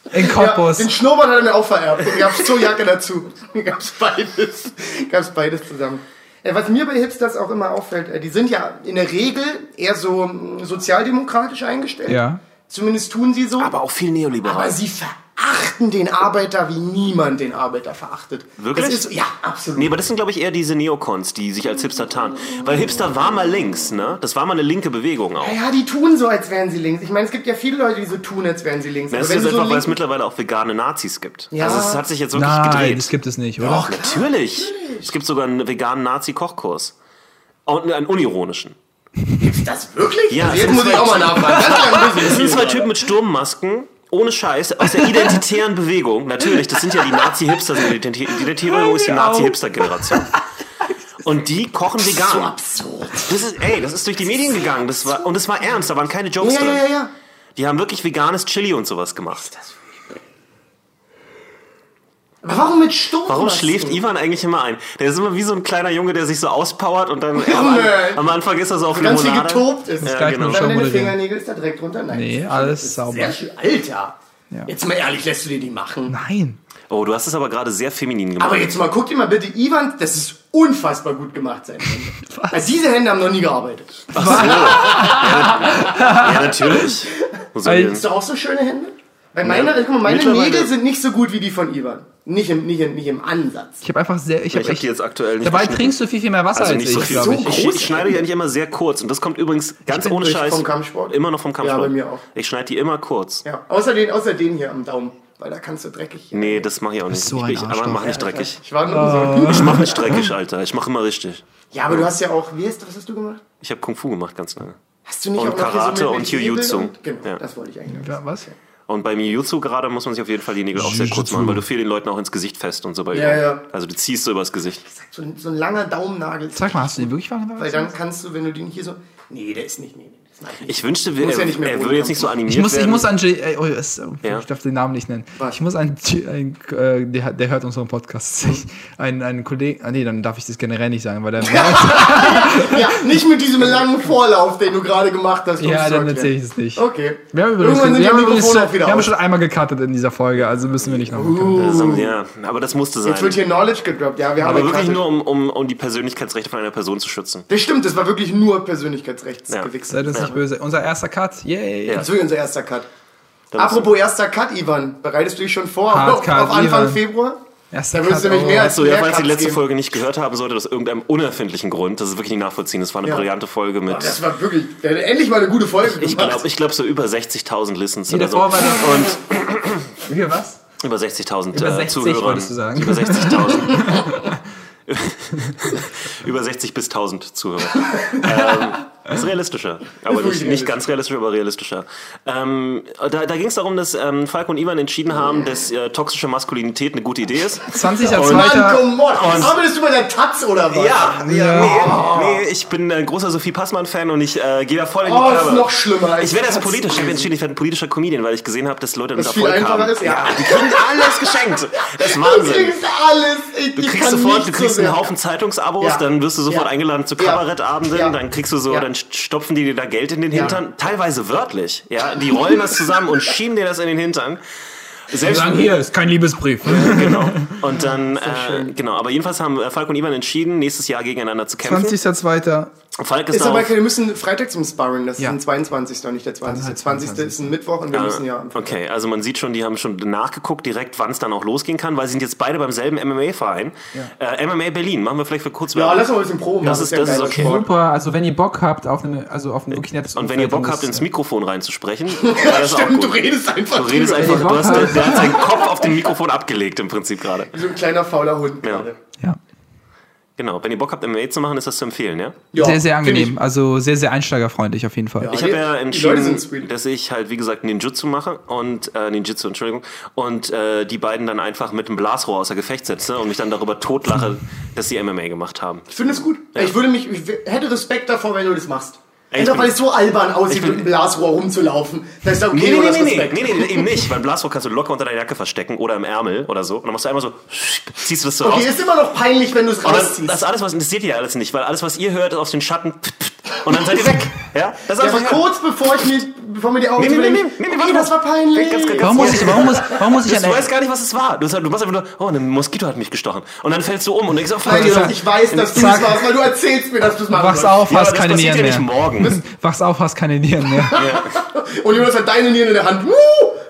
S4: ich. In
S2: Ja,
S4: Cottbus.
S2: den Schnurrbart hat er mir auch vererbt. Da gab's zur Jacke dazu. Gab's beides. Gab's beides zusammen. Äh, Was mir bei Hipsters auch immer auffällt, äh, die sind ja in der Regel eher so mh, sozialdemokratisch eingestellt.
S4: Ja.
S2: Zumindest tun sie so.
S1: Aber auch viel neoliberal.
S2: Aber sie verachten den Arbeiter, wie niemand den Arbeiter verachtet.
S1: Wirklich?
S2: Das ist, ja, absolut.
S1: Nee, aber das sind, glaube ich, eher diese Neocons, die sich als Hipster tarnen. Weil Hipster war mal links, ne? Das war mal eine linke Bewegung auch.
S2: Ja, die tun so, als wären sie links. Ich meine, es gibt ja viele Leute, die so tun, als wären sie links.
S1: Das
S2: Aber
S1: ist jetzt
S2: du so
S1: einfach, weil es
S2: links-
S1: mittlerweile auch vegane Nazis gibt.
S2: Ja.
S1: Also es hat sich jetzt wirklich
S4: Nein,
S1: gedreht.
S4: das gibt es nicht, oder?
S1: Doch, natürlich. Es gibt sogar einen veganen Nazi-Kochkurs. Und einen unironischen.
S2: das wirklich?
S1: Ja,
S2: also
S1: es
S2: jetzt
S1: ist
S2: muss ich auch mal nachfragen. Ganz lange muss ich
S1: Das sind zwei Typen mit Sturmmasken, ohne Scheiß, aus der identitären Bewegung. Natürlich, das sind ja die Nazi-Hipster. Die Identi- die identitäre Bewegung ist die Nazi-Hipster-Generation. Und die kochen
S2: So
S1: vegan.
S2: absurd.
S1: Das ist, ey, das ist durch die Medien gegangen. Das war, und es war ernst, da waren keine Jokes
S2: Ja,
S1: drin.
S2: ja, ja, ja.
S1: Die haben wirklich veganes Chili und sowas gemacht.
S2: Aber warum mit Sturm?
S1: Warum schläft Ivan eigentlich immer ein? Der ist immer wie so ein kleiner Junge, der sich so auspowert und dann am,
S2: Junge,
S1: An- am Anfang ist er so auf
S2: Ganz viel
S1: Limonade.
S2: getobt ist.
S1: Ja,
S4: gleich
S1: genau.
S4: noch-
S2: Dann deine
S4: moderieren.
S2: Fingernägel ist da direkt runter. Nein.
S4: Nee,
S2: das
S4: alles
S2: ist
S4: sauber.
S2: Sehr schön. Alter.
S4: Ja.
S2: Jetzt mal ehrlich, lässt du dir die machen.
S4: Nein.
S1: Oh, du hast es aber gerade sehr feminin gemacht.
S2: Aber jetzt mal, guck dir mal bitte Ivan, das ist unfassbar gut gemacht sein. Hände. Also diese Hände haben noch nie gearbeitet.
S1: ja, natürlich. Wo soll
S4: Ey,
S1: denn?
S2: Hast du auch so schöne Hände? Weil meine, guck mal, meine
S1: mittlerweile-
S2: Nägel sind nicht so gut wie die von Ivan. Nicht im, nicht im, nicht im Ansatz.
S4: Ich habe einfach sehr. Ich
S1: Ich
S4: habe
S1: hab die
S4: echt.
S1: jetzt aktuell nicht
S4: Dabei
S1: geschnitten.
S4: trinkst du viel, viel mehr Wasser
S1: also
S4: als
S1: nicht so
S4: ich,
S1: viel.
S4: glaube
S2: So
S4: ich.
S1: ich,
S2: groß.
S1: ich schneide die eigentlich immer sehr kurz und das kommt übrigens ganz
S2: bin
S1: ohne
S2: durch
S1: Scheiß.
S2: vom Kampfsport.
S1: Immer noch vom Kampfsport.
S2: Ja, bei mir auch.
S1: Ich schneide die immer kurz.
S2: Ja, außer den, außer den hier am Daumen, weil da kannst du dreckig.
S1: Nee, das mache ich auch nicht.
S4: so
S1: ich
S4: ein
S1: bin, aber
S4: Arschloch.
S1: mach nicht dreckig.
S2: Ich war
S4: Ah.
S2: nur
S1: Ich
S2: so.
S1: mach nicht dreckig, Alter. Ich mache immer richtig.
S2: Ja, aber du hast ja auch, wie heißt, was hast du gemacht?
S1: Ich habe Kung Fu gemacht ganz lange.
S2: Hast du nicht
S1: Und
S2: auch noch hier
S1: Karate
S2: so mit-
S1: und
S2: mit Hebeln
S1: Jiu-Jitsu.
S2: und- Genau,
S1: Ja.
S2: das wollte ich eigentlich.
S4: Ja, was?
S1: Und beim Jiu-Jitsu gerade muss man sich auf jeden Fall die Nägel auch sehr kurz
S4: Jiu-Jitsu.
S1: machen, weil du viel den Leuten auch ins Gesicht fest und so bei
S2: Ja,
S1: Übungen.
S2: ja.
S1: Also du ziehst so übers Gesicht.
S2: So ein, so ein langer Daumennagel.
S4: Sag mal, hast du den wirklich wahrgenommen?
S2: Weil dann kannst du, wenn du den hier so. Nee, der ist nicht. Nee, nee, das mag ich nicht.
S1: Ich wünschte,
S2: Muss
S1: er,
S2: ja nicht mehr
S1: er würde
S2: wohnen.
S1: jetzt nicht so animiert
S4: Ich muss, ich
S1: werden.
S4: muss an J ey, oh, es- oh,
S1: Ja.
S4: ich darf den Namen nicht nennen.
S2: Was?
S4: Ich muss an, J- ein, äh, der, der hört unseren Podcast.
S2: Hm.
S4: Ich, einen, einen Kollegen, ah nee, dann darf ich das generell nicht sagen, weil der
S2: Ja, nicht mit diesem langen Vorlauf, den du gerade gemacht hast. um
S4: ja,
S2: es zu
S4: dann
S2: erklären.
S4: erzähle ich es nicht.
S2: Okay.
S4: Wir haben übrigens,
S2: Irgendwann sind
S4: wir
S2: die
S4: haben übrigens
S2: Mikrofone
S4: schon,
S2: auch wieder
S4: wir haben
S2: aus. Uh.
S4: schon einmal gecuttet in dieser Folge, also müssen wir nicht nochmal. cutten.
S1: Also, ja,
S4: ähm,
S1: aber das musste sein.
S2: Jetzt wird hier Knowledge gedroppt. Ja, wir haben
S1: aber
S2: ja
S1: wirklich
S2: gerade-
S1: nur, um, um, um die Persönlichkeitsrechte von einer Person zu schützen.
S2: Das stimmt, das war wirklich nur Persönlichkeitsrechts
S1: Ja.
S4: Seid uns
S2: gewichst.
S4: nicht böse. Unser erster Cut, yay!
S1: Ja.
S2: Das ist wirklich unser erster Cut.
S1: Da musst du-
S2: Apropos erster Cut, Ivan. Bereitest du dich schon vor
S4: Hard
S2: auf,
S4: Cut,
S2: auf Anfang
S4: Ivan.
S2: Februar?
S4: Erster
S2: Da würdest du nämlich
S4: oh.
S2: mehr als-
S1: Achso, ja, falls ihr
S2: Cuts
S1: die letzte
S2: geben.
S1: Folge nicht gehört haben sollte, aus irgendeinem unerfindlichen Grund, das ist wirklich nicht nachvollziehen, das war eine
S2: Ja.
S1: brillante Folge mit,
S2: Das war wirklich, wir haben endlich mal eine gute Folge
S1: ich
S2: gemacht.
S1: glaube, ich glaub so über 60.000 Listens
S4: Die
S1: oder so.
S4: davor war der-
S1: Und
S4: Oh. Hier, was?
S2: Oh,
S1: über 60.000
S4: Über
S1: äh,
S4: 60
S1: Zuhörern.
S4: wolltest du sagen.
S1: Über 60.000. über 60 bis 1000 Zuhörer. ähm, ist realistischer. Aber
S2: wirklich
S1: nicht, nicht ganz realistischer, aber realistischer. Ähm, da da ging es darum, dass ähm, Falco und Ivan entschieden haben, dass äh, toxische Maskulinität eine gute Idee ist.
S4: 20.02.
S2: Mann, come on. Arbeitest du bei der Taz oder was?
S1: Ja,
S4: Ja.
S1: Nee, nee, ich bin ein großer Sophie Passmann-Fan und ich äh, gehe da voll in die
S2: Oh, das ist
S1: Kerbe.
S2: noch schlimmer. als
S1: Ich werde jetzt
S2: Taz.
S1: politisch. Ich habe entschieden, ich werde ein politischer Comedian, weil ich gesehen habe, dass Leute damit
S2: Das viel
S1: Erfolg
S2: einfacher
S1: haben.
S2: ist, ja.
S1: Die kriegen alles geschenkt. Das ist
S2: Du
S1: Wahnsinn.
S2: kriegst alles. Ich,
S1: Du
S2: ich
S1: kriegst
S2: kann
S1: sofort,
S2: nicht
S1: du kriegst
S2: so
S1: einen
S2: sehr-
S1: Haufen Zeitungsabos,
S2: Ja.
S1: dann wirst du sofort
S2: Ja.
S1: eingeladen zu
S2: Ja.
S1: Kabarettabenden,
S2: Ja.
S1: dann kriegst du so,
S2: Ja.
S1: dann stopfen die dir da Geld in den Hintern, teilweise wörtlich. Ja, die rollen das zusammen und schieben dir das in den Hintern. Selbst
S4: Sagen hier, ist kein Liebesbrief.
S1: genau. Und dann äh, genau, aber jedenfalls haben äh, Falk und Ivan entschieden, nächstes Jahr gegeneinander zu kämpfen.
S4: 20.02.
S1: Falk ist,
S2: Ist aber,
S1: darauf,
S2: wir müssen Freitag zum Sparren, das
S4: Ja.
S2: ist ein 22. und nicht der 20.
S4: halt
S2: 20. ist ein Mittwoch und wir müssen ja.
S1: äh, Okay, also man sieht schon, die haben schon nachgeguckt direkt, wann es dann auch losgehen kann, weil sie sind jetzt beide beim selben MMA-Verein. Äh, MMA Berlin, machen wir vielleicht für kurz
S2: Ja,
S1: Werbung.
S2: lass mal ein bisschen Proben.
S1: Das ist- das ist okay.
S4: Super, also wenn ihr Bock habt auf eine, also auf ein wirklich nettes
S1: Und wenn ihr
S4: Umfeld, dann
S1: Bock habt,
S4: ist-
S1: ins Mikrofon reinzusprechen, war das auch
S2: Stimmt, du
S1: gut.
S2: redest einfach.
S1: Du redest
S2: drüber.
S1: einfach,
S4: Wenn ihr
S1: du
S4: Bock
S1: hast,
S4: habt.
S1: der, der hat seinen Kopf auf dem Mikrofon abgelegt im Prinzip gerade.
S2: Wie so ein kleiner fauler Hund
S1: Ja.
S2: gerade.
S4: Ja.
S1: Genau, wenn ihr Bock habt, MMA zu machen, ist das zu empfehlen, ja?
S2: Ja,
S4: Sehr, sehr
S2: find ich.
S4: angenehm. Also sehr, sehr einsteigerfreundlich auf jeden Fall.
S1: Ich habe
S2: Die-
S1: ja
S2: die Leute sind
S1: entschieden,
S2: sweet.
S1: dass ich halt, wie gesagt, Ninjutsu mache und äh, Ninjutsu, Entschuldigung, und äh, die beiden dann einfach mit einem Blasrohr außer Gefecht setze und mich dann darüber totlache, dass sie MMA gemacht haben.
S2: Ich finde es gut. Ich würde mich, ich hätte Respekt davor, wenn du das machst. Einfach weil es so albern aussieht,
S1: bin-
S2: mit einem Blasrohr rumzulaufen. Das ist ja okay,
S1: Nee, nee,
S2: oder
S1: nee,
S2: ist
S1: nee,
S2: Respekt.
S1: nee, nee, nee, eben nicht, weil Blasrohr kannst du locker unter deiner Jacke verstecken oder im Ärmel oder so. Und dann machst du einmal so, ziehst du das so
S2: Okay,
S1: raus.
S2: ist immer noch peinlich, wenn du es
S1: Und das,
S2: rausziehst.
S1: das alles, was das seht ihr ja alles nicht, weil alles, was ihr hört, ist aus den Schatten. Und dann seid ihr
S2: Weg.
S1: weg. Ja, das ist
S2: Ja, aber
S1: einfach
S2: Also kurz bevor ich mir, bevor mir die Augen
S1: Nee, nee, nee, nee, nee, nee,
S2: okay,
S1: warte
S2: das war
S1: mal.
S2: peinlich.
S1: Ganz, ganz, ganz-
S4: Warum muss ich, warum muss, warum muss ich
S1: Du
S4: an
S1: weißt gar nicht, was es war. Du, du machst einfach nur, oh, ein Moskito hat mich gestochen. Und dann fällst du um und denkst, oh, fuck,
S2: Nein,
S1: ja,
S2: Jonas, ich weiß, dass du es
S4: Zack.
S2: warst, weil du erzählst mir, dass du es machen
S4: Wachs
S2: wolltest.
S4: auf,
S1: aber
S4: hast
S1: das
S4: keine
S1: passiert ja
S4: Nieren
S1: nicht
S4: mehr.
S1: morgen.
S4: Wachs auf, hast keine Nieren mehr.
S2: Und Jonas hat deine Nieren in der Hand. Woo!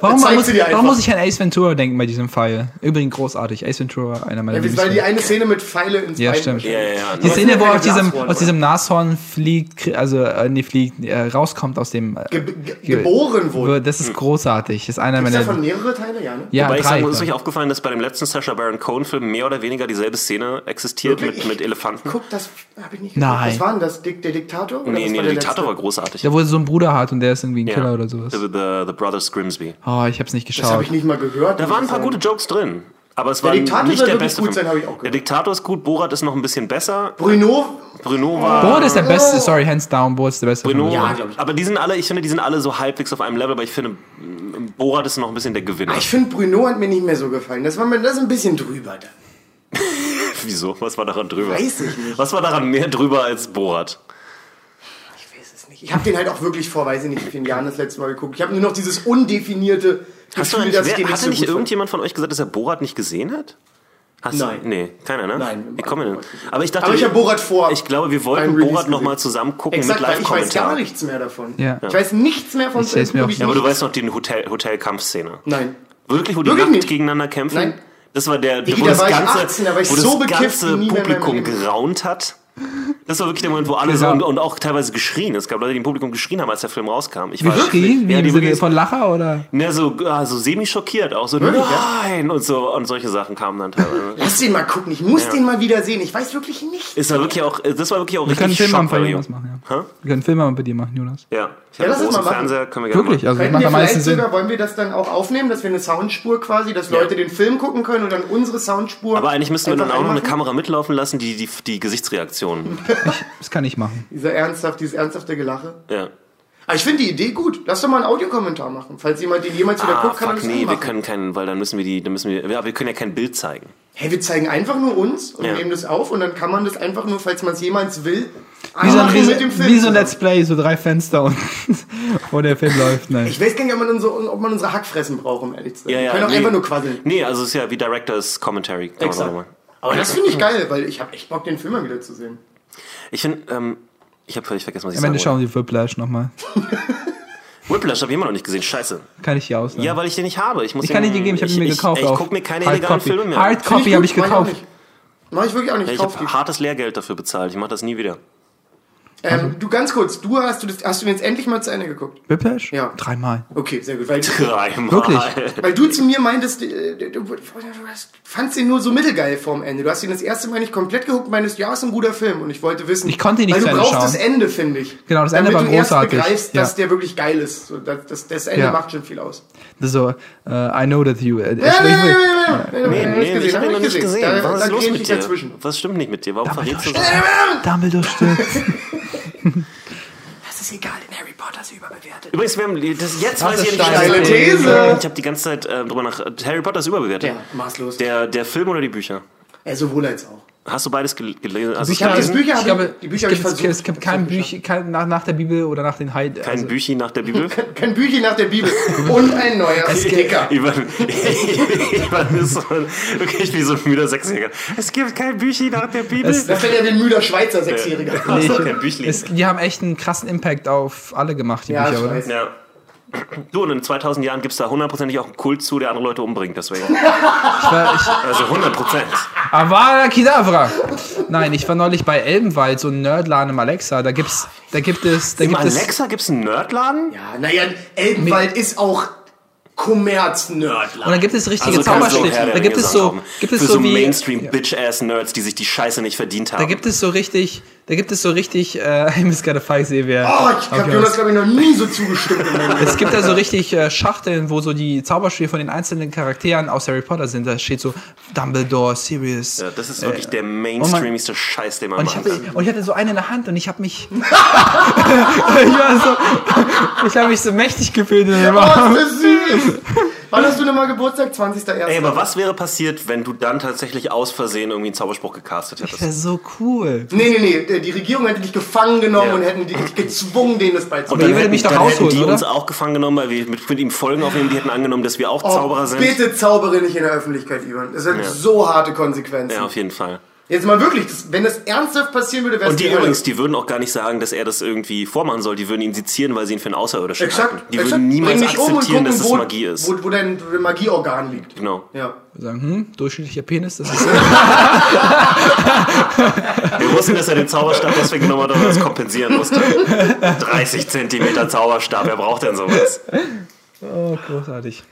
S4: Warum,
S2: Dann zeigt
S4: muss,
S2: sie dir einfach.
S4: warum muss ich an Ace Ventura denken bei diesem Fall? Übrigens großartig. Ace Ventura, einer
S2: Ja,
S4: meiner
S2: weil die
S4: Lieblingsfilme.
S2: eine Szene mit Pfeile ins
S4: Ja,
S2: Bein.
S4: stimmt.
S1: Ja, ja, ja.
S4: Die Szene, wo
S2: keine
S4: aus diesem,
S2: Glasrohre,
S4: aus diesem Nashorn fliegt, krie- also äh, nee, fliegt, äh, rauskommt aus dem. Äh,
S2: Ge ge geboren wurde.
S4: das ist großartig. Ist einer
S2: Ist
S4: meiner.
S2: davon mehrere Teile, ja, ne?
S4: Ja,
S1: Weil ich
S4: drei.
S1: sagen muss, ist euch aufgefallen, dass bei dem letzten Sasha Baron Cohen-Film mehr oder weniger dieselbe Szene existiert mit, mit Elefanten.
S2: Guck, das hab ich nicht
S4: Nein.
S2: Was war denn das? Dick- Der Diktator? Oder
S1: Nee,
S2: das
S1: nee,
S2: war
S1: der
S2: der
S1: Diktator
S2: letzte?
S1: war großartig.
S4: Da wurde so ein Bruder hat und der ist irgendwie ein
S1: Ja. Also-
S4: Killer oder sowas.
S1: The, the, the Brothers Grimsby.
S4: Oh, ich hab's nicht
S2: Das habe
S4: geschaut.
S2: ich nicht mal gehört.
S1: Da
S2: muss
S1: waren ein
S2: ich
S1: paar
S2: sagen.
S1: gute Jokes drin. Aber es war
S2: Diktator
S1: nicht
S2: soll
S1: der
S2: wirklich
S1: beste
S2: gut sein,
S1: Film.
S2: hab ich auch gehört.
S1: der Diktator ist gut, Borat ist noch ein bisschen besser.
S2: Bruno,
S1: Bruno war.
S4: Borat ist der
S2: Ah.
S4: beste, sorry, hands down, Borat ist der beste.
S1: Bruno,
S4: von
S2: Ja, glaub ich.
S1: aber die sind alle, Genau. ich finde, die sind alle so halbwegs auf einem Level, aber ich finde, mm, Borat ist noch ein bisschen der Gewinner.
S2: ich finde Bruno hat mir nicht mehr so gefallen. Das war mir das ist ein bisschen drüber. Da.
S1: Wieso? Was war daran drüber?
S2: Weiß ich nicht.
S1: Was war daran mehr drüber als Borat?
S2: Ich weiß es nicht. Ich habe den halt auch wirklich vor, weiß ich nicht, wie vielen Jahren das letzte Mal geguckt. Ich habe nur noch dieses undefinierte
S1: Hast du
S2: Gefühl,
S1: nicht,
S2: dass ich
S1: wer,
S2: den
S1: hatte
S2: so
S1: nicht
S2: gut fand.
S1: irgendjemand von euch gesagt, dass er Borat nicht gesehen hat? Hast
S2: Nein.
S1: Du, nee, keiner, ne?
S2: Nein.
S1: Wie kommen wir denn? Aber ich dachte,
S2: Aber ich habe Borat vor.
S1: ich glaube, wir
S2: beim
S1: wollten
S2: Release
S1: Borat
S2: gesehen.
S1: nochmal zusammen gucken
S2: Exakt,
S1: mit
S2: weil ich weiß gar
S1: Live-Kommentar.
S2: nichts mehr davon.
S4: Ja.
S2: Ich weiß nichts mehr von
S4: seh's mir auch
S2: wirklich
S1: Ja, aber du weißt
S2: nichts.
S1: noch die Hotel, Hotelkampfszene.
S2: Nein.
S1: Wirklich, wo die
S2: Wirklich
S1: nackt
S2: nicht.
S1: gegeneinander kämpfen?
S2: Nein.
S1: Das war der,
S2: Digi,
S1: wo
S2: da
S1: das
S2: war ich
S1: ganze,
S2: 18, da war ich
S1: wo das
S2: so bekifft wie
S1: ganze
S2: nie mehr in meinem
S1: Publikum
S2: Leben.
S1: geraunt hat. Das war wirklich der Moment, wo alle so
S4: Genau.
S1: und, und auch teilweise geschrien. Es gab Leute, die im Publikum geschrien haben, als der Film rauskam. Ich
S4: Wie
S1: war
S4: Wirklich? Wie
S1: ja,
S4: im
S1: die
S4: Sinne
S1: wirklich
S4: von Lacher oder?
S1: ne, so, ah, so semi-schockiert, auch so
S2: Wirklich, ja?
S1: nein und so und solche Sachen kamen dann teilweise.
S2: Lass den mal gucken. Ich muss den mal wieder sehen. Ich weiß wirklich nichts.
S1: Es war wirklich auch, das war wirklich auch
S4: Wir können
S1: richtig
S4: Filmabend bei
S1: Schockvalue.
S4: Jonas machen,
S1: Hä?
S4: ja. Wir können Filmabend bei dir machen, Jonas.
S1: Ja, ich
S2: Ja,
S1: habe einen
S2: lass es mal
S1: großen
S2: machen.
S1: Fernseher, können wir gerne
S4: Wirklich,
S1: machen.
S4: also das
S2: Könnten
S4: macht
S2: wir
S4: am meisten
S2: vielleicht
S4: Sinn.
S2: sogar, wollen wir das dann auch aufnehmen, dass wir eine Soundspur quasi, dass
S1: Ja.
S2: Leute den Film gucken können und dann unsere Soundspur.
S1: Aber eigentlich müssen wir
S2: einfach Mhm.
S1: dann auch noch eine
S2: reinmachen?
S1: Kamera mitlaufen lassen, die die, die Gesichtsreaktionen.
S4: Das kann ich machen.
S2: Dieser ernsthaft, dieses ernsthafte Gelache.
S1: ja.
S2: Aber ich finde die Idee gut. Lass doch mal einen Audiokommentar machen. Falls jemand den jemals wieder
S1: Ah,
S2: guckt, kann er
S1: fuck,
S2: das
S1: nee, wir
S2: machen.
S1: können keinen, weil dann müssen wir die, dann müssen wir, ja, wir können ja kein Bild zeigen.
S2: Hey, wir zeigen einfach nur uns und
S1: Ja.
S2: nehmen das auf und dann kann man das einfach nur, falls man es jemals will,
S4: Wie so, ein,
S2: anmachen
S4: Riesen- wie so ein
S2: zusammen.
S4: Let's Play, so drei Fenster und wo der Film läuft. Nein.
S2: Ich weiß gar nicht, ob man unsere, ob man unsere Hackfressen braucht, um ehrlich zu sein.
S1: Ja,
S2: wir
S1: ja,
S2: können auch
S1: nee.
S2: einfach nur quasseln.
S1: Nee, also es ist ja wie Directors Commentary. Kann man
S2: Exakt.
S1: sagen.
S2: Aber das finde ich geil, weil ich habe echt Bock, den Film mal wieder zu sehen.
S1: Ich finde, ähm, ich habe völlig vergessen, was ich
S4: Am Ende
S1: sagen wollte.
S4: schauen wir Whiplash nochmal.
S1: Whiplash habe ich immer noch nicht gesehen, scheiße.
S4: Kann ich hier ausleihen.
S1: Ja, weil ich den nicht habe. Ich, muss
S4: ich kann ihn dir geben, ich habe ihn mir gekauft.
S1: Ich, ich
S4: auf
S1: gucke mir keine
S4: Hard
S1: illegalen
S4: Copy.
S1: Filme mehr an.
S4: Hard Copy habe ich
S2: Mach auch
S4: gekauft.
S2: nicht. Mach ich wirklich auch nicht.
S1: Ich
S2: Kauf die.
S1: habe hartes Lehrgeld dafür bezahlt. Ich mache das nie wieder.
S2: Ähm, du ganz kurz, du hast du das, hast du den jetzt endlich mal zu Ende geguckt?
S4: Whiplash?
S2: Ja.
S4: Dreimal.
S2: Okay, sehr gut. Weil,
S1: Dreimal.
S4: Wirklich?
S2: weil du zu mir meintest, äh, du, du hast- fandst ihn nur so mittelgeil vorm Ende. Du hast ihn das erste Mal nicht komplett geguckt, meinst, ja, ist ein guter Film. Und ich wollte wissen,
S4: Ich konnte ihn nicht
S2: weil
S4: zu
S2: du
S4: Ende
S2: brauchst
S4: schauen.
S2: das Ende, finde ich.
S4: Genau, das Ende
S2: Damit
S4: war
S2: du erst
S4: großartig.
S2: begreifst, dass
S4: Ja.
S2: der wirklich geil ist. So, das, das, das Ende
S4: Ja.
S2: macht schon viel aus.
S4: So, äh, I know that you.
S2: Ja,
S4: Äh, ich-
S2: nee, nee,
S4: ich-
S2: nee, nee, nee,
S1: Nee,
S2: nee,
S1: nee, ich habe ihn noch nicht gesehen.
S2: Da,
S1: was
S2: da
S1: ist los
S2: geh ich
S1: mit
S2: nicht
S1: dir?
S2: dazwischen.
S1: Was stimmt nicht mit dir? Warum verrätst du das?
S4: Dumbledore stirbt.
S2: Das ist egal, den Harry Potter ist überbewertet.
S1: Übrigens, wir haben das jetzt weiß
S4: ist
S1: ich ja
S2: steile
S1: nicht.
S2: These.
S1: Ich habe die ganze Zeit äh, drüber nach Harry Potter ist überbewertet.
S2: Ja, maßlos.
S1: Der, der Film oder die Bücher?
S2: Ey, sowohl als auch.
S1: Hast du beides gel- gelesen? Also
S2: Ich habe das
S1: gelesen?
S2: Bücher,
S4: Ich
S2: hab
S4: glaube,
S2: ich, die Bücher habe ich
S4: es gibt-
S2: versucht.
S4: Es gibt kein Büch, kein, nach, nach der Bibel oder nach den Heiden.
S1: Kein
S4: Also,
S1: Büchi nach der Bibel.
S2: Kein Büchchen nach der Bibel und ein neuer Sticker.
S1: Ivan, Ivan ist so wirklich wie so ein müder Sechsjähriger. Es gibt kein Büchi nach der Bibel.
S4: Es-
S2: Das wäre ja wie ein müder Schweizer Sechsjähriger.
S1: Ach so, kein Büchli.
S4: es, die haben echt einen krassen Impact auf alle gemacht, die
S2: Ja, ich
S4: Bücher, oder?
S2: weiß.
S1: ja. Du, und in 2000 Jahren gibt's da hundertprozentig auch einen Kult zu, der andere Leute umbringt, deswegen.
S4: Ich war, ich,
S1: Also 100 Prozent.
S4: Avada Kedavra! Nein, ich war neulich bei Elbenwald, so ein Nerdladen im Alexa. Da gibt's, da gibt es, da
S1: Im
S4: gibt es.
S1: Alexa gibt's einen Nerdladen?
S2: Ja, naja, Elbenwald ist auch Kommerz-Nerdler.
S4: Und dann gibt es richtige
S1: Also kannst du auch Herr
S4: Zauberschriften.
S1: der
S4: Da gibt
S1: Ringe
S4: es
S1: sagen,
S4: so,
S1: Tom.
S4: gibt es
S1: Für
S4: so
S1: so
S4: wie,
S1: Mainstream-Bitch-Ass-Nerds, die sich die Scheiße nicht verdient haben.
S4: da gibt es so richtig, da gibt es so richtig, äh, I miss gotta fight, sehe wer.
S2: Oh, ich habe Jonas, glaube ich, noch nie so zugestimmt. in meinem Leben.
S4: Es gibt da so richtig äh, Schachteln, wo so die Zauberspiele von den einzelnen Charakteren aus Harry Potter sind. Da steht so Dumbledore, Sirius.
S1: ja, das ist wirklich der mainstreamigste Scheiß, den man
S4: Oh Und ich,
S1: machen
S4: hatte,
S1: kann.
S4: und ich hatte so eine in der Hand und ich habe mich. ich war so. Ich habe mich so mächtig gefühlt. In dem
S2: Oh,
S4: Arm.
S2: ist das süß. Wann hast du nochmal Geburtstag? 20.01.
S1: Ey, aber was wäre passiert, wenn du dann tatsächlich aus Versehen irgendwie einen Zauberspruch gecastet
S4: Das
S1: hättest?
S4: wäre so cool.
S2: Nee, nee, nee. Die Regierung hätte dich gefangen genommen
S1: Ja.
S2: und hätten dich gezwungen, denen das beizubringen.
S4: ihr würdet mich doch
S1: dann hätten
S4: rausholen,
S1: die
S4: oder?
S1: uns auch gefangen genommen, weil wir mit, mit ihm Folgen aufnehmen. Die hätten angenommen, dass wir auch Zauberer sind.
S2: Oh, Bitte zaubere nicht in der Öffentlichkeit, Ivan. Das hat so harte Konsequenzen.
S1: Ja, auf jeden Fall.
S2: Jetzt mal wirklich, das, wenn das ernsthaft passieren würde, wäre es
S1: Und die
S2: Hölle.
S1: übrigens, die würden auch gar nicht sagen, dass er das irgendwie vormachen soll. Die würden ihn sezieren, weil sie ihn für einen Außerirdischen halten.
S2: Exakt.
S1: Die
S2: exakt.
S1: würden niemals
S2: Bring dich um und
S1: akzeptieren,
S2: gucken,
S1: dass es
S2: wo,
S1: Magie ist.
S2: Wo, wo dein wo dein Magieorgan liegt.
S1: Genau.
S2: Ja.
S4: Sagen, hm, durchschnittlicher Penis, das ist.
S1: Wir wussten, dass er den Zauberstab deswegen genommen hat, weil er es kompensieren musste. 30 Zentimeter Zauberstab, wer braucht denn sowas?
S4: Oh, großartig.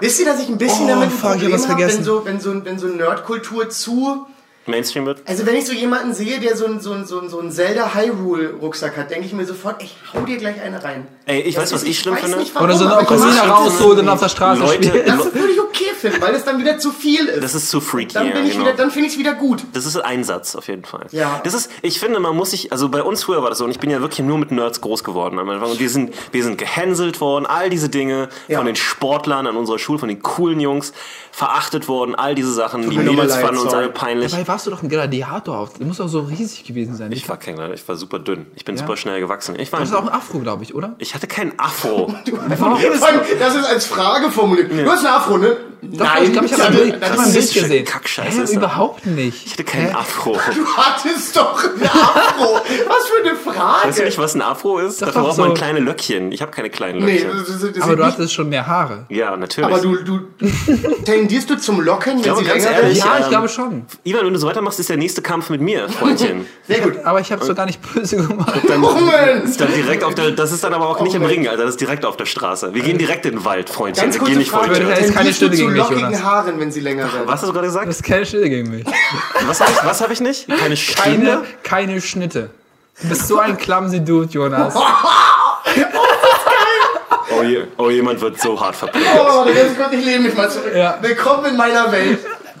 S2: Wisst ihr, dass ich ein bisschen
S4: Oh,
S2: damit ein
S4: fuck, ich hab
S2: Problem
S4: was
S2: habe, wenn
S4: vergessen.
S2: so, wenn so, wenn so Nerdkultur zu...
S1: Mainstream wird?
S2: Also wenn ich so jemanden sehe, der so einen so ein- so ein- so ein Zelda Hyrule-Rucksack hat, denke ich mir sofort, ich hau dir gleich eine rein.
S1: Ey, ich weiß, was ich schlimm
S2: weiß
S1: finde.
S2: nicht, warum,
S4: Oder so eine
S2: aber ich
S4: Okosina
S2: mach das.
S4: rausholt und auf der Straße
S1: Leute-
S4: spielt.
S2: Das würde ich okay finden, weil das dann wieder zu viel ist.
S1: Das ist zu freaky.
S2: dann
S1: ja,
S2: bin ich
S1: genau.
S2: wieder, dann finde ich es wieder gut.
S1: Das ist ein Satz auf jeden Fall.
S2: Ja.
S1: Das ist, ich finde, man muss sich, also bei uns früher war das so, und ich bin ja wirklich nur mit Nerds groß geworden am Anfang. Und wir sind, wir sind gehänselt worden, all diese Dinge
S2: Ja.
S1: von den Sportlern an unserer Schule, von den coolen Jungs, verachtet worden, all diese Sachen. die
S2: mir
S1: Mädels
S2: leid,
S1: fanden uns
S2: sorry.
S1: alle peinlich.
S4: Dabei warst du doch ein Gladiator auf. Du musst doch so riesig gewesen sein.
S1: Ich war kein Gladiator, ich war super dünn. Ich bin super schnell gewachsen. Ich war,
S4: das ist auch ein Afro, glaube ich, oder?
S1: ich hatte keinen Afro.
S4: Warum redest
S2: Vor allem, Das ist als Frage formuliert. Du hast eine Afro, ne?
S4: Doch, ich glaube, ich habe ein Bild- ich hab ein Bild
S1: Rassistische
S4: gesehen.
S1: Kackscheiße
S4: Hä,
S1: ist das.
S4: überhaupt nicht.
S1: Ich hatte keinen Afro.
S2: Du hattest doch eine Afro. Was für eine Frage.
S1: Weißt du nicht, was ein Afro ist? Dafür
S4: doch
S1: braucht man
S4: so.
S1: kleine Löckchen. Ich habe keine kleinen
S2: nee,
S1: Löckchen.
S2: das, das, das
S4: Aber du
S2: nicht,
S4: hattest schon mehr Haare.
S1: ja, natürlich.
S2: aber du, du tendierst du zum Locken, wenn
S1: glaube,
S2: sie
S1: ganz
S2: länger
S1: ehrlich,
S2: werden?
S4: Ja,
S1: ähm,
S4: ich glaube schon.
S1: Ivan, wenn du so weitermachst, ist der nächste Kampf mit mir, Freundchen.
S2: Sehr gut.
S4: Aber ich habe es so gar nicht böse gemacht.
S2: Moment.
S1: Dann direkt auf der, das ist dann aber auch nicht im
S2: Mann.
S1: Ring, Alter, das ist direkt auf der Straße. Wir gehen direkt in den Wald, Freundchen.
S2: Ganz
S1: Wir gehen
S2: kurze
S1: nicht vor
S2: Frage.
S1: die Tür.
S4: Da ist keine
S2: Tendierst du
S4: Stimme
S2: zu
S4: gegen mich,
S2: lockigen
S4: Jonas.
S2: Haaren, wenn sie länger werden?
S1: Was hast du gerade gesagt?
S4: Das ist keine Schnitte gegen mich.
S1: Was habe ich, was hab ich nicht? Keine
S4: Keine,
S1: Stimme?
S4: keine Schnitte. Du bist so ein clumsy Dude, Jonas.
S1: Oh, je, oh, jemand wird so hart verprügelt.
S2: Oh, da ganz kurz, ich lehne mich mal zurück.
S4: Ja.
S2: Willkommen in meiner Welt.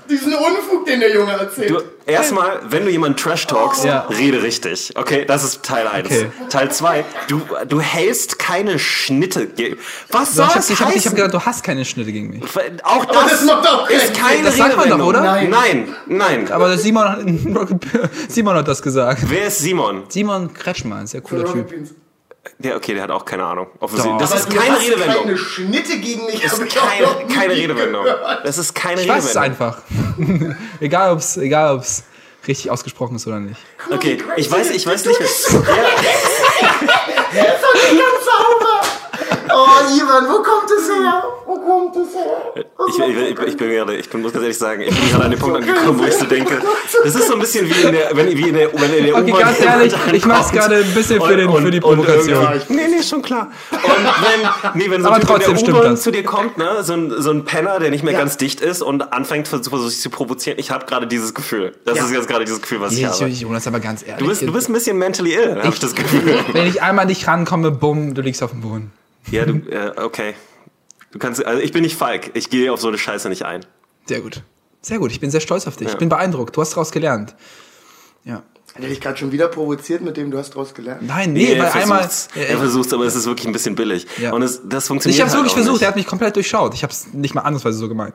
S2: Diesen Unfug, den der Junge erzählt.
S1: Du, erstmal, wenn du jemanden Trash talkst,
S4: Ja.
S1: rede richtig. Okay, das ist Teil 1.
S4: Okay.
S1: Teil 2, du, du hältst keine Schnitte. ge- Was soll
S4: Ich hab,
S1: das
S4: ich, hab, ich hab
S1: heißen?
S4: gedacht, du hast keine Schnitte gegen mich.
S1: Auch
S2: das
S1: das
S2: ist noch doch
S1: ist keine
S4: Das sagt man
S1: Redewendung.
S4: doch, oder?
S1: Nein, nein. nein.
S4: Aber der Simon, hat- Simon hat das gesagt.
S1: Wer ist Simon?
S4: Simon Kretschmann ist ja ein cooler Typ.
S1: Der, okay, der hat auch keine Ahnung. Offensichtlich.
S4: Doch.
S1: Das
S2: Was,
S1: ist
S2: du
S1: keine
S2: hast
S1: Redewendung.
S2: Keine Schnitte gegen mich.
S1: Das
S2: hab
S1: ist
S2: ich auch noch
S1: keine,
S2: nie
S1: keine Redewendung.
S2: gehört.
S1: Das ist keine
S4: Ich weiß es
S1: Redewendung.
S4: einfach. egal, ob's, egal, ob's richtig ausgesprochen ist oder nicht.
S1: Okay, ich weiß, ich weiß nicht. was-
S2: Das ist nicht ganz sauber. Oh, Ivan, wo kommt es her? Wo kommt es her?
S1: Ich, ich, ich, ich bin gerade, ich bin- muss ganz ehrlich sagen, ich bin gerade an den Punkt angekommen, wo ich so denke, das ist so ein bisschen wie in der, wenn, wie in der, wenn in der
S4: Okay,
S1: U-Bahn
S4: ganz ehrlich,
S1: jemand
S4: ich mach's
S1: ankommt
S4: gerade ein bisschen für,
S1: und-
S4: den,
S1: und-
S4: für die
S1: und
S4: Provokation.
S1: irgendwie- Nee, nee, schon klar. Und wenn, nee, wenn so
S4: Aber
S1: ein typ in
S4: trotzdem
S1: der
S4: stimmt
S1: U-Bahn
S4: das.
S1: zu dir kommt, ne, so ein, so ein Penner, der nicht mehr ganz dicht ist und anfängt zu, zu, zu provozieren, ich habe gerade dieses Gefühl. Das ist jetzt gerade dieses Gefühl, was ich
S4: Ich,
S1: habe.
S4: ich, Jonas, aber ganz ehrlich.
S1: Du bist, du bist ein bisschen mentally ill, habe ich das Gefühl.
S4: wenn ich einmal nicht rankomme, bumm, du liegst auf dem Boden.
S1: Ja, du, äh, okay. Du kannst, also ich bin nicht Falk. Ich gehe auf so eine Scheiße nicht ein.
S4: Sehr gut. Sehr gut, ich bin sehr stolz auf dich. Ich bin beeindruckt. Du hast daraus gelernt. Ja.
S2: Hat er dich gerade schon wieder provoziert mit dem, du hast draus gelernt?
S4: Nein, nee,
S1: er
S4: weil einmal.
S1: versucht's.
S4: Äh,
S1: er versucht's, aber es ist wirklich ein bisschen billig.
S4: Ja.
S1: Und es, das funktioniert
S4: ich hab's
S1: halt
S4: wirklich
S1: auch
S4: versucht,
S1: Nicht.
S4: er hat mich komplett durchschaut. Ich hab's nicht mal andersweise so gemeint.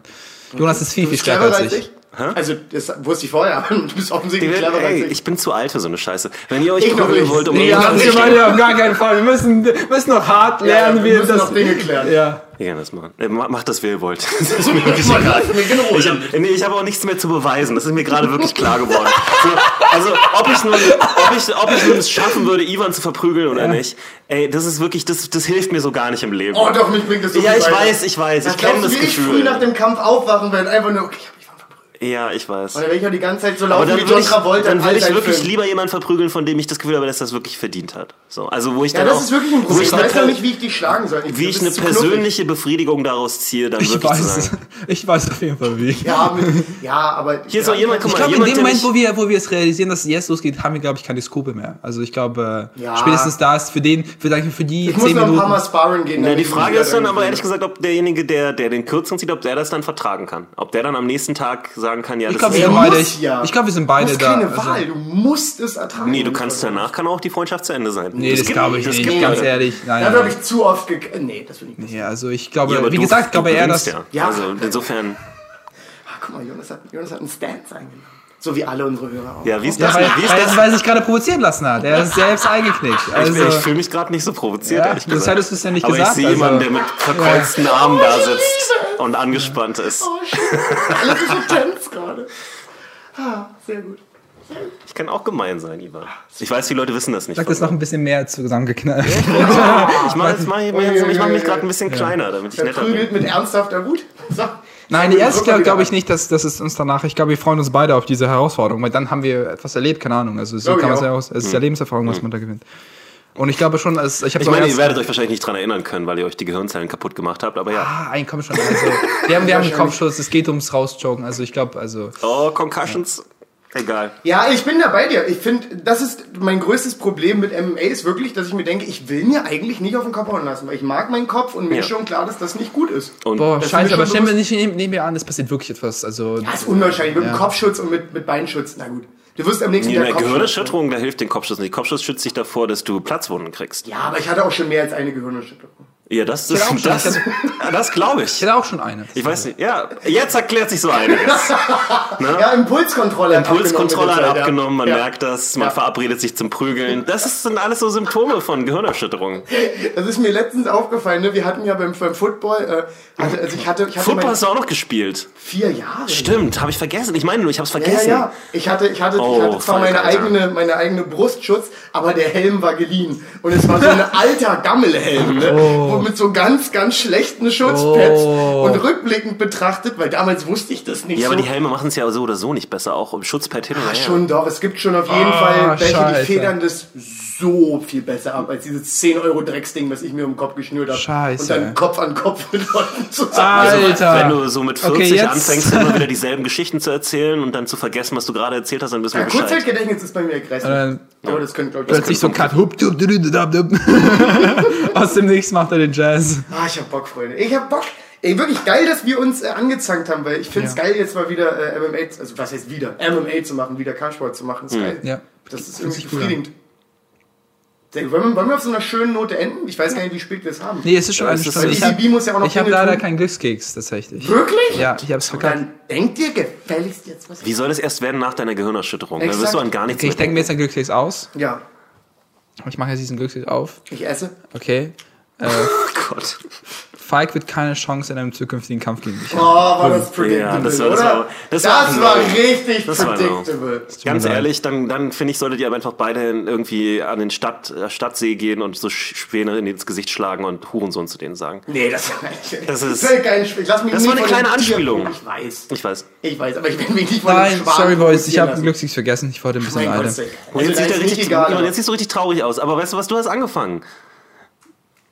S4: Jonas ist viel, viel
S2: bist
S4: stärker als ich.
S2: Also, das wusste ich vorher, aber du bist offensichtlich cleverer als
S1: Ey,
S2: ich.
S1: ich bin zu alt für so eine Scheiße. Wenn ihr euch
S2: Ich noch
S1: prügeln
S2: nicht.
S1: wollt, um
S2: Nee,
S1: irgendwas-
S2: ja,
S4: Das
S2: nicht.
S4: hier war ja auf gar keinen Fall. Wir müssen, wir müssen noch hart lernen,
S2: wir
S4: wie
S2: müssen
S4: das.
S2: noch Dinge klären.
S4: Ja.
S1: Ihr könnt das machen. Äh, ma- Macht das, wie ihr wollt. Das ist mir
S2: Ich wollte gerade- mir genau-
S1: Ich habe nee, ich hab auch nichts mehr zu beweisen. Das ist mir gerade wirklich klar geworden. So, also, ob ich, nun, ob, ich, ob ich nun es schaffen würde, Ivan zu verprügeln oder nicht, ey, das ist wirklich, das, das hilft mir so gar nicht im Leben.
S2: Oh doch, mich bringt das so
S1: ja,
S2: viel
S1: ich
S2: weiter.
S1: weiß, ich weiß.
S2: Das
S1: Ich kenne das
S2: wie ich früh
S1: Gefühl.
S2: nach dem Kampf aufwachen werde, einfach nur, okay, ich hab mich verprügelt.
S1: Ja, ich weiß.
S2: Und dann werde ich auch die ganze Zeit so laut
S1: Aber dann
S2: wie
S1: würde
S2: John
S1: ich,
S2: Travolta in
S1: dann
S2: all
S1: würde ich
S2: seinen
S1: wirklich
S2: Filmen.
S1: lieber jemanden verprügeln, von dem ich das Gefühl habe, dass das wirklich verdient hat. So, also wo ich
S2: Ja,
S1: dann
S2: das
S1: auch,
S2: ist wirklich ein
S1: wo
S2: Problem.
S1: ich
S2: Ich
S1: eine,
S2: weiß noch
S1: per-
S2: nicht, wie ich dich schlagen soll.
S1: wie
S2: du
S1: ich
S2: bist
S1: eine
S2: zu knuffig.
S1: persönliche Befriedigung daraus ziehe, dann
S4: Ich
S1: wirklich zu
S4: weiß, es.
S1: sagen.
S4: ich weiß auf jeden Fall wie.
S2: Ja, mit, ja, aber.
S1: Hier
S2: ja,
S1: ist noch jemand, guck mal,
S4: Ich glaube, in
S1: jemand,
S4: dem
S1: der
S4: Moment,
S1: mich-
S4: wo wir, wo wir es realisieren, dass es jetzt losgeht, haben wir, glaube ich, keine Skrupel mehr. Also ich glaube, äh,
S2: Ja.
S4: spätestens da ist für den, für, danke für die
S2: Ich muss
S4: zehn
S2: noch ein
S4: Minuten.
S2: paar Mal sparren
S1: Ja,
S2: gehen. damit
S1: die
S2: ich
S1: Frage
S2: wieder
S1: ist dann
S2: drin
S1: aber
S2: bin.
S1: ehrlich gesagt, ob derjenige, der, der den Kürzeren zieht, ob der das dann vertragen kann. Ob der dann am nächsten Tag sagen kann, ja,
S4: Ich
S1: das
S4: glaube,
S1: ist...
S4: wir
S2: Er
S4: sind beide,
S2: muss
S4: ich,
S2: ja.
S4: ich glaube, wir sind
S2: Du
S4: beide
S2: hast
S4: da.
S2: keine
S4: Also,
S2: Wahl, du musst es ertragen.
S1: Nee, du kannst danach, kann auch die Freundschaft zu Ende sein.
S4: nee, das,
S1: gibt-
S4: glaube ich
S1: das
S4: nicht,
S1: gibt-
S4: ganz ehrlich. Nein,
S2: Dafür habe
S4: nein.
S2: ich zu oft gek. Nee, das will ich nicht.
S4: Ja, also ich glaube,
S1: Ja, aber
S4: wie
S1: du-
S4: gesagt,
S1: du
S4: glaube er, dass
S1: gewinnst ja.
S2: Ja.
S1: Also insofern,
S2: Ah, guck mal, Jonas hat, Jonas hat einen Stance eingenommen. So wie alle unsere Hörer auch.
S1: ja, wie ist
S4: Ja,
S1: das?
S4: weil,
S1: denn? wie ist
S4: weil,
S1: das?
S4: weil er sich gerade provozieren lassen hat. Er ist selbst eingeknickt.
S1: Ich,
S4: Also,
S1: ich fühle mich gerade nicht so provoziert,
S4: Ja,
S1: ehrlich
S4: das
S1: gesagt.
S4: hättest du es ja nicht
S1: Aber
S4: gesagt,
S1: ich sehe
S4: also-
S1: jemanden, der mit verkreuzten Armen da sitzt und angespannt ist.
S2: Oh, shit. Alles ist so tense gerade. Ah, sehr gut.
S1: Ich kann auch gemein sein, Ivan. Ich weiß, die Leute wissen das nicht.
S4: sag
S1: von
S4: das noch ein bisschen mehr zusammengeknallt.
S1: mir. Ich mache mach, ich mach,
S2: Ui, ui,
S1: ich mach
S2: ui,
S1: mich
S2: ui.
S1: gerade ein bisschen kleiner, damit ich
S2: Er
S1: netter bin.
S2: prügelt mit ernsthafter Wut. So.
S4: Nein,
S2: So,
S4: die erste
S2: drück mal
S4: glaube
S2: wieder
S4: glaub ich
S2: an.
S4: nicht, dass das ist uns danach. Ich glaube, wir freuen uns beide auf diese Herausforderung, weil dann haben wir etwas erlebt, keine Ahnung. Also so
S2: Glaub
S4: kann
S2: ich
S4: man's
S2: auch.
S4: ja
S2: Hm.
S4: auch, es ist ja Lebenserfahrung, was man da gewinnt. Und ich glaube schon, als ich habe
S1: Ich meine, ihr werdet euch wahrscheinlich nicht dran erinnern können, weil ihr euch die Gehirnzellen kaputt gemacht habt, aber ja.
S4: Ah, ein komm schon. Also, wir haben, wir haben einen Kopfschuss, es geht ums Rausjoggen. Also ich glaube, also.
S1: Oh, Concussions. Egal.
S2: Ja, ich bin da bei dir. Ich finde, das ist mein größtes Problem mit MMA ist wirklich, dass ich mir denke, ich will mir eigentlich nicht auf den Kopf hauen lassen, weil ich mag meinen Kopf und mir
S1: Ja. Oh.
S2: ist schon klar, dass das nicht gut ist.
S1: Und
S4: Boah,
S2: Das ist mir
S4: scheiße,
S2: schon
S4: aber stellen wir
S2: bewusst.
S4: nicht, nehmen nehmen wir an, es passiert wirklich etwas. Also,
S2: Das ist unwahrscheinlich. Mit dem Kopfschutz und mit, mit Beinschutz. Na gut. Du wirst am nächsten
S1: die
S2: Tag Kopfschutz.
S1: Gehirnerschütterung, da hilft den Kopfschuss nicht. Kopfschuss schützt dich davor, dass du Platzwunden kriegst.
S2: Ja, aber ich hatte auch schon mehr als eine Gehirnerschütterung.
S1: Ja, das
S4: auch schon-
S1: ist das,
S4: ich
S1: ja, das glaube ich.
S4: ich hätte auch schon eine.
S1: Ich weiß nicht. Ja, jetzt erklärt sich so einiges.
S2: Ja, Impulskontrolle. hat
S1: Pulskontrolle hat
S2: abgenommen Genau, mit der Zeit, ja.
S1: abgenommen, man
S2: ja.
S1: merkt das, man
S2: Ja.
S1: verabredet sich zum Prügeln. Das ist, sind alles so Symptome von Gehirnerschütterungen.
S2: Das ist mir letztens aufgefallen, ne? Wir hatten ja beim, beim Football, äh, hatte, also ich hatte, ich hatte
S1: Football
S2: meine
S1: hast du auch noch gespielt.
S2: vier Jahre.
S1: Stimmt, habe ich vergessen. Ich meine nur, ich habe es
S2: Ja, ja,
S1: vergessen.
S2: ja. Ich hatte, ich hatte,
S1: Oh,
S2: ich hatte zwar
S1: fuck,
S2: meine
S1: Alter.
S2: eigene, meine eigene Brustschutz, aber der Helm war geliehen. Und es war so ein alter Gammelhelm, ne?
S1: Oh.
S2: Wo mit so ganz, ganz schlechten Schutzpads
S4: Oh.
S2: und rückblickend betrachtet, weil damals wusste ich das nicht
S1: Ja,
S2: so. Ah,
S1: aber die Helme machen es ja so oder so nicht besser, auch im Schutzpad hin und her.
S2: Schon doch, es gibt schon auf jeden
S4: Ah,
S2: Fall welche,
S4: scheiße.
S2: die federn das so viel besser ab, als dieses 10 Euro Drecksding, was ich mir um den Kopf geschnürt habe.
S4: Scheiße.
S2: Und dann Kopf an Kopf mit Leuten zusammen.
S1: Also,
S4: Alter.
S1: wenn du so mit 40
S4: Okay, jetzt-
S1: anfängst, immer wieder dieselben Geschichten zu erzählen und dann zu vergessen, was du gerade erzählt hast, dann wissen wir
S2: Ja,
S1: Bescheid.
S2: Kurzzeitgedächtnis ist bei mir aggressiv.
S4: Äh,
S2: aber das könnte, glaube ich,
S4: Plötzlich so Cut. Hup, dup, dup, dup, dup, dup. Aus dem Nichts macht er den Jazz.
S2: Ah, ich hab Bock, Freunde. Ich hab Bock. Ey, wirklich geil, dass wir uns äh, angezankt haben, weil ich find's
S4: Ja.
S2: geil, jetzt mal wieder äh, MMA, zu- also was heißt wieder? MMA zu machen, wieder Kampfsport zu
S1: Hm.
S2: machen, ist geil.
S4: Ja.
S2: Das ist
S4: Fühlt
S2: irgendwie
S4: sich gut an.
S2: befriedigend. Sehr gut. Wollen wir, wollen wir auf so einer schönen Note enden? Ich weiß gar nicht, wie spät wir es haben.
S4: Nee, es ist schon eine
S1: es ist-
S4: Stunde.
S2: weil
S4: Ich
S2: ECB muss ja auch
S4: habe
S2: noch
S4: ich hab
S2: Dinge
S4: leider
S2: tun.
S4: keinen Glückskeks tatsächlich.
S2: Wirklich?
S4: Ja, ich habe es verkackt.
S2: Dann denk dir gefälligst jetzt was.
S1: Wie soll das erst werden nach deiner Gehirnerschütterung? Da wirst
S2: Exakt.
S1: du an gar nichts
S4: Okay, ich denke mir jetzt einen Glückskeks aus.
S2: Ja,
S4: Ich mache jetzt diesen Glückskeks auf.
S2: ich esse.
S4: Okay.
S1: Oh Gott.
S4: Falk wird keine Chance in einem zukünftigen Kampf gegen mich.
S2: Oh, war das predictable,
S1: Ja, das war- das
S2: oder?
S1: war- das war-
S2: richtig
S1: das war-
S2: predictable.
S1: Ganz
S4: mir leid.
S1: ehrlich, dann, dann finde ich, solltet ihr aber einfach beide irgendwie an den Stadt, äh, Stadtsee gehen und so Sch- Späne in ins Gesicht schlagen und Hurensohn zu denen sagen.
S2: Nee, das war nicht.
S1: Das ist-
S2: war kein Spiel. Lass mich
S1: Das
S2: nie
S1: war eine
S2: von dem
S1: kleine
S2: Tier-
S1: Anspielung.
S2: Ich weiß.
S1: Ich weiß.
S2: Ich weiß, aber ich bin mich nicht von
S4: Nein,
S2: dem Schwan
S4: sorry Boys, ich
S2: provozieren
S4: habe einen
S2: lassen.
S4: Glückskeks vergessen. Ich wollte ein bisschen
S2: Mein Gott,
S4: eine.
S2: Stick.
S1: Und
S2: Also,
S1: jetzt,
S2: da
S1: sieht er
S2: ist
S1: richtig,
S2: nicht egal,
S1: Ivan,
S2: aber-
S1: jetzt siehst du richtig traurig aus. Aber weißt du was, du hast angefangen.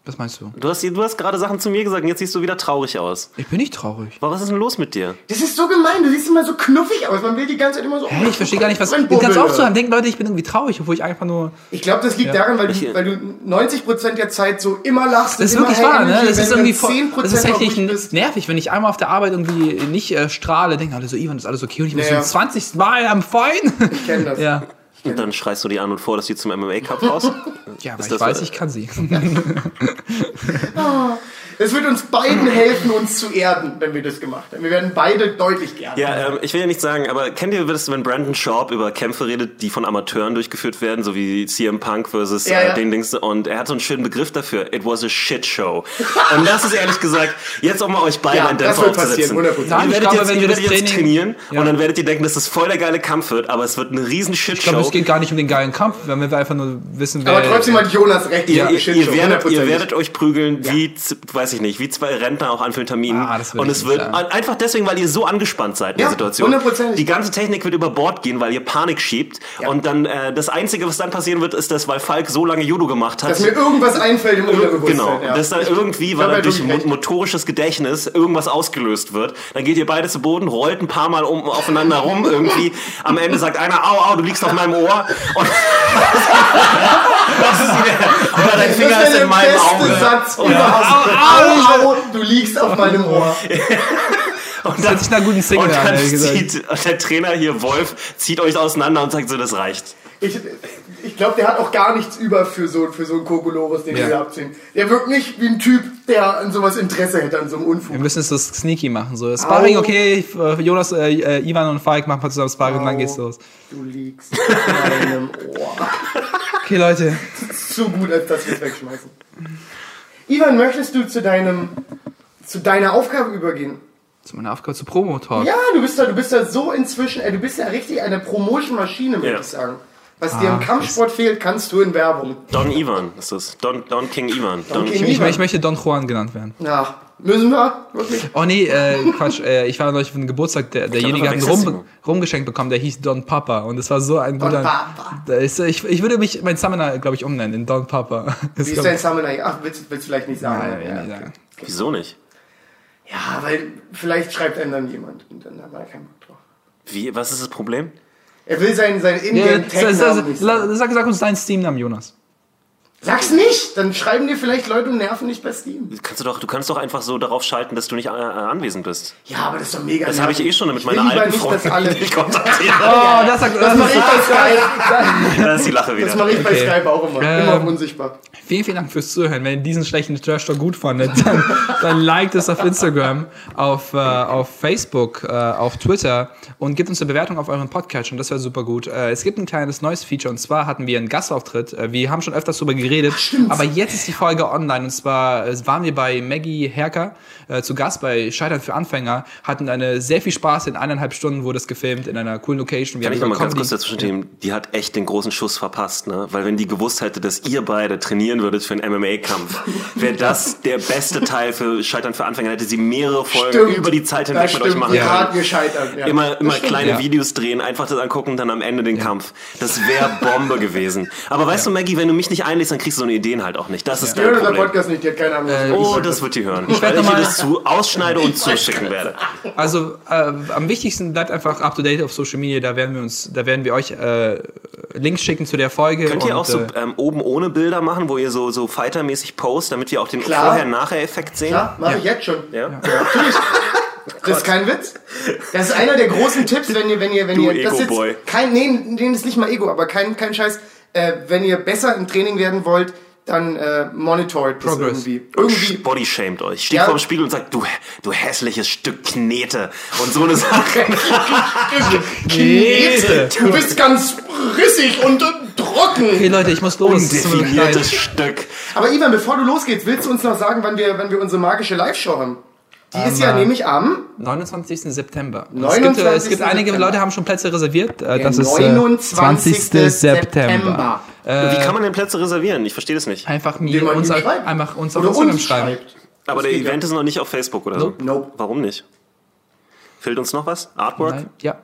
S4: Was meinst du?
S1: Du hast, du hast gerade Sachen zu mir gesagt und jetzt siehst du wieder traurig aus.
S4: Ich bin nicht traurig.
S1: Aber Was ist denn los mit dir?
S2: Das ist so gemein, du siehst immer so knuffig aus. Man will die ganze Zeit immer so.
S4: Hey, ich verstehe gar nicht, was.
S2: Mein
S4: Ganz
S2: Bubbel.
S4: aufzuhören. Denken Leute, ich bin irgendwie traurig, obwohl ich einfach nur.
S2: Ich glaube, das liegt daran, weil
S1: Ich-
S2: du, weil du 90% der Zeit so immer lachst.
S4: Das ist
S2: und immer
S4: wirklich
S2: Hey
S4: wahr, ne?
S2: Energy,
S4: Das
S2: wenn
S4: ist
S2: du
S4: irgendwie
S2: dann
S4: voll,
S2: 10%
S4: das ist tatsächlich
S2: ruhig bist.
S4: nervig, wenn ich einmal auf der Arbeit irgendwie nicht äh, strahle, denken alle so, Ivan, ist alles okay und ich bin
S2: Naja.
S4: so zum 20. Mal am Fein.
S2: Ich kenn das.
S4: Ja,
S1: Und dann schreist du die an und vor, dass die zum MMA-Cup raus.
S4: ja weil
S1: Ist
S4: ich
S1: das- äh,
S4: weiß, ich kann sie.
S2: Es wird uns beiden helfen, uns zu erden, wenn wir das gemacht haben. Wir werden beide deutlich geerdet.
S1: Ja, ähm, ich will ja nicht sagen, aber kennt ihr das, wenn Brandon Sharp über Kämpfe redet, die von Amateuren durchgeführt werden, so wie CM Punk versus
S2: Ja,
S1: äh,
S2: ja.
S1: den Dings, und er hat so einen schönen Begriff dafür, it was a shit show. und das ist ehrlich gesagt, jetzt auch mal euch beide
S2: Ja,
S1: einen
S2: das
S1: Dämpfer
S2: wird
S1: aufzusetzen.
S2: passieren, 100%.
S4: Nein,
S1: ihr
S4: ich
S1: werdet,
S4: glaube,
S1: jetzt,
S4: wenn
S1: ihr
S4: wir das
S1: werdet jetzt
S4: Training-
S1: trainieren
S4: Ja.
S1: und dann werdet ihr denken, dass das voll der geile Kampf wird, aber es wird eine riesen
S4: Ich glaube, es
S1: Shitshow.
S4: geht gar nicht um den geilen Kampf, wenn wir einfach nur wissen, wer.
S2: Aber trotzdem hat Jonas recht.
S1: Ihr,
S2: die
S1: ihr,
S2: Shitshow,
S1: ihr, werdet, ihr
S2: 100%.
S1: werdet euch prügeln, wie, z- weiß weiß ich nicht, wie zwei Rentner auch Amphetaminen.
S4: Ah, das würde
S1: und
S4: ich
S1: es
S4: nicht
S1: wird
S4: sagen.
S1: ein- einfach deswegen, weil ihr so angespannt seid in
S2: Ja,
S1: der Situation.
S2: hundertprozentig.
S1: Die ganze Technik wird über Bord gehen, weil ihr Panik schiebt. Und dann äh, das Einzige, was dann passieren wird, ist, dass weil Falk so lange Judo gemacht hat.
S2: Dass mir irgendwas einfällt im Unterbewusstsein.
S1: Genau,
S2: ja.
S1: dass dann irgendwie, weil
S2: glaub,
S1: dann
S2: er
S1: durch
S2: hat wirklich
S1: mo- motorisches Gedächtnis irgendwas ausgelöst wird, dann geht ihr beide zu Boden, rollt ein paar Mal um, aufeinander rum irgendwie. Am Ende sagt einer, au, au, du liegst auf meinem Ohr. Und das ist wieder, oder dein
S2: Das
S1: Finger
S2: wär
S1: ist
S2: der
S1: in meinem
S2: beste
S1: Auge.
S2: Satz überhaupt. Au, au, du liegst auf meinem Ohr.
S1: Und
S4: Das hört sich nach guten Single
S1: und
S4: an,
S1: dann
S4: ehrlich gesagt.
S1: zieht und der Trainer hier, Wolf, zieht euch auseinander und sagt so, das reicht.
S2: Ich, ich glaube, der hat auch gar nichts über für so, für so einen Kokolores, den
S4: Ja.
S2: wir wir abziehen. Der wirkt nicht wie ein Typ, der an sowas Interesse hätte, an so einem Unfug.
S4: Wir müssen es so sneaky machen. So. Sparring, okay, ich- äh, Jonas, äh, äh, Ivan und Falk machen mal zusammen Sparring und dann geht's los.
S2: Du liegst auf meinem Ohr.
S4: Okay, Leute.
S2: So gut, als dass wir es wegschmeißen. Ivan, möchtest du zu deinem zu deiner Aufgabe übergehen?
S4: Zu meiner Aufgabe zu Promo-Talk.
S2: Ja, du bist da, du bist da so inzwischen, ey, du bist ja richtig eine Promotion-Maschine, würde
S1: Ja.
S2: ich sagen. Was dir im Kampfsport fehlt, kannst du in Werbung.
S1: Don Ivan ist das. Don, Don King Ivan. Don,
S2: King
S4: Ich,
S2: Ivan.
S4: ich möchte Don Juan genannt werden.
S2: Ja, müssen wir? Wirklich?
S4: Oh nee, äh, Quatsch, äh, ich war neulich auf einem Geburtstag, der, derjenige hat einen
S1: verwechselst
S4: rum, rumgeschenkt bekommen, der hieß Don Papa und es war so ein
S2: Don
S4: guter...
S2: Papa.
S4: Da ist, äh, ich, ich würde mich, mein Summoner, glaube ich, umnennen in Don Papa.
S2: Wie ist dein Summoner? Ach, willst, willst du vielleicht nicht sagen?
S4: Nein,
S2: ja.
S4: ja, ja.
S1: Wieso nicht?
S2: ja, weil vielleicht schreibt einem dann jemand und dann hat man keinen Bock drauf.
S1: Wie, was ist das Problem?
S2: Er will seinen, seinen
S4: Ja,
S2: ingame tag
S4: sag, sag,
S2: nicht sagen.
S4: sag, sag, sag uns deinen Steam-Namen, Jonas.
S2: Sag's nicht! Dann schreiben dir vielleicht Leute und nerven dich bei Steam.
S1: Kannst du, doch, du kannst doch einfach so darauf schalten, dass du nicht äh, anwesend bist.
S2: Ja, aber das ist doch mega
S1: Das habe ich eh schon mit meiner
S2: will lieber
S1: alten
S2: nicht, dass
S1: Freundin,
S2: alle-
S1: die ich kontaktiere.
S4: Oh, das sagt...
S2: Das mache ich bei Skype.
S1: Da ist die Lache
S2: Das
S1: wieder.
S2: mache ich bei
S4: Okay.
S2: Skype auch immer.
S4: Ähm.
S2: Immer auf unsichtbar.
S4: Vielen, vielen Dank fürs Zuhören. Wenn ihr diesen schlechten Trash Talk gut fandet, dann, dann liked es auf Instagram, auf, äh, auf Facebook, äh, auf Twitter und gebt uns eine Bewertung auf euren Podcast und das wäre super gut. Äh, es gibt ein kleines neues Feature und zwar hatten wir einen Gastauftritt. Äh, wir haben schon öfters darüber geredet, aber jetzt ist die Folge online und zwar äh, waren wir bei Maggie Herker äh, zu Gast bei Scheitern für Anfänger, hatten eine sehr viel Spaß in eineinhalb Stunden wurde es gefilmt in einer coolen Location. Wir
S1: Kann ich
S4: haben
S1: nochmal
S4: über
S1: ganz kurz
S4: Comedy-
S1: dazwischen nehmen? Die hat echt den großen Schuss verpasst, ne? Weil wenn die gewusst hätte, dass ihr beide trainieren würdet für einen MMA-Kampf, wäre das der beste Teil für Scheitern für Anfänger. Hätte sie mehrere Folgen über die Zeit hinweg
S2: das
S1: mit euch machen
S2: ja.
S1: können.
S2: Gerade gescheitert. Ja.
S1: Immer, immer kleine
S4: ja.
S1: Videos drehen, einfach das angucken und dann am Ende den Kampf. Das wäre Bombe gewesen. Aber weißt du, Maggie, wenn du mich nicht einlädst, dann kriegst du so eine Ideen halt auch nicht. Das ist
S2: Die hören
S1: dein
S2: unseren
S1: Problem.
S2: Podcast nicht, die hat keine Ahnung.
S4: Äh,
S2: was wir
S1: Oh,
S2: sagen.
S1: das wird die hören. Weil
S4: werd
S1: ich
S4: noch
S1: dir
S4: mal-
S1: das zu ausschneide und zuschicken werde.
S4: Also äh, am wichtigsten bleibt einfach up to date auf Social Media. Da werden wir uns, da werden wir euch äh, Links schicken zu der Folge.
S1: Könnt ihr
S4: und,
S1: auch so
S4: äh,
S1: ähm, oben ohne Bilder machen, wo ihr so, so fightermäßig post, damit wir auch den
S2: Klar.
S1: Vorher-Nachher-Effekt sehen?
S2: Ja, mache ich jetzt schon.
S1: Ja.
S2: Das ist kein Witz. Das ist einer der großen Tipps, wenn ihr, wenn ihr, wenn
S1: Du
S2: ihr, das ist
S1: Ego-Boy.
S2: jetzt kein, nee, nee, das ist nicht mal Ego, aber kein, kein Scheiß. Äh, wenn ihr besser im Training werden wollt, dann äh, monitort das
S4: Progress.
S2: irgendwie. Irgendwie.
S1: Body shamed euch. Steht
S2: Ja.
S1: vorm Spiegel und sagt, du, du hässliches Stück Knete. Und so eine Sache. Oh,
S4: Knete.
S2: Du bist ganz rissig und äh,
S4: Okay,
S2: trocken.
S4: Leute, ich muss los. Es ist so klein.
S1: Undefiniertes Stück.
S2: Aber Ivan, bevor du losgehst, willst du uns noch sagen, wann wir, wann wir unsere magische Live-Show haben? Die ist ja
S4: äh,
S2: nämlich am
S4: 29. September. Und es gibt, äh, es
S2: 29.
S4: gibt einige
S2: September.
S4: Leute haben schon Plätze reserviert. Äh, das ist äh,
S2: 29. September.
S1: Wie kann man denn Plätze reservieren? Ich verstehe das nicht.
S4: Einfach
S2: Indem
S4: mir
S2: man
S4: uns
S2: ihm
S4: auf,
S2: schreibt.
S4: einfach uns auf
S2: Oder
S4: Instagram
S2: uns
S4: schreiben.
S2: schreibt.
S1: Aber der
S2: geht ja.
S1: Event ist noch nicht auf Facebook oder so.
S2: Nope.
S1: Warum nicht? Fehlt uns noch was? Artwork?
S4: Nein, ja.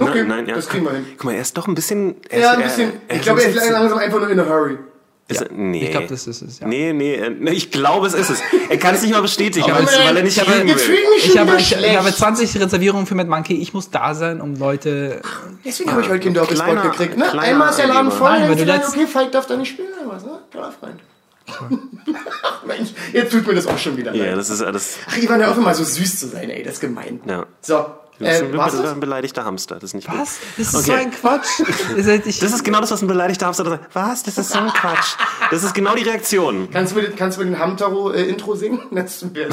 S2: Okay, das kriegen wir hin.
S1: Guck mal, er ist doch ein bisschen. Er
S2: Ja,
S1: ist, Also
S2: ein
S1: er-
S2: bisschen.
S1: er
S2: Ich glaube, er ist
S1: ein bisschen-
S2: langsam einfach nur in a hurry.
S1: Ist er- nee.
S4: Ich glaube, das ist es. Ja.
S1: Nee, nee, äh, nee, ich glaube, es ist es. Er kann es nicht mal bestätigen,
S4: Aber
S1: weil,
S4: nein,
S1: weil er nicht
S4: ich habe-
S1: reden
S2: Jetzt fühle
S1: will.
S2: ich mich schon
S4: Ich habe,
S2: wieder
S4: ich, ich
S2: schlecht.
S4: habe 20 Reservierungen für Mad Monkey. Ich muss da sein, um Leute.
S2: Deswegen habe ich heute keinen Doppelspot
S1: kleiner-
S2: gekriegt. Ne?
S1: kleiner
S2: Einmal ist der Laden
S1: Angeber.
S2: voll,
S4: Nein,
S2: dann
S4: weil
S2: ist
S4: du
S2: der Laden,
S4: letzt-
S2: okay, Falk darf da nicht spielen oder was, ne? Toller Freund. Mensch, jetzt tut mir das auch schon wieder
S1: Ja,
S2: leid.
S1: das ist alles.
S2: Ach, Ivan, hör auf immer so süß zu sein, ey, das ist gemein.
S1: Ja.
S2: So,
S1: Du bist
S2: äh,
S1: ein,
S2: war's
S1: be-
S2: das?
S1: ein beleidigter Hamster, das ist nicht gut.
S4: Was? Das ist so
S1: Okay.
S4: ein Quatsch. Ihr seid- ich-
S1: Das ist genau das, was ein beleidigter Hamster sagt. Was? Das ist so ein Quatsch. Das ist genau die Reaktion.
S2: äh, Kannst du, mir- kannst du mir den Hamtaro-Intro singen? Das wäre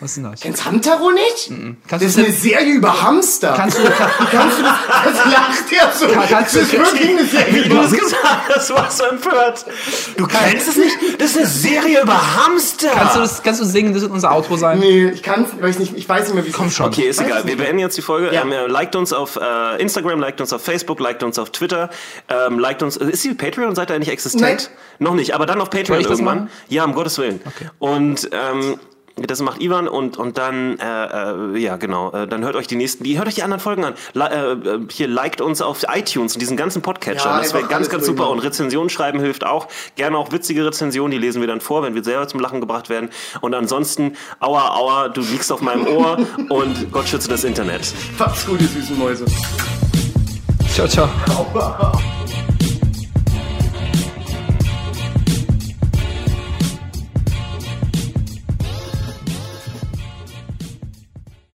S4: Was ist denn das?
S2: Kennst Hamtaro nicht? Das
S4: Kannst
S2: ist
S4: du-
S2: eine Serie über Hamster.
S4: Kannst du-
S2: Wie kannst du das? Das lacht ja so.
S4: Kann-
S2: Das
S4: kannst du-
S2: ist wirklich eine Serie
S1: Wie du
S2: über
S1: es gesagt hast, war so empört. Du kennst es nicht? Das ist eine Serie über Hamster.
S4: Kannst du, das, kannst du singen, das wird unser Outro sein?
S2: Nee, ich kann's, weiß nicht, ich weiß nicht mehr, wie es
S4: Komm
S2: ist.
S4: schon.
S1: Okay, ist egal. Wir beenden jetzt die Folge.
S2: Ja.
S1: Ähm, äh, liked uns auf äh, Instagram, liked uns auf Facebook, liked uns auf Twitter, ähm, liked uns. Ist die Patreon-Seite eigentlich existent? Noch nicht, aber dann auf Patreon
S4: Soll ich das
S1: irgendwann.
S4: machen?
S1: Ja, um Gottes Willen. Und ähm, das macht Ivan und, und dann, äh, äh, ja genau, äh, dann hört euch die nächsten, die, hört euch die anderen Folgen an. Li- äh, äh, hier liked uns auf iTunes und diesen ganzen Podcatcher.
S2: Ja,
S1: das wäre
S2: einfach
S1: ganz,
S2: alles
S1: ganz super.
S2: drüber.
S1: Und Rezensionen schreiben hilft auch. Gerne auch witzige Rezensionen, die lesen wir dann vor, wenn wir selber zum Lachen gebracht werden. Und ansonsten, aua, aua, du liegst auf meinem Ohr und Gott schütze das Internet.
S2: Macht's gut, ihr süßen Mäuse.
S4: Ciao, ciao.
S2: Aua.